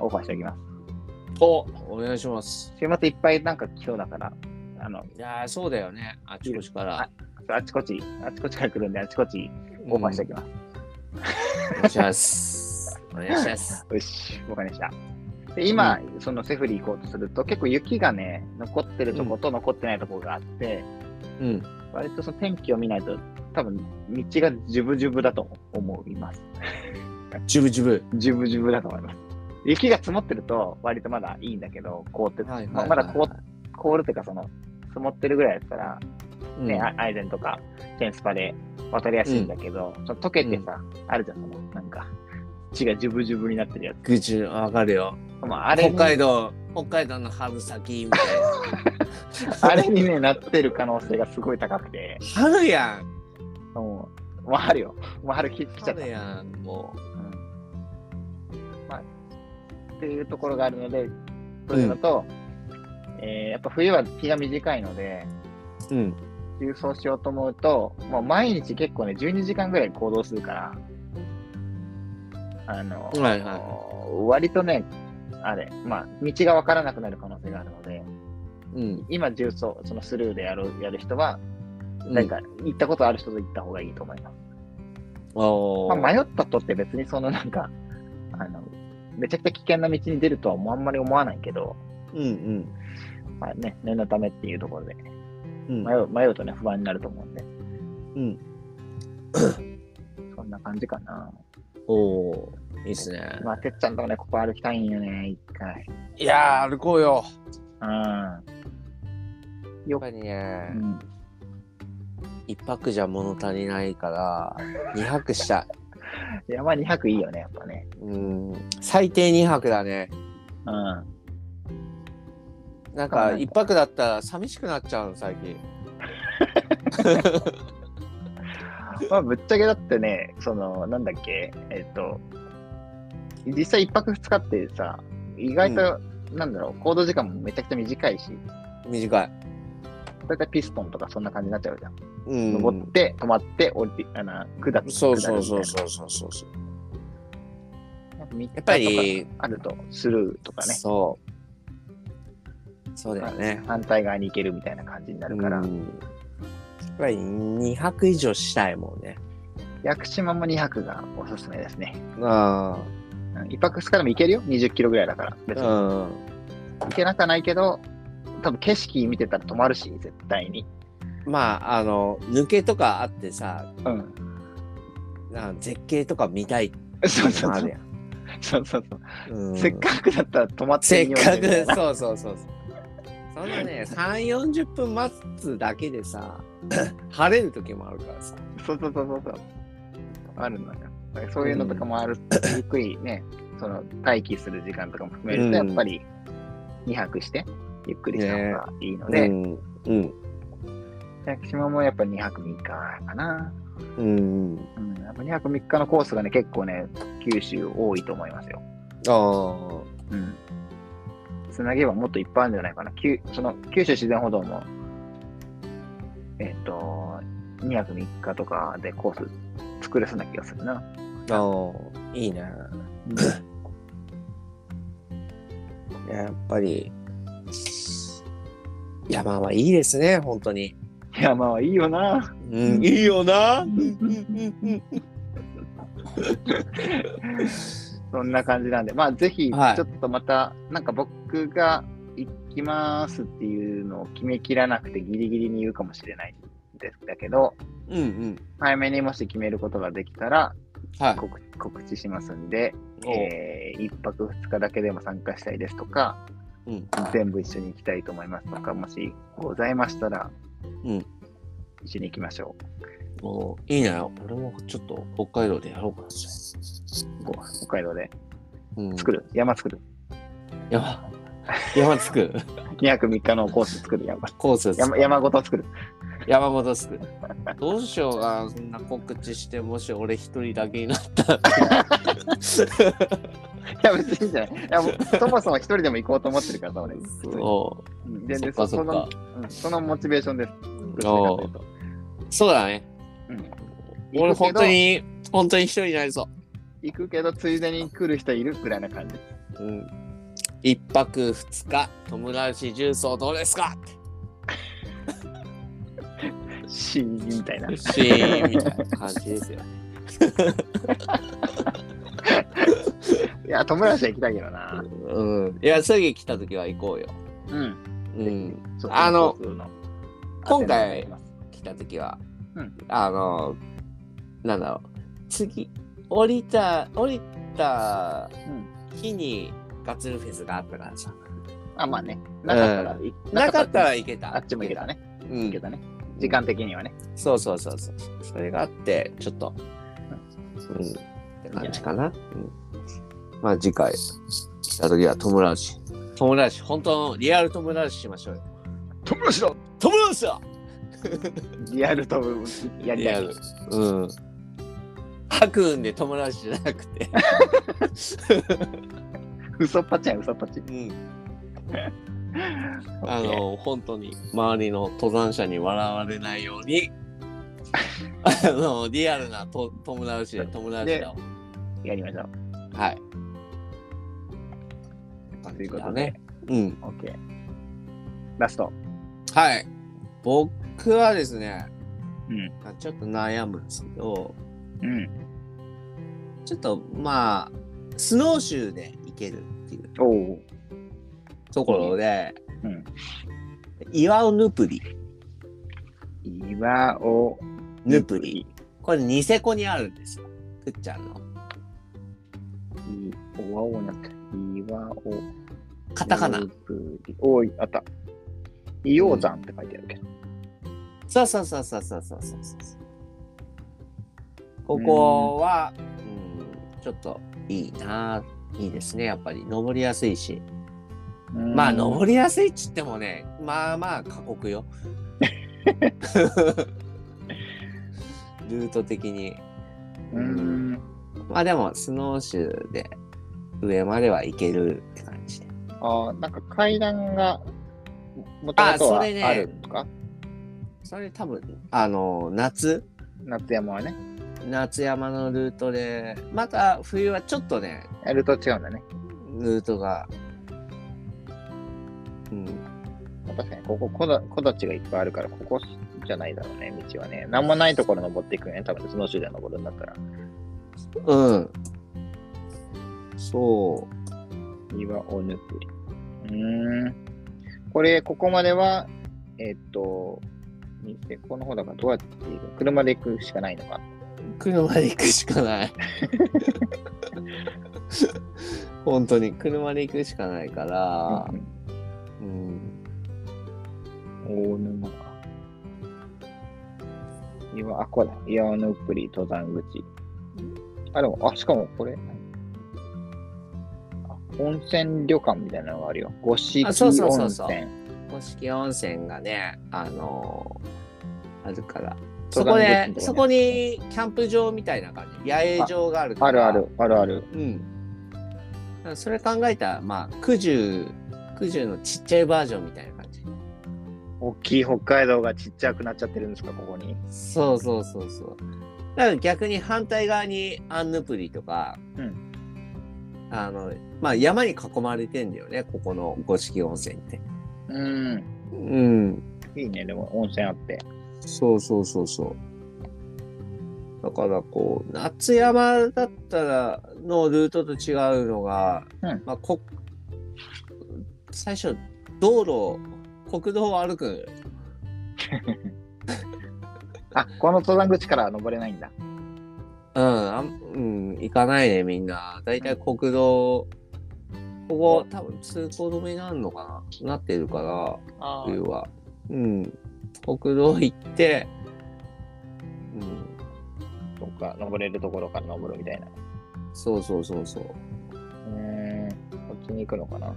Speaker 3: オファーしておきます。
Speaker 4: おお願いします。
Speaker 3: 週末いっぱいなんか来そうだから、あの、
Speaker 4: いやーそうだよね。あちこちから。
Speaker 3: あちこち、あちこちから来るんで、あちこちオファーしておきます。
Speaker 4: お願いします。お願いします。
Speaker 3: よし、わかりました。で今、そのセフリ行こうとすると、結構雪がね、残ってるとこと残ってないとこがあって、
Speaker 4: うん。
Speaker 3: 割とその天気を見ないと、多分道がジュブジュブだと思います。
Speaker 4: ジュブジュブ。
Speaker 3: ジュブジュブだと思います。雪が積もってると、割とまだいいんだけど、凍って、
Speaker 4: はいはいはいはい
Speaker 3: まあまだ凍凍るっていうか、その、積もってるぐらいだったら、
Speaker 4: うん
Speaker 3: ね、アアイゼンとかテンスパで渡りやすいんだけど、その溶けてさ、あるじゃん、そのなんか、血がジュブジュブになってるや
Speaker 4: ぐじゅわかるよ。
Speaker 3: つ。まあ、あれ
Speaker 4: 北
Speaker 3: に
Speaker 4: 海道、北海道の春先みたいな。
Speaker 3: あれに、ね、なってる可能性がすごい高くて、
Speaker 4: 春やん。
Speaker 3: もう、もう春よ。もう春来来ちゃった。
Speaker 4: 春やん、も
Speaker 3: うんまあ、っていうところがあるので、そういうのと、えーやっぱ冬は日が短いので、
Speaker 4: う。うん。
Speaker 3: 郵送しようと思うと、もう毎日結構ね、12時間ぐらい行動するから、あの、
Speaker 4: はいは
Speaker 3: 割とね、あれ、まあ、道が分からなくなる可能性があるので、
Speaker 4: うん。
Speaker 3: 今、重曹、そのスルーでやるやる人は、なんか、行ったことある人と行った方がいいと思います。
Speaker 4: おー
Speaker 3: まあ、迷ったとって別にそのなんか、 あの、めちゃくちゃ危険な道に出るとはもうあんまり思わないけど、
Speaker 4: うん
Speaker 3: まあね、念のためっていうところで、
Speaker 4: うん。
Speaker 3: 迷う迷うとね、不安になると思うんで、
Speaker 4: うん。
Speaker 3: そんな感じかな。
Speaker 4: おおー、いいっすね。
Speaker 3: まあ、てっちゃんともね、ここ歩きたいんよね、一回。
Speaker 4: いやー、歩こうよ。
Speaker 3: うん。
Speaker 4: や
Speaker 3: よ
Speaker 4: っぱり
Speaker 3: う
Speaker 4: ね、
Speaker 3: ん、
Speaker 4: 一泊じゃ物足りないから、二泊したい。
Speaker 3: 山2泊いいよね、やっぱね。
Speaker 4: うん、最低二泊だね。
Speaker 3: うん。
Speaker 4: なんか、一泊だったら寂しくなっちゃうの、最近。
Speaker 3: まあ、ぶっちゃけだってね、その、なんだっけ、えっと、実際1泊2日ってさ、意外と、なんだろう、行動時間もめちゃくちゃ短いし、
Speaker 4: 短い。
Speaker 3: だいたいピストンとかそんな感じになっちゃうじゃん。
Speaker 4: うん。
Speaker 3: 登って、止まって、降りて、あの、下って。
Speaker 4: そうそうそう
Speaker 3: 下
Speaker 4: そうそうそうそう。
Speaker 3: るみたいな。や
Speaker 4: やっぱり、
Speaker 3: あると、スルーとかね、
Speaker 4: そう。そうだよね。
Speaker 3: 反対側に行けるみたいな感じになるから、
Speaker 4: うんやっぱり二泊以上したいもんね。
Speaker 3: 屋久島も2泊がおすすめですね。
Speaker 4: あ
Speaker 3: うん一泊二日でも行けるよ、20キロぐらいだから。別
Speaker 4: あ。
Speaker 3: に
Speaker 4: うん。
Speaker 3: 行けなくはないけど、多分景色見てたら止まるし、絶対に。
Speaker 4: まあ、あの、抜けとかあってさ、
Speaker 3: うん。
Speaker 4: なんか絶景とか見たいって
Speaker 3: そう
Speaker 4: いう
Speaker 3: そ
Speaker 4: のもあ
Speaker 3: うそ
Speaker 4: る
Speaker 3: う。
Speaker 4: やん。
Speaker 3: そうそうそう
Speaker 4: うん
Speaker 3: せっかくだったら止まって
Speaker 4: せ
Speaker 3: み
Speaker 4: っ
Speaker 3: よ
Speaker 4: か
Speaker 3: うね
Speaker 4: く、そうそうそうそう。そんなね、3、40分待つだけでさ、 晴れる時もあるからさ。
Speaker 3: そうそうそうそうそう。あるのよ。だからそういうのとかもある、ゆっくりね、その待機する時間とかも含めると、や
Speaker 4: うん
Speaker 3: っぱり2泊して、ゆっくりした方がいいので、
Speaker 4: うん。うん。
Speaker 3: 屋久島もやっぱ2泊3日かな。
Speaker 4: うん。
Speaker 3: うん、やっぱ2泊3日のコースがね、結構ね、九州多いと思いますよ。
Speaker 4: ああ。
Speaker 3: うん。つなげばもっといっぱいあるんじゃないかな。きゅその九州自然歩道も、えっ、と、2泊3日とかでコース作作れそうな気がするな。
Speaker 4: おーいいな。やっぱり、いや、まあまあいいですね、本当に。
Speaker 3: いや、まあいいよな。
Speaker 4: うん、いいよな。
Speaker 3: そんな感じなんで、まあぜひ、ち
Speaker 4: はい
Speaker 3: ょっとまた、なんか僕が行きますっていうのを決めきらなくてギリギリに言うかもしれないですだけど、
Speaker 4: うんうん。
Speaker 3: 早めにもし決めることができたら
Speaker 4: はい。
Speaker 3: 告告知しますんで、
Speaker 4: おー
Speaker 3: え1泊2日だけでも参加したいですとか、
Speaker 4: うん
Speaker 3: 全部一緒に行きたいと思いますとか、もしございましたら、
Speaker 4: うん
Speaker 3: 一緒に行きましょ
Speaker 4: おーいいな。俺もちょっと北海道でやろうかな。
Speaker 3: う。こう北海道で
Speaker 4: うん、
Speaker 3: 作る、山作る。
Speaker 4: 山、山作る。
Speaker 3: 2泊3日のコース作る山。
Speaker 4: コース作
Speaker 3: 山
Speaker 4: る
Speaker 3: 山ごと作る。
Speaker 4: 山本スク。どうしようかな、そんな告知して、もし俺一人だけになったら。
Speaker 3: いや、別にいいんじゃない。いや、もうそもそも一人でも行こうと思ってるからさ、俺。
Speaker 4: そ
Speaker 3: うん
Speaker 4: う。そっ
Speaker 3: 全然
Speaker 4: かそっ
Speaker 3: の
Speaker 4: か。
Speaker 3: うんそのモチベーションです。
Speaker 4: おーそうだね。
Speaker 3: うん
Speaker 4: 俺
Speaker 3: 行く
Speaker 4: 本
Speaker 3: けど
Speaker 4: 当に、本当に一人になりそ
Speaker 3: 行くけど、ついでに来る人いるぐらいな感じ。
Speaker 4: う。うん。一泊二日、友達重曹どうですか
Speaker 3: シーンみ たいな。
Speaker 4: シーンみたいな感じですよ。
Speaker 3: いや、友達は行きたいけどな。
Speaker 4: うん。いや、次来た時は行こうよ。
Speaker 3: うん。
Speaker 4: うん。
Speaker 3: そう
Speaker 4: あの、
Speaker 3: そうそうそう
Speaker 4: 今回来た時は、
Speaker 3: うん
Speaker 4: あの、なんだろう。次、降りた、降りた
Speaker 3: うん。
Speaker 4: 日にガッツルフェスがあったからさ。
Speaker 3: あ、まあね。なかったら、い
Speaker 4: なかったらいけた。
Speaker 3: あっちも行けたね。
Speaker 4: う
Speaker 3: 行け
Speaker 4: ん。
Speaker 3: たね。時間的にはね。
Speaker 4: そうそうそうそう。それがあって、ちょっと、うん。って感じかな。うん。まあ次回来た時は友達。友達、本当のリアル友達しましょうよ。
Speaker 3: 友達だ
Speaker 4: 友達だ
Speaker 3: リアルとやり
Speaker 4: リ
Speaker 3: た
Speaker 4: ア
Speaker 3: い
Speaker 4: ル。。うん。ハクンで友達じゃなくて。
Speaker 3: 嘘っぱちや、嘘っぱち。
Speaker 4: うん。
Speaker 3: オ
Speaker 4: あ
Speaker 3: ッケー
Speaker 4: の、本当に周りの登山者に笑われないよう に、あの、リアルなと友達で友達だを。
Speaker 3: やりましょう。
Speaker 4: はい。
Speaker 3: ということ
Speaker 4: だ
Speaker 3: で、
Speaker 4: ね。うん。
Speaker 3: オッケー。ラスト。
Speaker 4: はい。僕はですね、
Speaker 3: うん
Speaker 4: まあちょっと悩むんですけど、
Speaker 3: うん。
Speaker 4: ちょっとまあ、スノーシューで行けるっていう
Speaker 3: おお。
Speaker 4: ところで、
Speaker 3: うん
Speaker 4: 岩尾ヌプリ。
Speaker 3: 岩を
Speaker 4: ヌプリ。これニセコにあるんですよ。くっちゃんの。
Speaker 3: いおわおなく岩を
Speaker 4: カタカナ。
Speaker 3: おいあった硫黄山って書いてあるけど、
Speaker 4: そうそうそうそうそうそうそうそう。ここは、うん、ちょっといいな、いいですね、やっぱり。登りやすいし。まあ、登りやすいっつってもね、まあまあ過酷よ。ルート的に。
Speaker 3: うーん
Speaker 4: まあでも、スノーシューで上までは行けるって感じで。
Speaker 3: あーなんか階段がもともと
Speaker 4: あ
Speaker 3: は
Speaker 4: それね
Speaker 3: あるのか、
Speaker 4: それ多分、あの、夏、
Speaker 3: 夏山はね
Speaker 4: 夏山のルートで、また冬はちょっとね、
Speaker 3: やると違うんだね
Speaker 4: ルートが、うん、
Speaker 3: 確かにここ小だ小立ちがいっぱいあるからここじゃないだろうね道はねなんもないところ登っていくよね多分スノーシューで登るんだったら
Speaker 4: うん。そ
Speaker 3: 岩おぬくりうーんこれここまではえっと見てこの方だからどうやって行く車で行くしかないのか
Speaker 4: う。車で行くしかない。本当に車で行くしかないから、うん。
Speaker 3: 大沼か。岩、あ、これだ。岩のっぷり登山口。あ、でも、あ、しかもこれ。あ温泉旅館みたいなのがあるよ。五色温
Speaker 4: あ
Speaker 3: 泉。
Speaker 4: そうそうそうそう五色温泉がね、あのーあるから。そこで、そこにキャンプ場みたいな感じ、野営場があるか
Speaker 3: ある
Speaker 4: ら。
Speaker 3: ある、あるある。
Speaker 4: うん。それ考えたら、まあ、九十、九十のちっちゃいバージョンみたいな感じ。
Speaker 3: 大きい北海道がちっちゃくなっちゃってるんですか、ここに。
Speaker 4: そうそうそうそう。だから逆に反対側にアンヌプリとか、
Speaker 3: うん
Speaker 4: あの、まあ山に囲まれてんだよね、ここの五色温泉って。
Speaker 3: うん。
Speaker 4: うん。
Speaker 3: いいね、でも温泉あって。
Speaker 4: そうそうそうそう。だからこう、夏山だったらのルートと違うのが、
Speaker 3: うん
Speaker 4: まあこ、最初、道路、国道を歩くのよ
Speaker 3: あ、この登山口からは登れないんだ。
Speaker 4: うん、あんうん、行かないね、みんな。だいたい国道、ここ多分通行止めになるのかななってるから、
Speaker 3: あ
Speaker 4: 冬は。うん。国道行って、うん、
Speaker 3: そっか、登れるところから登るみたいな。
Speaker 4: そうそうそうそう。
Speaker 3: うん。こっちに行くのかな。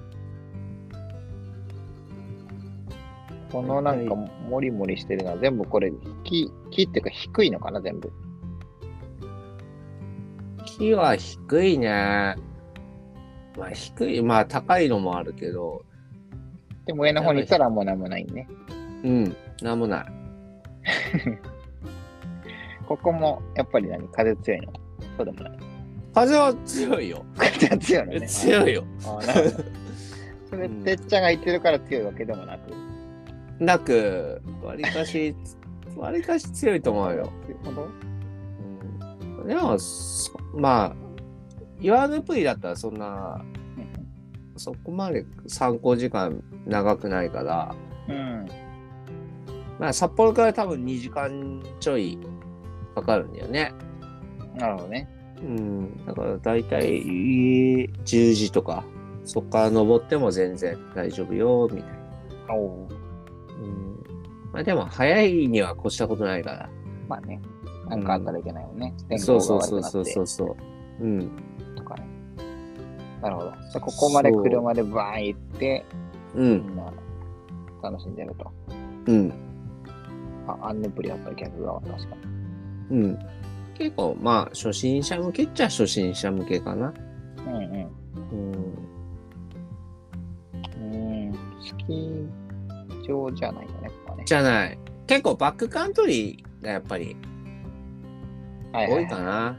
Speaker 3: このなんか、もりもりしてるのは全部これ、木、木っていうか低いのかな、全部。
Speaker 4: 木は低いね。まあ低い、まあ高いのもあるけど、
Speaker 3: でも上の方に行ったらもうなんもないね。
Speaker 4: うん、なんもない。
Speaker 3: ここも、やっぱり何風強いのそうでもない。
Speaker 4: 風は強いよ。
Speaker 3: 風は強いのね。
Speaker 4: 強いよ。
Speaker 3: ああな るほど。それ、てっちゃんが言ってるから強いわけでもなく。
Speaker 4: なく、わりかし、わりかし強いと思うよ。
Speaker 3: ほど。
Speaker 4: うんでも、そまあ、岩のプリだったらそんな、そこまで参考時間長くないから、
Speaker 3: うん。
Speaker 4: まあ、札幌から多分2時間ちょいかかるんだよね。
Speaker 3: なるほどね。
Speaker 4: うん。だから大体10時とか、そこから登っても全然大丈夫よ、みたいな。
Speaker 3: おお。
Speaker 4: うん。まあでも、早いには越したことないから。
Speaker 3: まあね。なんかあったらいけないよね。天
Speaker 4: そう
Speaker 3: 候
Speaker 4: そ
Speaker 3: が
Speaker 4: う
Speaker 3: 悪
Speaker 4: そ
Speaker 3: く
Speaker 4: う
Speaker 3: なっ
Speaker 4: そう
Speaker 3: て
Speaker 4: そうそう。うん。
Speaker 3: とかね。なるほど。じゃあここまで車でバーン行って、
Speaker 4: うん。
Speaker 3: みんな楽しんでると。
Speaker 4: うん。
Speaker 3: あ、アンヌプリあったら逆側、確かに。
Speaker 4: うん。結構、まあ、初心者向けっちゃ初心者向けかな。
Speaker 3: うん
Speaker 4: うん。
Speaker 3: うん。うーん。スキー場じゃないよね、ここはね。
Speaker 4: じゃない。結構バックカントリーがやっぱり
Speaker 3: は
Speaker 4: 多いかな。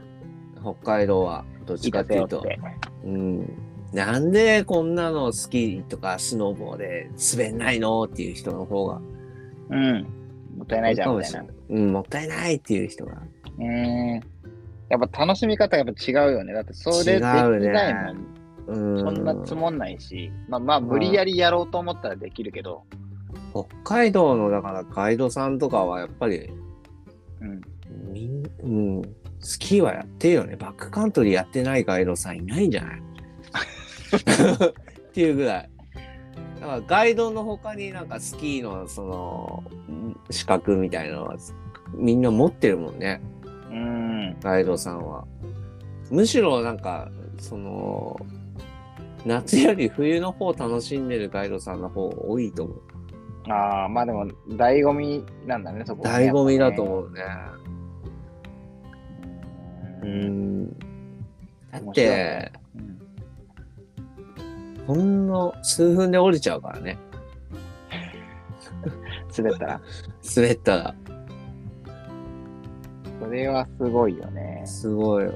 Speaker 4: 北海道は、どっちかっていうと。
Speaker 3: 背負って
Speaker 4: うん。なんでこんなのスキーとかスノーボーで滑んないのっていう人の方が
Speaker 3: うん。もったいないじゃん、みたいな
Speaker 4: 多い。かもしれない。うん、もったいないっていう人が。
Speaker 3: うーん。やっぱ楽しみ方やっぱ違うよね。だってそれできないもん。
Speaker 4: うん。
Speaker 3: そんな積もんないし、まあまあ無理やりやろうと思ったらできるけど、
Speaker 4: 北海道の、だからガイドさんとかはやっぱり、
Speaker 3: うん。
Speaker 4: みん、うん、スキーはやってるよね。バックカントリーやってないガイドさんいないんじゃない っていうぐらい。だからガイドの他になんかスキーのそのうん資格みたいなのはみんな持ってるもんね、
Speaker 3: うん。
Speaker 4: ガイドさんは。むしろなんか、その、夏より冬の方を楽しんでるガイドさんの方多いと思う。
Speaker 3: ああ、まあでも、醍醐味なんだね、そこはね、
Speaker 4: 醍醐味だと
Speaker 3: う。
Speaker 4: 思うね。う
Speaker 3: うん。
Speaker 4: ん。だっ
Speaker 3: 面白い
Speaker 4: て
Speaker 3: ね、うん
Speaker 4: ほんの数分で降りちゃうからね。
Speaker 3: 滑ったら。
Speaker 4: 滑ったら。
Speaker 3: それはすごいよね。
Speaker 4: すごいよ。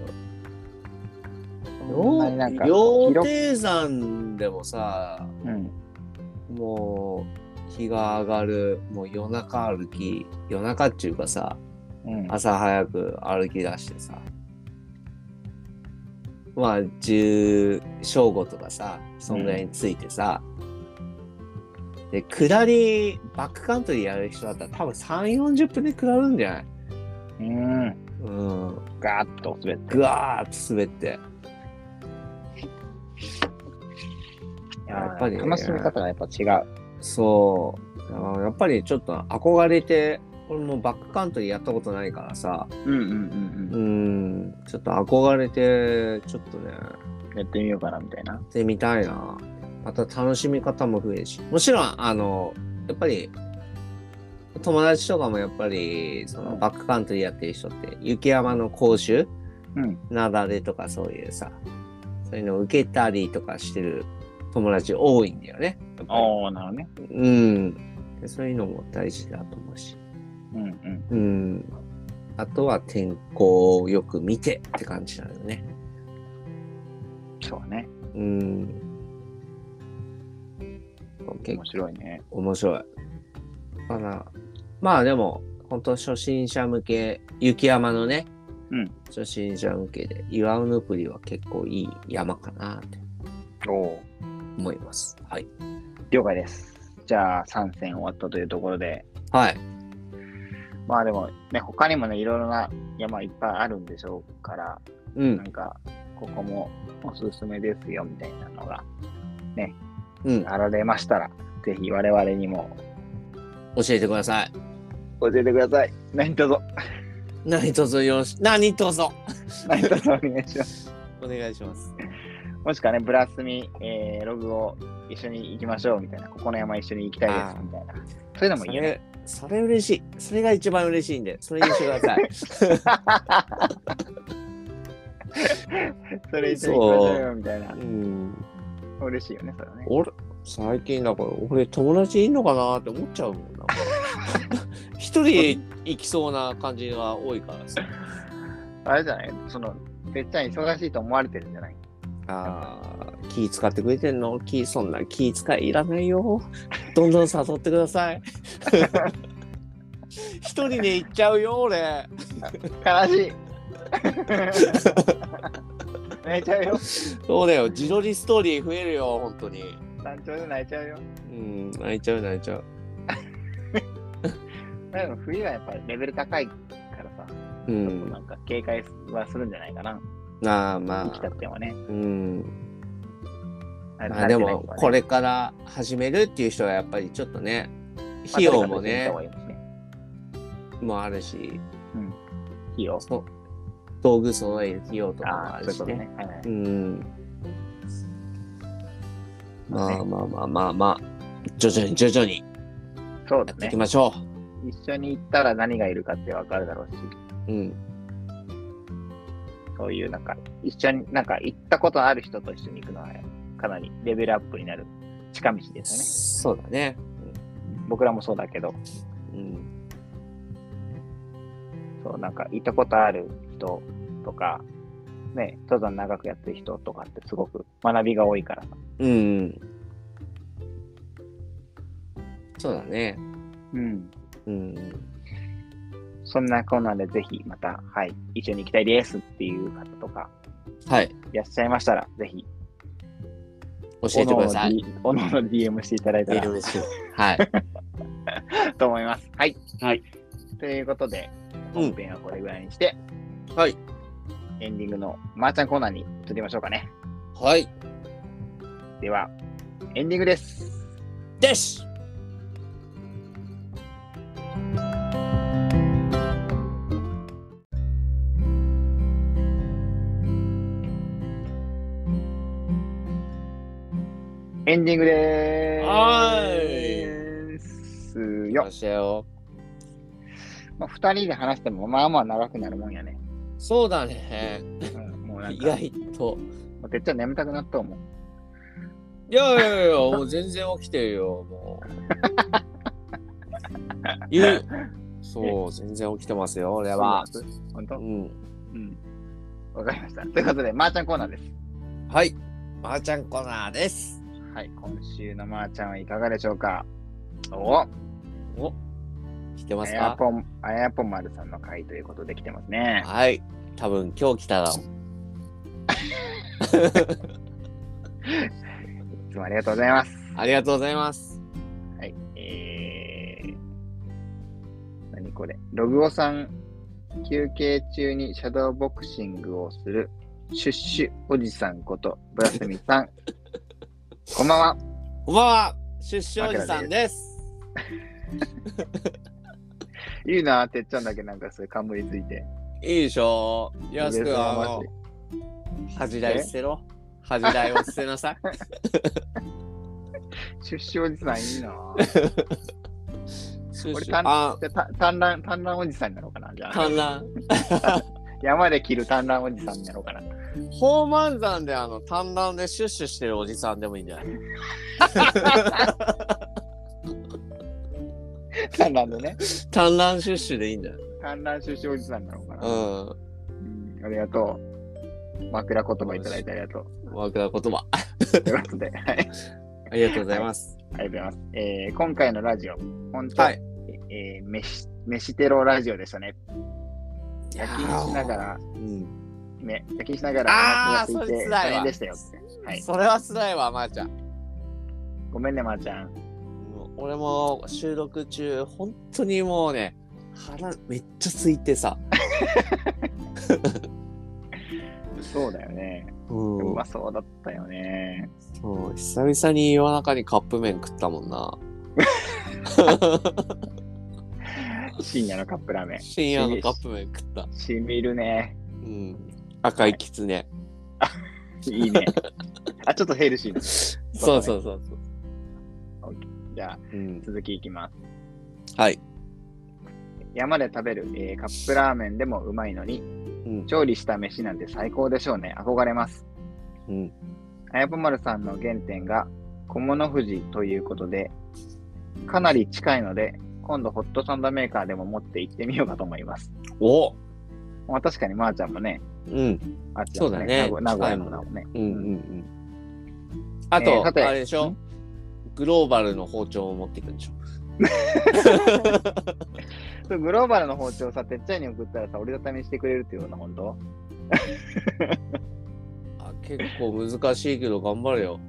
Speaker 3: そんなになんか、
Speaker 4: 羊
Speaker 3: 広
Speaker 4: 蹄山でもさ、
Speaker 3: うん。
Speaker 4: もう日が上がる、もう夜中歩き、夜中っていうかさ、
Speaker 3: うん。
Speaker 4: 朝早く歩き出してさ、まあ、10正午とかさ、そんぐらいについてさ、で、下り、バックカントリーやる人だったら多分3、40分で下るんじゃない
Speaker 3: うん。
Speaker 4: うん。
Speaker 3: ガーッと滑って。
Speaker 4: ぐわーっと滑って。やっぱりね
Speaker 3: 楽しみ方がやっぱ違う。
Speaker 4: そう。あのやっぱりちょっと憧れて、俺もバックカントリーやったことないからさ、
Speaker 3: うんうん
Speaker 4: う、
Speaker 3: うん
Speaker 4: ちょっと憧れて、ちょっとね、
Speaker 3: ん。やってみようかな、みたいな
Speaker 4: や。ってみたいな。また楽しみ方も増えるし、もちろん、あの、やっぱり、友達とかもやっぱり、そのバックカントリーやってる人って、雪山の講習、
Speaker 3: うん
Speaker 4: なだれとかそういうさ、そういうのを受けたりとかしてる友達多いんだよね。やっぱり
Speaker 3: おおなるほどね。
Speaker 4: うん。でそういうのも大事だと思うし。
Speaker 3: うんうん。
Speaker 4: うん。あとは天候をよく見てって感じなのよね。
Speaker 3: そうね。
Speaker 4: うん。結構
Speaker 3: 面白いね。
Speaker 4: 面白い。かな。まあでも、本当初心者向け、雪山のね、
Speaker 3: うん
Speaker 4: 初心者向けで、岩尾のプリは結構いい山かなって
Speaker 3: おお。
Speaker 4: 思います。はい。
Speaker 3: 了解です。じゃあ、3戦終わったというところで、
Speaker 4: はい。
Speaker 3: まあでも、ね、他にもね、いろいろな山いっぱいあるんでしょうから、
Speaker 4: う
Speaker 3: なん
Speaker 4: ん。
Speaker 3: か、ここもおすすめですよ、みたいなのが、
Speaker 4: うん。
Speaker 3: あられましたら、ぜひ我々にも
Speaker 4: 教えてください。
Speaker 3: 教えてください。何卒、
Speaker 4: 何卒よろし、何卒
Speaker 3: 何卒お願いします。
Speaker 4: お願いします。
Speaker 3: もしくはね、ブラスミ、えーログを一緒に行きましょう、みたいな、ここの山一緒に行きたいで
Speaker 4: あー
Speaker 3: す、みたいな。そういうのも
Speaker 4: そ
Speaker 3: いいよね。
Speaker 4: れ、それ嬉しい。それが一番嬉しいんで、それにしてくださ い。
Speaker 3: それ一緒に行きましょうよ、みたいな
Speaker 4: う。ん。
Speaker 3: 嬉しいよね、それはね。
Speaker 4: 俺、最近だから、俺友達いんのかなって思っちゃうもんな。 一人で行きそうな感じが多いから さ。
Speaker 3: あれじゃないその、てっちゃん忙しいと思われてるんじゃない
Speaker 4: あー気使ってくれてんの気、そんな気使いいらないよ。どんどん誘ってください。 一人で行っちゃうよ、俺。
Speaker 3: 悲しい泣いちゃうよ。
Speaker 4: そうだよ、自撮りストーリー増えるよ、本当に。
Speaker 3: 団長で泣いちゃうよ。
Speaker 4: うん、泣いちゃう泣いちゃう。
Speaker 3: でも冬はやっぱりレベル高いから
Speaker 4: う
Speaker 3: さ、ちょっと
Speaker 4: ん。
Speaker 3: なんか警戒はするんじゃないかな。
Speaker 4: ああ
Speaker 3: 生
Speaker 4: ま
Speaker 3: きた
Speaker 4: あ、
Speaker 3: ってもね。
Speaker 4: うん。
Speaker 3: 慣れ
Speaker 4: まあで
Speaker 3: 慣れてない
Speaker 4: も
Speaker 3: 人はね
Speaker 4: これから始めるっていう人はやっぱりちょっとね費用もね
Speaker 3: まあとにかく行った方がいいですね
Speaker 4: もあるし
Speaker 3: 費用。
Speaker 4: そ道具揃える費用とかも
Speaker 3: あ
Speaker 4: あ
Speaker 3: あ、そう
Speaker 4: る
Speaker 3: いう
Speaker 4: し
Speaker 3: こと
Speaker 4: ね
Speaker 3: ね。はいはい
Speaker 4: うんま
Speaker 3: まあ
Speaker 4: あ
Speaker 3: ね
Speaker 4: まあまあまあまあ徐々に徐々に
Speaker 3: そう
Speaker 4: や
Speaker 3: だ
Speaker 4: ってい
Speaker 3: ね
Speaker 4: き。ましょ
Speaker 3: 一緒に行ったら何がいるかってわかるだろうし、
Speaker 4: う、うん
Speaker 3: そういうなんか、一緒に、なんか行ったことある人と一緒に行くのは、かなりレベルアップになる近道ですよね。
Speaker 4: そうだね
Speaker 3: 僕らもそうだけど、
Speaker 4: うん
Speaker 3: そう、なんか行ったことある人とか、ね、登山長くやってる人とかってすごく学びが多いからさ。
Speaker 4: うんそうだね
Speaker 3: うん。
Speaker 4: うん
Speaker 3: そんなこんなんでぜひまた、はい、一緒に行きたいですっていう方とか、
Speaker 4: はい
Speaker 3: いらっしゃいましたら、ぜひ、
Speaker 4: 教えてください
Speaker 3: おのおの D- おのおの DM していただいたら
Speaker 4: はい
Speaker 3: と思います。はい。
Speaker 4: はい。
Speaker 3: ということで、
Speaker 4: うん
Speaker 3: 本編はこれぐらいにして、
Speaker 4: はい
Speaker 3: エンディングのまーちゃんコーナーに移りましょうかね。
Speaker 4: はい
Speaker 3: では、エンディングです。
Speaker 4: です
Speaker 3: エンディングでーす。
Speaker 4: は
Speaker 3: ーよ
Speaker 4: ま。したよ。
Speaker 3: まあ、2人で話しても、まあまあ長くなるもんやね。
Speaker 4: そうだね。
Speaker 3: うん、もうなん
Speaker 4: 意
Speaker 3: か、
Speaker 4: 外と。
Speaker 3: もうてっちゃん眠たくなったもん。
Speaker 4: いやいやいや、もう全然起きてるよ、もう。 言う。そう、全然起きてますよ、俺は。
Speaker 3: 本
Speaker 4: う
Speaker 3: 当
Speaker 4: ん。
Speaker 3: うん。わかりました。ということで、まーちゃんコーナーです。
Speaker 4: はい。まー、ちゃんコーナーです。
Speaker 3: はい、今週のまーちゃんはいかがでしょうかおお
Speaker 4: お来てま
Speaker 3: あ
Speaker 4: す
Speaker 3: や
Speaker 4: か
Speaker 3: ぽん、あやぽんまるさんの回ということで来てますね。
Speaker 4: はい。多分今日来たら。
Speaker 3: いつもありがとうございます。
Speaker 4: ありがとうございます。
Speaker 3: はい、えー、何これ。ログオさん、休憩中にシャドーボクシングをする、シュッシュおじさんこと、ブラスミ さん。こんばんは。
Speaker 4: こんばんは。出生おじさんです。
Speaker 3: いいな、てっちゃんだけなんかそういう冠ついて。
Speaker 4: いいでしょう。よろしく、あの、恥じらい捨てろ。恥じらいを捨てな さい。
Speaker 3: シュッシュおじさんいいな。
Speaker 4: シュッ
Speaker 3: 俺
Speaker 4: シ
Speaker 3: た
Speaker 4: ュ
Speaker 3: ん
Speaker 4: あ、
Speaker 3: じゃあた単乱、単乱おじさんになろうかな。じゃあ、
Speaker 4: 観覧。
Speaker 3: 山で着る単乱おじさんになろうかな。
Speaker 4: 宝満山であの単乱でシュッシュしてるおじさんでもいいんじゃない
Speaker 3: 単乱でね。
Speaker 4: 単乱シュッシュでいいんじゃない
Speaker 3: 観覧収集おじさんなのかな、
Speaker 4: うん。
Speaker 3: うんありがとう。枕言葉いただいてありがとう。
Speaker 4: 枕言葉。
Speaker 3: ということで、はい、ありがと
Speaker 4: ありがとうございます。
Speaker 3: うございます。えー、今回のラジオ、本当、
Speaker 4: はい
Speaker 3: えー飯、飯テロラジオでしたね。夜勤しながら、
Speaker 4: うん。
Speaker 3: ね、夜勤しながら
Speaker 4: あー
Speaker 3: お腹
Speaker 4: それ
Speaker 3: が空い
Speaker 4: 辛
Speaker 3: て、
Speaker 4: いわ
Speaker 3: 大変でしたよって。はい、
Speaker 4: それは辛いわ、まー、ちゃん。
Speaker 3: ごめんね、まー、ちゃん。
Speaker 4: もう俺も収録中本当にもうね腹めっちゃ空いてさ、
Speaker 3: そうだよね。
Speaker 4: う
Speaker 3: うまそうだったよね。
Speaker 4: そう久々に夜中にカップ麺食ったもん な
Speaker 3: 深夜のカップラーメン。
Speaker 4: 深夜のカップ麺食った、
Speaker 3: しみるね。
Speaker 4: うん、赤いきつね
Speaker 3: いいね。あ、ちょっとヘルシーな。
Speaker 4: そうそうそうそう、
Speaker 3: じゃあ、
Speaker 4: うん、
Speaker 3: 続きいきます。
Speaker 4: はい、
Speaker 3: 山で食べる、えーカップラーメンでもうまいのに、
Speaker 4: うん
Speaker 3: 調理した飯なんて最高でしょうね。憧れます。
Speaker 4: うん、
Speaker 3: あやぽまるさんの原点が小物富士ということで、かなり近いので、今度ホットサンドメーカーでも持って行ってみようかと思います。
Speaker 4: お
Speaker 3: まあ、確かにまーちゃんもね、
Speaker 4: うん
Speaker 3: あっちゃんも
Speaker 4: そうだね
Speaker 3: 名古名古屋
Speaker 4: 近い
Speaker 3: の
Speaker 4: もん
Speaker 3: だもんね。
Speaker 4: うんうんうんあと、
Speaker 3: えーさて
Speaker 4: あれでしょ
Speaker 3: ん
Speaker 4: グローバルの包丁を持っていくんでしょ
Speaker 3: そうグローバルの包丁さ、てっちゃんに送ったらさ、折りたたみしてくれるっていうような、本当
Speaker 4: あ結構難しいけど頑張れよ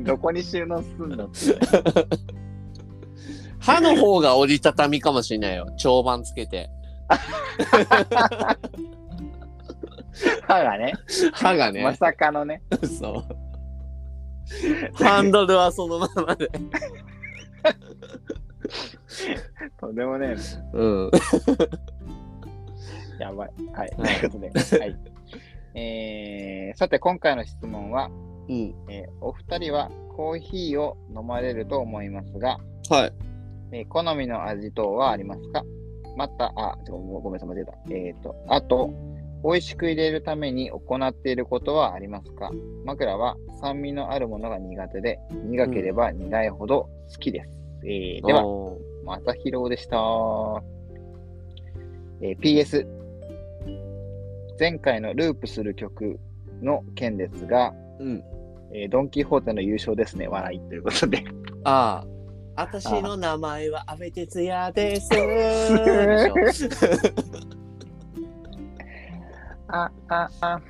Speaker 3: どこに収納すんのって
Speaker 4: 歯の方が折りたたみかもしれないよ長板つけて
Speaker 3: 歯がね、
Speaker 4: 歯がね
Speaker 3: まさかのね、
Speaker 4: そう。ハンドルはそのままで。
Speaker 3: とんでもねえ
Speaker 4: うん。
Speaker 3: やばい。はい。と
Speaker 4: はい
Speaker 3: いうことで、はい。 えー、さて、今回の質問は、
Speaker 4: うん。
Speaker 3: えーお二人はコーヒーを飲まれると思いますが、
Speaker 4: はい。
Speaker 3: えー好みの味等はありますかまた、あ、ちょごごめんなさい、間違えた。えっ、と、あと、美味しく入れるために行っていることはありますか枕は酸味のあるものが苦手で、苦ければ苦いほど好きです。えーでは、
Speaker 4: おー
Speaker 3: またひろうでした。えー PS、前回のループする曲の件ですが、
Speaker 4: うん。
Speaker 3: えードン・キホーテの優勝ですね、笑いということで。
Speaker 4: ああ。私の名前は阿部哲也です。でしょ
Speaker 3: あ、あ、あ、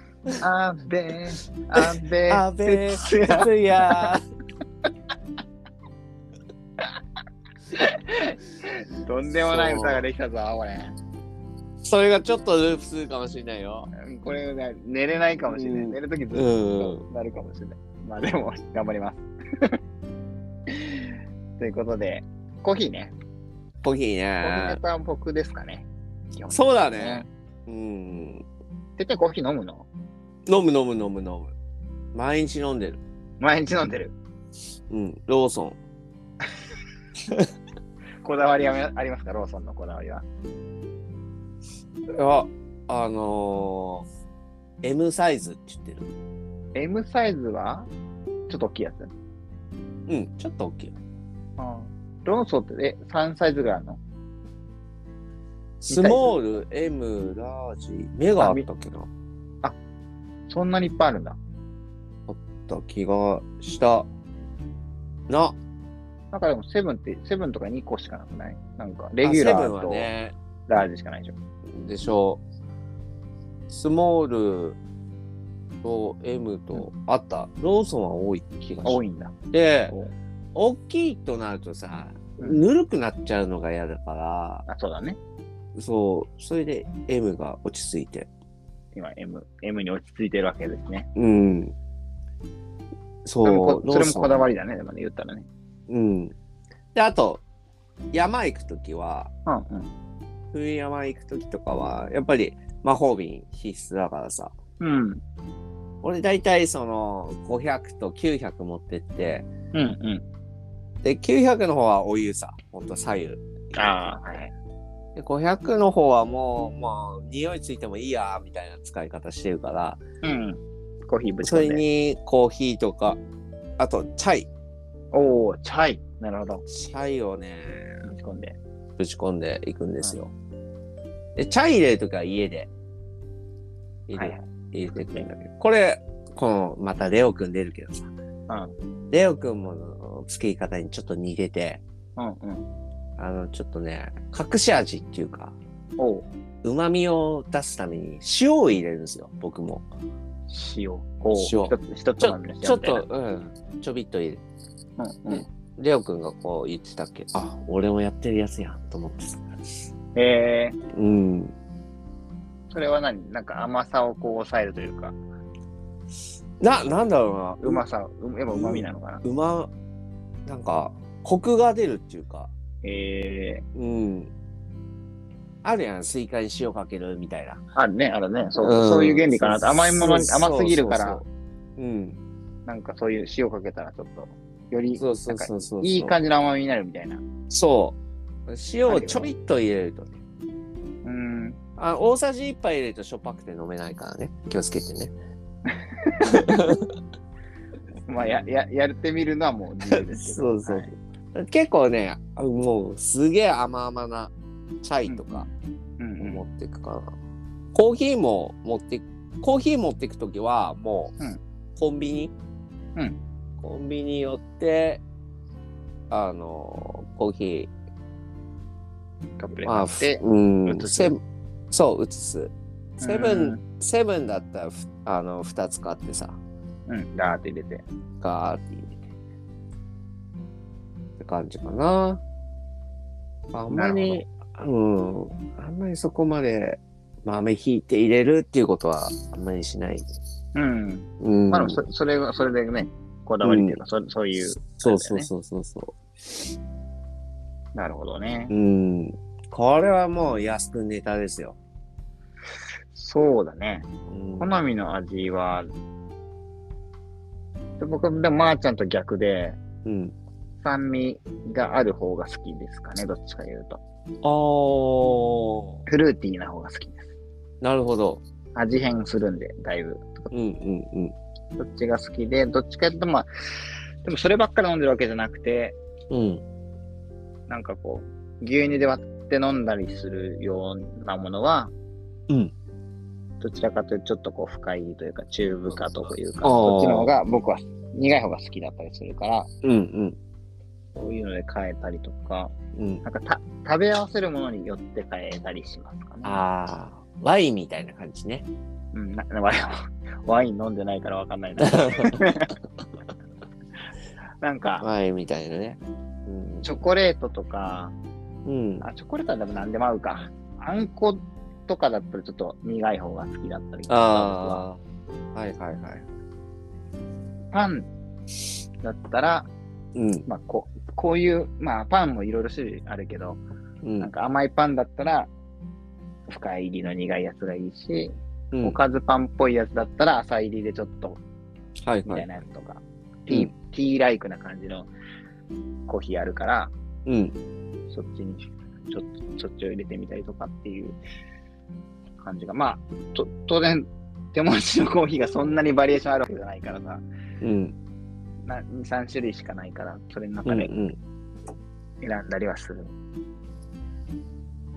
Speaker 3: あべ、 あべ
Speaker 4: 阿部哲也。
Speaker 3: とんでもない歌ができたぞ、これ。
Speaker 4: それがちょっとループするかもしれないよ。
Speaker 3: これ、ね、寝れないかもしれない。
Speaker 4: うん
Speaker 3: 寝るときずっ
Speaker 4: う
Speaker 3: となるかもしれない。まあでも、頑張ります。 ということで、コーヒーね。
Speaker 4: コーヒー
Speaker 3: コーヒー
Speaker 4: ね
Speaker 3: ネ。タは僕ですかね。基本
Speaker 4: そうだね。うん。
Speaker 3: てっちゃんコーヒー飲むの
Speaker 4: 飲む飲む飲む飲む。毎日飲んでる。
Speaker 3: 毎日飲んでる。
Speaker 4: うん。ローソン。
Speaker 3: こだわりはありますかローソンのこだわりは。
Speaker 4: いや、あのー、M サイズって言ってる。
Speaker 3: M サイズはちょっと大きいやつ。
Speaker 4: うん。ちょっと大きい。
Speaker 3: ローソンってえ3サイズぐらいあるの
Speaker 4: スモール、M、ラージ、目があったっけなあっ
Speaker 3: そんなにいっぱいあるんだ。
Speaker 4: た気がした。な、
Speaker 3: なんかでもセブンって、セブンとか2個しかなくないなんかレギュラ
Speaker 4: あセブン
Speaker 3: ー
Speaker 4: は
Speaker 3: と
Speaker 4: ね、
Speaker 3: ラージしかないでしょ。
Speaker 4: でしょう。スモールと M とあった。ローソンは多い気が
Speaker 3: 多
Speaker 4: し
Speaker 3: いんだ。
Speaker 4: て
Speaker 3: お、
Speaker 4: 大きいとなるとさ、
Speaker 3: うん
Speaker 4: ぬるくなっちゃうのが嫌だから、
Speaker 3: あ、そうだね。
Speaker 4: そう、それで M が落ち着いて。
Speaker 3: 今 M、M に落ち着いてるわけですね。
Speaker 4: うん。
Speaker 3: そ
Speaker 4: そ
Speaker 3: れ
Speaker 4: う
Speaker 3: も、こそれもこだわ
Speaker 4: り。
Speaker 3: りだね。でもね、言ったらね。
Speaker 4: うん。で、あと、山行くときは、
Speaker 3: うんうん。
Speaker 4: 冬山行く時とかはやっぱり魔法瓶必須だからさ
Speaker 3: うん。
Speaker 4: 俺大体その500と900持ってって
Speaker 3: うんう
Speaker 4: で900の方はお湯さほんと左右
Speaker 3: ん。ああ、はい。
Speaker 4: で500の方はもうもう匂いついてもいいやみたいな使い方してるから
Speaker 3: うん。コーヒーぶち
Speaker 4: そ
Speaker 3: 込
Speaker 4: れ
Speaker 3: んで。
Speaker 4: にコーヒーとかあとチャイ
Speaker 3: おお、チャイ。なるほど。
Speaker 4: チャイをね
Speaker 3: ぶち込んで。
Speaker 4: ぶち込んでいくんですよ。で、チャイ入れるときは家で入れ,、
Speaker 3: はい
Speaker 4: 入れてくるんだけど、これ、この、またレオくん出るけどさ、レオくんも付け方にちょっと似てて、
Speaker 3: うんうん。
Speaker 4: あの、ちょっとね、隠し味っていうか、
Speaker 3: おう
Speaker 4: 旨味を出すために塩を入れるんですよ、僕も。
Speaker 3: 塩。おう
Speaker 4: 塩
Speaker 3: 一つ一つ
Speaker 4: ち
Speaker 3: ま
Speaker 4: ょ
Speaker 3: みの塩
Speaker 4: ちょっ
Speaker 3: みたいな
Speaker 4: と、うん、ちょびっと入れる。
Speaker 3: うんうん。
Speaker 4: レオくんがこう言ってたっけあ、俺もやってるやつやんと思ってさ。
Speaker 3: え
Speaker 4: うん。
Speaker 3: ー、それは何なんか甘さをこう抑えるというか、
Speaker 4: な、なんだろう
Speaker 3: う
Speaker 4: な。
Speaker 3: まさ、うやっぱうまみなのかな。
Speaker 4: うま、なんか、コクが出るっていうか、
Speaker 3: えー、
Speaker 4: うん。あるやん、スイカに塩かけるみたいな。
Speaker 3: あるね、あるね。そう、
Speaker 4: ん
Speaker 3: そういう原理かなと。甘いものに
Speaker 4: そうそう
Speaker 3: 甘すぎるから、
Speaker 4: そうそううん。
Speaker 3: なんかそういう塩かけたらちょっと、より
Speaker 4: そうそうそうそう。
Speaker 3: いい感じの甘みになるみたいな。う
Speaker 4: そう。塩をちょびっと入れるとね。
Speaker 3: ーん。
Speaker 4: あ大さじ1杯入れるとしょっぱくて飲めないからね。気をつけてね。
Speaker 3: まあ、や、や、やってみるのはもう自由ですけ
Speaker 4: そ
Speaker 3: ど。
Speaker 4: うそう
Speaker 3: はい
Speaker 4: 結構ね、あもうすげえ甘々なチャイとか
Speaker 3: うんうん
Speaker 4: 持ってくかな。コーヒーも持って、コーヒー持ってくときはもう
Speaker 3: うん
Speaker 4: コンビニ、
Speaker 3: うん
Speaker 4: コンビニ寄って、あの、コーヒー、
Speaker 3: カップレ
Speaker 4: まあ、
Speaker 3: ーで
Speaker 4: ふう
Speaker 3: 移
Speaker 4: ん、
Speaker 3: す
Speaker 4: セブンそう、移す。セブ
Speaker 3: う
Speaker 4: ン、セブンだったらふ、あの、2つ買ってさ、
Speaker 3: うん、ダーって入れて。
Speaker 4: ガーって入れて。って感じかな。あんまり、うん、あんまりそこまで豆ひいて入れるっていうことはあんまりしない。
Speaker 3: うん。
Speaker 4: うん。
Speaker 3: まあでもそ、それが、それでね、こだわりっていうか、そそういう。
Speaker 4: そうそうそうそうそ
Speaker 3: なるほどね
Speaker 4: う。。うん。これはもう安くネタですよ。
Speaker 3: そうだね。
Speaker 4: うん、
Speaker 3: 好みの味は、で僕、でも、まーちゃんと逆で、
Speaker 4: うん。
Speaker 3: 酸味がある方が好きですかね、どっちか言うと。
Speaker 4: あー、
Speaker 3: フルーティーな方が好きです。
Speaker 4: なるほど。
Speaker 3: 味変するんで、だいぶ。
Speaker 4: うんうんうん。
Speaker 3: どっちが好きで、どっちか言うと、まあ、でもそればっかり飲んでるわけじゃなくて、
Speaker 4: うん。
Speaker 3: なんかこう、牛乳で割って飲んだりするようなものは、
Speaker 4: うん。
Speaker 3: どちらかというと、ちょっとこう、深いというか、中深というか、
Speaker 4: あー
Speaker 3: そっちの方が僕は苦い方が好きだったりするから、
Speaker 4: うん
Speaker 3: そういうので変えたりとか、
Speaker 4: うん。うん。
Speaker 3: なんかた食べ合わせるものによって変えたりしますかね。
Speaker 4: あー、ワインみたいな感じね。
Speaker 3: うん、なワインワイン飲んでないからわかんな いな。なんか、
Speaker 4: ワインみたいなね。うん
Speaker 3: チョコレートとか、
Speaker 4: うん。
Speaker 3: あ、チョコレートはでも何でも合うか。あんことかだったらちょっと苦い方が好きだったりとか、
Speaker 4: ああ。はいはいはい。
Speaker 3: パンだったら、
Speaker 4: うん。
Speaker 3: まあこう、こういう、まあパンもいろいろ種類あるけど、
Speaker 4: うん
Speaker 3: なんか甘いパンだったら、深入りの苦いやつがいいし、
Speaker 4: う
Speaker 3: お
Speaker 4: ん。
Speaker 3: かずパンっぽいやつだったら浅入りでちょっと
Speaker 4: はい
Speaker 3: み
Speaker 4: は
Speaker 3: たい
Speaker 4: い。
Speaker 3: なやつとか、ティーティーライクな感じのコーヒーあるから、
Speaker 4: うん。
Speaker 3: そっちにちょそっちを入れてみたりとかっていう感じが、まあ、と当然、手持ちのコーヒーがそんなにバリエーションあるわけじゃないからさ、
Speaker 4: うん。
Speaker 3: な2、3種類しかないから、それの
Speaker 4: うん。う
Speaker 3: 中で
Speaker 4: ん。
Speaker 3: 選んだりはする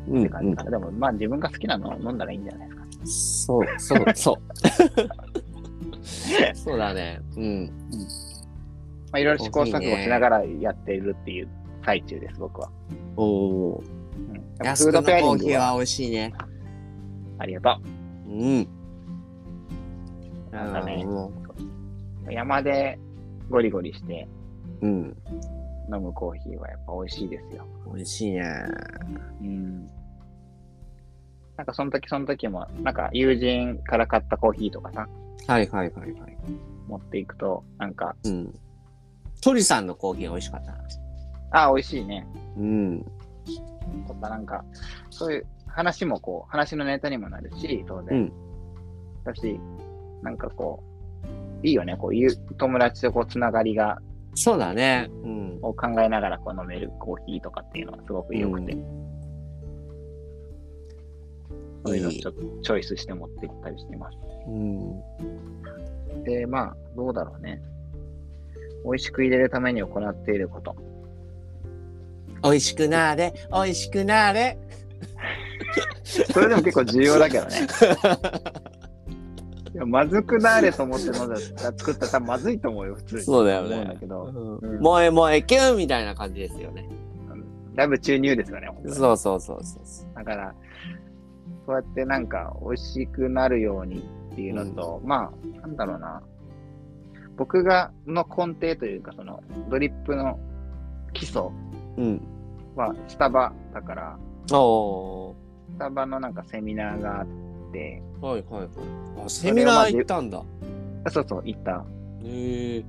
Speaker 4: うん
Speaker 3: って感じかな。でも、まあ自分が好きなのを飲んだらいいんじゃないですか。
Speaker 4: うんそう、そう、 そう。そうだね。うん。
Speaker 3: まあ、いろいろ試行錯
Speaker 4: コーヒー
Speaker 3: 誤
Speaker 4: ね
Speaker 3: しながらやっているっていう最中です、僕は。
Speaker 4: おお。
Speaker 3: うん、やっぱ
Speaker 4: 安
Speaker 3: フー
Speaker 4: くの
Speaker 3: ド
Speaker 4: コ
Speaker 3: ペアリン
Speaker 4: ーヒ
Speaker 3: グ
Speaker 4: ー
Speaker 3: は
Speaker 4: は美味しいね。
Speaker 3: ありがと
Speaker 4: うん。
Speaker 3: う。なんかね、
Speaker 4: も
Speaker 3: 山でゴリゴリして
Speaker 4: ううん。
Speaker 3: 飲むコーヒーはやっぱ美味しいですよ。
Speaker 4: 美味しいね。
Speaker 3: うん。なんかその時その時も、なんか友人から買ったコーヒーとかさ、
Speaker 4: はいはいはいはい。
Speaker 3: 持っていくと、なんか、
Speaker 4: うん。鳥さんのコーヒー美味しかったな。
Speaker 3: ああ、美味しいね。
Speaker 4: うん。
Speaker 3: とか、なんか、そういう話もこう、話のネタにもなるし、当然。
Speaker 4: うん
Speaker 3: だし、なんかこう、いいよね、こういう友達とこう、つながりが、
Speaker 4: そうだね。うん。
Speaker 3: を考えながらこう飲めるコーヒーとかっていうのがすごく良くて。そういうのをちょっとチョイスして持って行ったりしてます。
Speaker 4: うん。
Speaker 3: で、まあ、どうだろうね。美味しく入れるために行っていること。
Speaker 4: 美味しくなーれ、美味しくなーれ。
Speaker 3: それでも結構重要だけど ね。いやまずくなれと思って飲んだ作ったら多分まずいと思うよ、普通に。
Speaker 4: そうだよね
Speaker 3: 思うんだけど、うん
Speaker 4: 萌え萌えキュンみたいな感じですよね。
Speaker 3: だいぶ注入ですよね、本当に
Speaker 4: そうそうそうそうそう。
Speaker 3: だから、そうやってなんか美味しくなるようにっていうのと、まあ、なんだろうな。僕がの根底というか、そのドリップの基礎
Speaker 4: うん。
Speaker 3: はスタバだから、
Speaker 4: お
Speaker 3: スタバのなんかセミナーがあって、
Speaker 4: ー。はいはいはい。あ、セミナー行ったんだ。
Speaker 3: あそうそう、行った。
Speaker 4: へえ。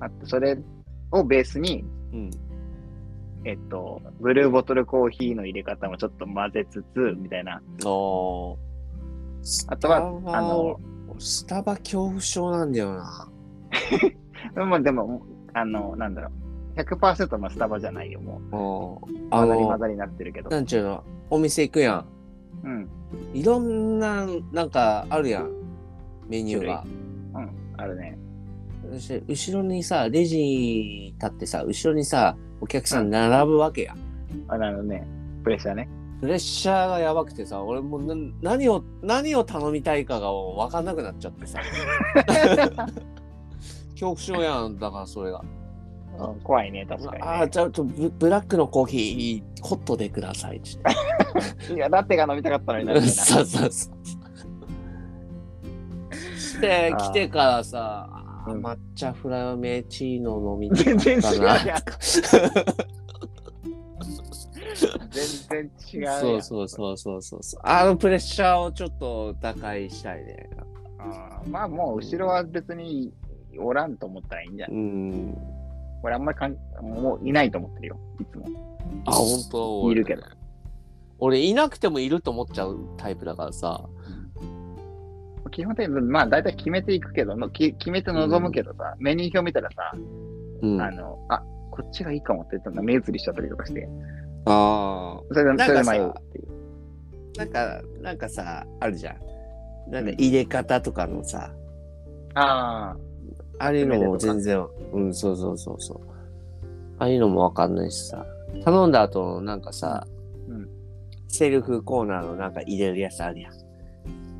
Speaker 3: あとそれをベースに、
Speaker 4: うん。
Speaker 3: えっと、ブルーボトルコーヒーの入れ方もちょっと混ぜつつ、みたいな。
Speaker 4: おー。
Speaker 3: あとは、あ
Speaker 4: あ
Speaker 3: の
Speaker 4: の、、スタバ恐怖症なんだよな。
Speaker 3: でも、でもあの、なんだろう。100%まあスタバじゃないよ、もう。
Speaker 4: おー。あ
Speaker 3: 混ざり混
Speaker 4: の、
Speaker 3: ざりになってるけど。
Speaker 4: なんちゅうの、お店行くやん。
Speaker 3: うん。
Speaker 4: いろんな、なんかあるやん。メニューが。
Speaker 3: うん。あるね。
Speaker 4: そして後ろにさ、レジ立ってさ、後ろにさ、お客さん並ぶわけや。
Speaker 3: あのね、プレッシャーね。
Speaker 4: プレッシャーがやばくてさ、俺もうな何を、何を頼みたいかが分かんなくなっちゃって さ。恐怖症やん、だからそれが。
Speaker 3: うん、怖いね、確かに、ね。
Speaker 4: ああ、じゃあちょブ、ブラックのコーヒー、ホットでくださいって言って。
Speaker 3: いや、ラテが飲みたかったのになみたいな。
Speaker 4: そうそうそう。して
Speaker 3: あー
Speaker 4: 来てからさ、あー
Speaker 3: うん
Speaker 4: 抹茶フラメチーノ飲みたか
Speaker 3: 全然
Speaker 4: っ
Speaker 3: 違
Speaker 4: た
Speaker 3: うやん
Speaker 4: な。。
Speaker 3: 全然違うやん。
Speaker 4: そうそうそうそうそうそう。あのプレッシャーをちょっと打開したいね。
Speaker 3: あーまあ、もう後ろは別におらんと思ったらいいんじゃない
Speaker 4: うん。
Speaker 3: 俺あんまりかんもういないと思ってるよ、いつも。
Speaker 4: あ、本当
Speaker 3: いるけど。
Speaker 4: 俺いなくてもいると思っちゃうタイプだからさ。
Speaker 3: 基本的に、まあ大体決めていくけど、のき決めて臨むけどさ、メニュー表見たらさ、
Speaker 4: うん。
Speaker 3: あの、あ、こっちがいいかもって言ったの目移りしちゃったりとかして、
Speaker 4: あ。
Speaker 3: それ
Speaker 4: ん
Speaker 3: で
Speaker 4: か
Speaker 3: そ
Speaker 4: さ
Speaker 3: れで迷うっていう。
Speaker 4: なんか、なんかさ、あるじゃん。なんか入れ方とかのさ、
Speaker 3: ああ、
Speaker 4: ああいうのも全然、うん、そうそうそうそう。ああいうのもわかんないしさ。頼んだ後のなんかさ、
Speaker 3: うん
Speaker 4: セルフコーナーのなんか入れるやつあるやん。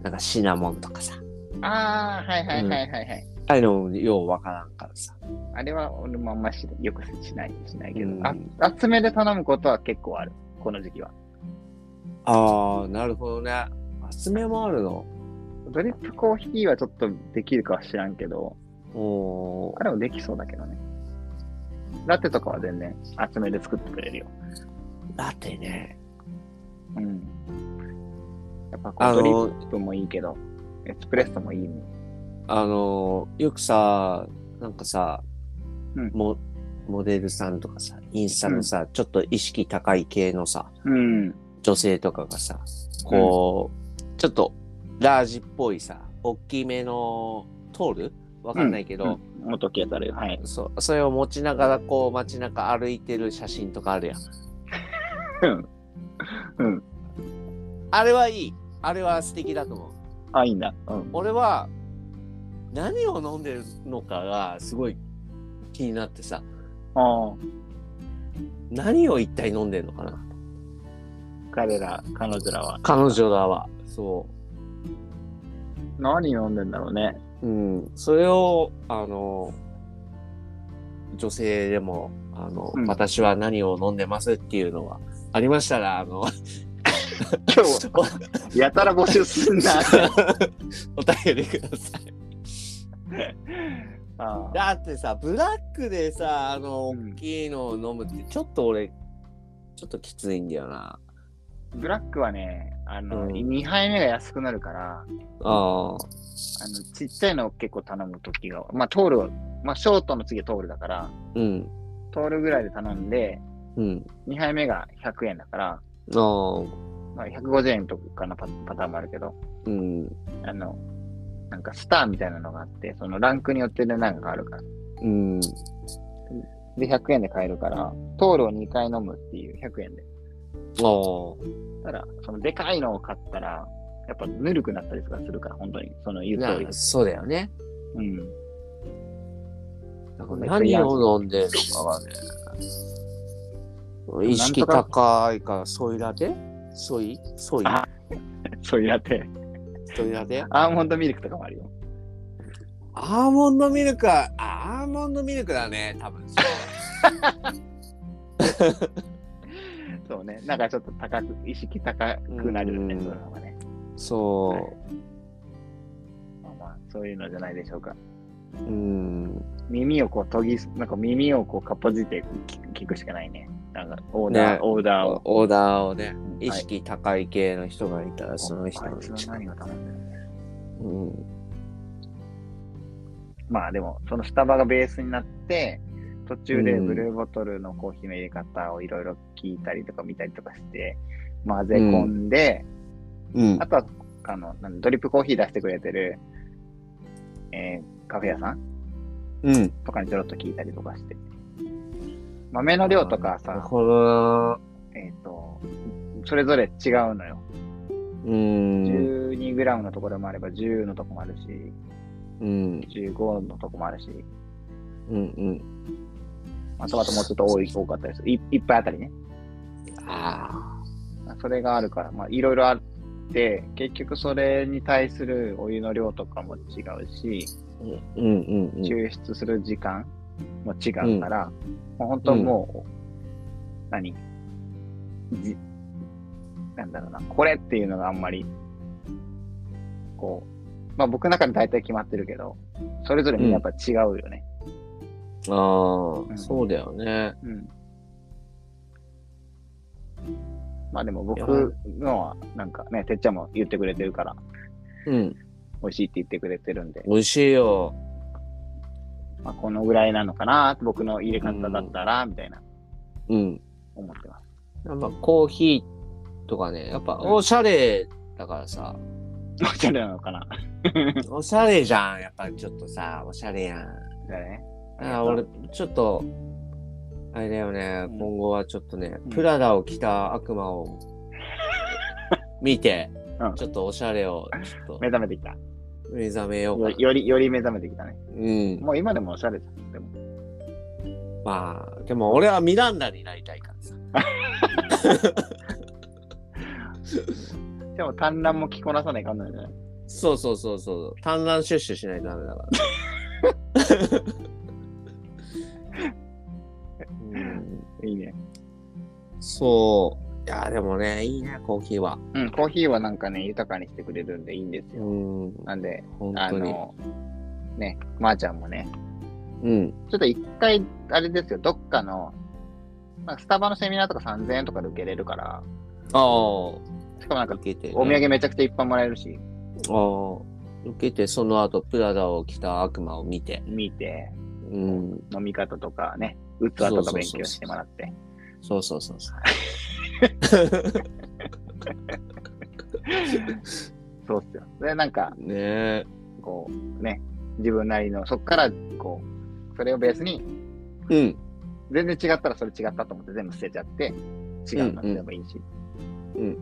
Speaker 4: なんかシナモンとかさ。
Speaker 3: ああ、はいはいはいはいはい。
Speaker 4: ああいうのもようわからんからさ。
Speaker 3: あれは俺もあんましよくしない、しないけど、
Speaker 4: うん
Speaker 3: あ厚めで頼むことは結構ある、この時期は。
Speaker 4: ああ、なるほどね。厚めもあるの。
Speaker 3: ドリップコーヒーはちょっとできるかは知らんけど、
Speaker 4: お
Speaker 3: 彼もできそうだけどね。ラテとかは全然厚めで作ってくれるよ。
Speaker 4: だってね、
Speaker 3: うん。やっぱこ
Speaker 4: あ
Speaker 3: うドリ
Speaker 4: の
Speaker 3: ッ、プもいいけど、エスプレッソもいいね。
Speaker 4: あの、よくさ、なんかさ、
Speaker 3: うん
Speaker 4: モモデルさんとかさ、インスタのさ、ちょっと意識高い系のさ、
Speaker 3: うん。
Speaker 4: 女性とかがさ、こう、ちょっとラージっぽいさ、大きめのトールわかんないけど、
Speaker 3: うん、元消えたるよ。はい。
Speaker 4: そうそれを持ちながらこう街中歩いてる写真とかあるやん。
Speaker 3: うん。うん。
Speaker 4: あれはいい。あれは素敵だと思う。
Speaker 3: あ、いいんだ。うん。
Speaker 4: 俺は何を飲んでるのかがすごい気になってさ、
Speaker 3: ああ、
Speaker 4: 何を一体飲んでるのかな
Speaker 3: 彼ら、彼女らは。
Speaker 4: 彼女らは。そ
Speaker 3: 何飲んでんだろうね。
Speaker 4: う。うん。それを、あの、女性でも、あの、
Speaker 3: うん
Speaker 4: 私は何を飲んでますっていうのは、ありましたら、あの、
Speaker 3: 今日、 やたら募集すん な。
Speaker 4: お便りください。
Speaker 3: ああ
Speaker 4: だってさ、ブラックでさ、あの、
Speaker 3: うん
Speaker 4: 大きいのを飲むって、ちょっと俺、ちょっときついんだよな。
Speaker 3: ブラックはね、あの、
Speaker 4: うん
Speaker 3: 2杯目が安くなるから、
Speaker 4: ああ。
Speaker 3: あのちっちゃいのを結構頼む時が、まあ、トールを、まあ、ショートの次はトールだから、
Speaker 4: うん。
Speaker 3: トールぐらいで頼んで、
Speaker 4: うん。
Speaker 3: 2杯目が100円だから、
Speaker 4: ああ。
Speaker 3: まあ、150円とかのパパターンもあるけど、
Speaker 4: うん。
Speaker 3: あの、なんかスターみたいなのがあって、そのランクによって値段があるから。
Speaker 4: うん。
Speaker 3: で、100円で買えるから、トールを2回飲むっていう100円で。
Speaker 4: ああ。
Speaker 3: ただ、そのでかいのを買ったら、やっぱぬるくなったりとかするから、本当に。その言う通り
Speaker 4: な。そうだよね。
Speaker 3: うん。
Speaker 4: 何を飲んでるのかがね。意識高いから、ソイラテソイソイ
Speaker 3: あそういうラテ。
Speaker 4: ソイラテ
Speaker 3: アーモンドミルクとかもあるよ。
Speaker 4: アーモンドミルクは、あアーモンドミルクだね、多分。
Speaker 3: そうね。なんかちょっと高く、意識高くなるよね、
Speaker 4: うん
Speaker 3: そういうのがね。
Speaker 4: そ
Speaker 3: まあまあ、そういうのじゃないでしょうか。
Speaker 4: う。うん。
Speaker 3: 耳をこう研ぎす、なんか耳をこうかっぽじって聞聞くしかないね。なんかオーダー、
Speaker 4: ね
Speaker 3: オーダーを。
Speaker 4: オーダーをね、
Speaker 3: い
Speaker 4: 意識高い系の人がいたら、その人
Speaker 3: あい
Speaker 4: の
Speaker 3: つは
Speaker 4: 力。
Speaker 3: 何が頼んでるんだよ
Speaker 4: うん。
Speaker 3: まあでも、そのスタバがベースになって、途中で
Speaker 4: うん
Speaker 3: ブルーボトルのコーヒーの入れ方をいろいろ聞いたりとか見たりとかして、混ぜ込んで、
Speaker 4: うん
Speaker 3: あ。とは、あの、なんドリップコーヒー出してくれてる、えーカフェ屋さん
Speaker 4: うん。
Speaker 3: とかにちょろっと聞いたりとかして。豆の量とか
Speaker 4: なる
Speaker 3: さ、
Speaker 4: ほどな。
Speaker 3: えっ、と、それぞれ違うのよ。
Speaker 4: うん。
Speaker 3: 12g のところもあれば、10のとこもあるし、
Speaker 4: うん。
Speaker 3: 15のとこもあるし、
Speaker 4: うん。うん。
Speaker 3: まあ、トマトもうちょっと多い多かったりする。い一杯あたりね。
Speaker 4: あ
Speaker 3: それがあるから、まあ、いろいろあって、結局それに対するお湯の量とかも違うし、
Speaker 4: あ。うん。うん。うん。
Speaker 3: 抽出する時間も違うから、もう本当もう、何じなんだろうな、これっていうのがあんまり、こう、まあ僕の中で大体決まってるけど、それぞれみんなやっぱ違うよね。
Speaker 4: あ
Speaker 3: う
Speaker 4: あ、
Speaker 3: ん
Speaker 4: そうだよね。
Speaker 3: うん。まあでも僕
Speaker 4: いや
Speaker 3: のは、なんかね、てっちゃんも言ってくれてるから、
Speaker 4: うん。
Speaker 3: 美味しいって言ってくれてるんで、
Speaker 4: 美味しいよ。
Speaker 3: まあ、このぐらいなのかな、僕の入れ方だったら、みたいな
Speaker 4: うん。
Speaker 3: 思ってます。
Speaker 4: やっぱコーヒーとかね、やっぱおしゃれだからさ、
Speaker 3: どうしゃれなのかな。
Speaker 4: おしゃれじゃん、やっぱりちょっとさ、おしゃれやん。
Speaker 3: じゃあね。
Speaker 4: あ俺、ちょっと、あれだよね、
Speaker 3: うん
Speaker 4: 今後はちょっとね
Speaker 3: うん、
Speaker 4: プラダを着た悪魔 を見て、
Speaker 3: うん
Speaker 4: ちょっとおしゃれをちょっ
Speaker 3: 目覚めてきた。
Speaker 4: と目覚めよう
Speaker 3: よ
Speaker 4: かな。
Speaker 3: より、より目覚めてきたね。
Speaker 4: うん。
Speaker 3: もう今でもおしゃれじゃん。でも
Speaker 4: まあ、でも俺はミランダになりたいからさ。
Speaker 3: でも、単乱も着こなさないかんのじゃない
Speaker 4: そうそうそうそう。単乱シュッシュしないとダメだから。うん、
Speaker 3: いいね。
Speaker 4: そう。いや、でもね、いいね、コーヒーは。
Speaker 3: うん、コーヒーはなんかね、豊かにしてくれるんでいいんです
Speaker 4: う
Speaker 3: よ。
Speaker 4: ん、
Speaker 3: なんで、
Speaker 4: 本
Speaker 3: あ
Speaker 4: 当に。
Speaker 3: の、ね、まー、ちゃんもね、
Speaker 4: うん。
Speaker 3: ちょっと一回、あれですよ、どっかの、なんかスタバのセミナーとか3000円とかで受けれるから、
Speaker 4: あ
Speaker 3: しかもなん
Speaker 4: あ、
Speaker 3: か、
Speaker 4: 受けて、
Speaker 3: お土産めちゃくちゃいっぱいもらえるし、
Speaker 4: 産。ああ、受けて、その後、プラダを着た悪魔を見て。
Speaker 3: 見て、
Speaker 4: うん。
Speaker 3: 飲み方とかね、器とか勉強してもらって。
Speaker 4: そうそうそうそう。
Speaker 3: そうっすよ。で、なんか、
Speaker 4: ねえ。
Speaker 3: こう、ね、自分なりの、そっから、こう、それをベースに、
Speaker 4: うん。
Speaker 3: 全然違ったらそれ違ったと思って全部捨てちゃって、違うなってでもいいし。
Speaker 4: うんうん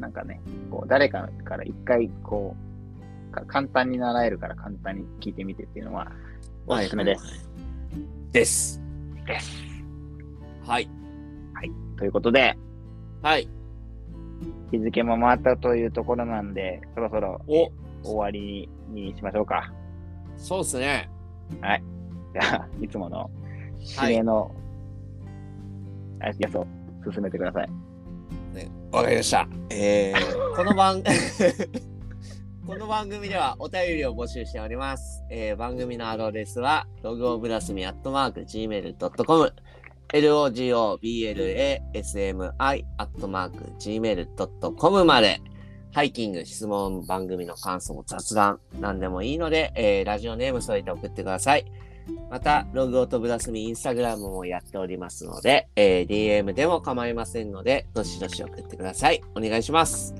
Speaker 3: なんかね、こう、誰かから一回、こう、か簡単に習えるから簡単に聞いてみてっていうのは、おすすめです。
Speaker 4: です。
Speaker 3: です。
Speaker 4: はい。
Speaker 3: ということで、
Speaker 4: はい。
Speaker 3: 日付も回ったというところなんで、そろそろ
Speaker 4: お、
Speaker 3: 終わりにしましょうか。
Speaker 4: そうっすね。
Speaker 3: じゃあ、いつもの指令の、あやつを進めてください。
Speaker 4: わかりました。えー、この 番この番組ではお便りを募集しております。えー、番組のアドレスはログオブラスミアットマーク gmail.com logoblasmi アットマーク gmail.com までハイキング、質問、番組の感想、雑談、何でもいいので、えーラジオネーム添えて送ってください。また、ログオとブラスミインスタグラムもやっておりますので、えー DM でも構いませんので、どしどし送ってください。お願いします。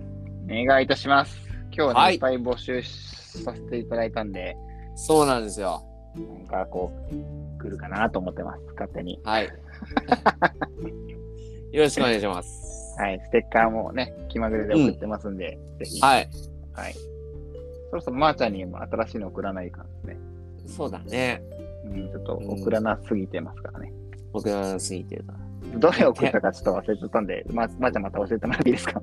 Speaker 3: お願いいたします。今日はね、
Speaker 4: はい
Speaker 3: いっぱい募集しさせていただいたんで、
Speaker 4: そうなんですよ。
Speaker 3: なんかこう、来るかなと思ってます、勝手に。
Speaker 4: はい。よろしくお願いします。
Speaker 3: はい、ステッカーもね、気まぐれで送ってますんで、ぜひ、
Speaker 4: はい。
Speaker 3: はい。そろそろまーちゃんにも新しいの送らないかんですね。
Speaker 4: そうだね。
Speaker 3: うん、ちょっと送らなすぎてますからね。
Speaker 4: 僕ら過ぎてるから。
Speaker 3: どれを送ったかちょっと忘れてたんで、ま、まーちゃんまた教えてもらっていいですか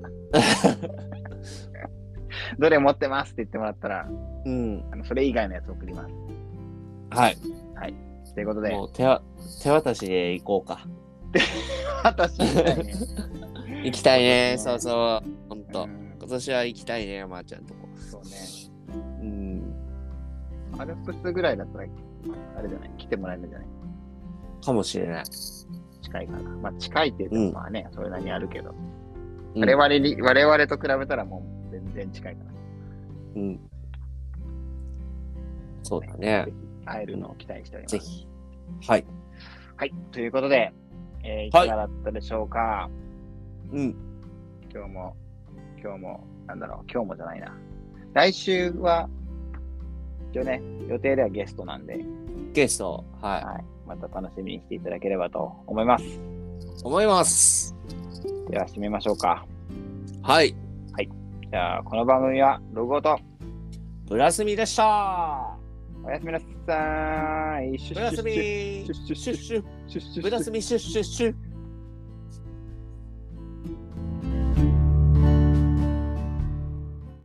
Speaker 3: どれ持ってますって言ってもらったら、
Speaker 4: うん。
Speaker 3: あのそれ以外のやつ送ります。
Speaker 4: はい。
Speaker 3: ということで
Speaker 4: も、う手は手渡しで行こうか。
Speaker 3: 私みたいね、
Speaker 4: 行きたいね。そうそう。ほん
Speaker 3: う
Speaker 4: と。
Speaker 3: ん
Speaker 4: 今年は行きたいね、まーちゃんとこ。
Speaker 3: そうね。
Speaker 4: うん。
Speaker 3: アルプスぐらいだったら、あれじゃない、来てもらえるんじゃない
Speaker 4: かもしれない。
Speaker 3: 近いから。まあ、近いって言って
Speaker 4: うん
Speaker 3: も、まあね、それなりにあるけど、
Speaker 4: うん
Speaker 3: 我々に、我々と比べたらもう全然近いから、
Speaker 4: うん。そうだね
Speaker 3: ぜ。ひ会えるのを期待しております。
Speaker 4: ぜひ。はい。
Speaker 3: はい、ということで、えーい
Speaker 4: は
Speaker 3: か
Speaker 4: い
Speaker 3: がだったでしょうか、
Speaker 4: うん。
Speaker 3: 今日も、今日も、なんだろう、今日もじゃないな。来週は、一応ね、予定ではゲストなんで、
Speaker 4: ゲスト、は
Speaker 3: はい、また楽しみにしていただければと思います。
Speaker 4: い。思います。
Speaker 3: では、締めましょうか。
Speaker 4: はい。
Speaker 3: じゃあ、この番組は、ロゴと、
Speaker 4: ブラスミでした。
Speaker 3: おやすみなさーい。シュ
Speaker 4: ブ
Speaker 3: ッ
Speaker 4: ラ
Speaker 3: シュ
Speaker 4: ス
Speaker 3: ッ
Speaker 4: ミ
Speaker 3: シ
Speaker 4: シュ
Speaker 3: ュッ
Speaker 4: ッシュッシュッ。
Speaker 3: シュッシュッシュッ
Speaker 4: ブラスミシュッシュッシュッ。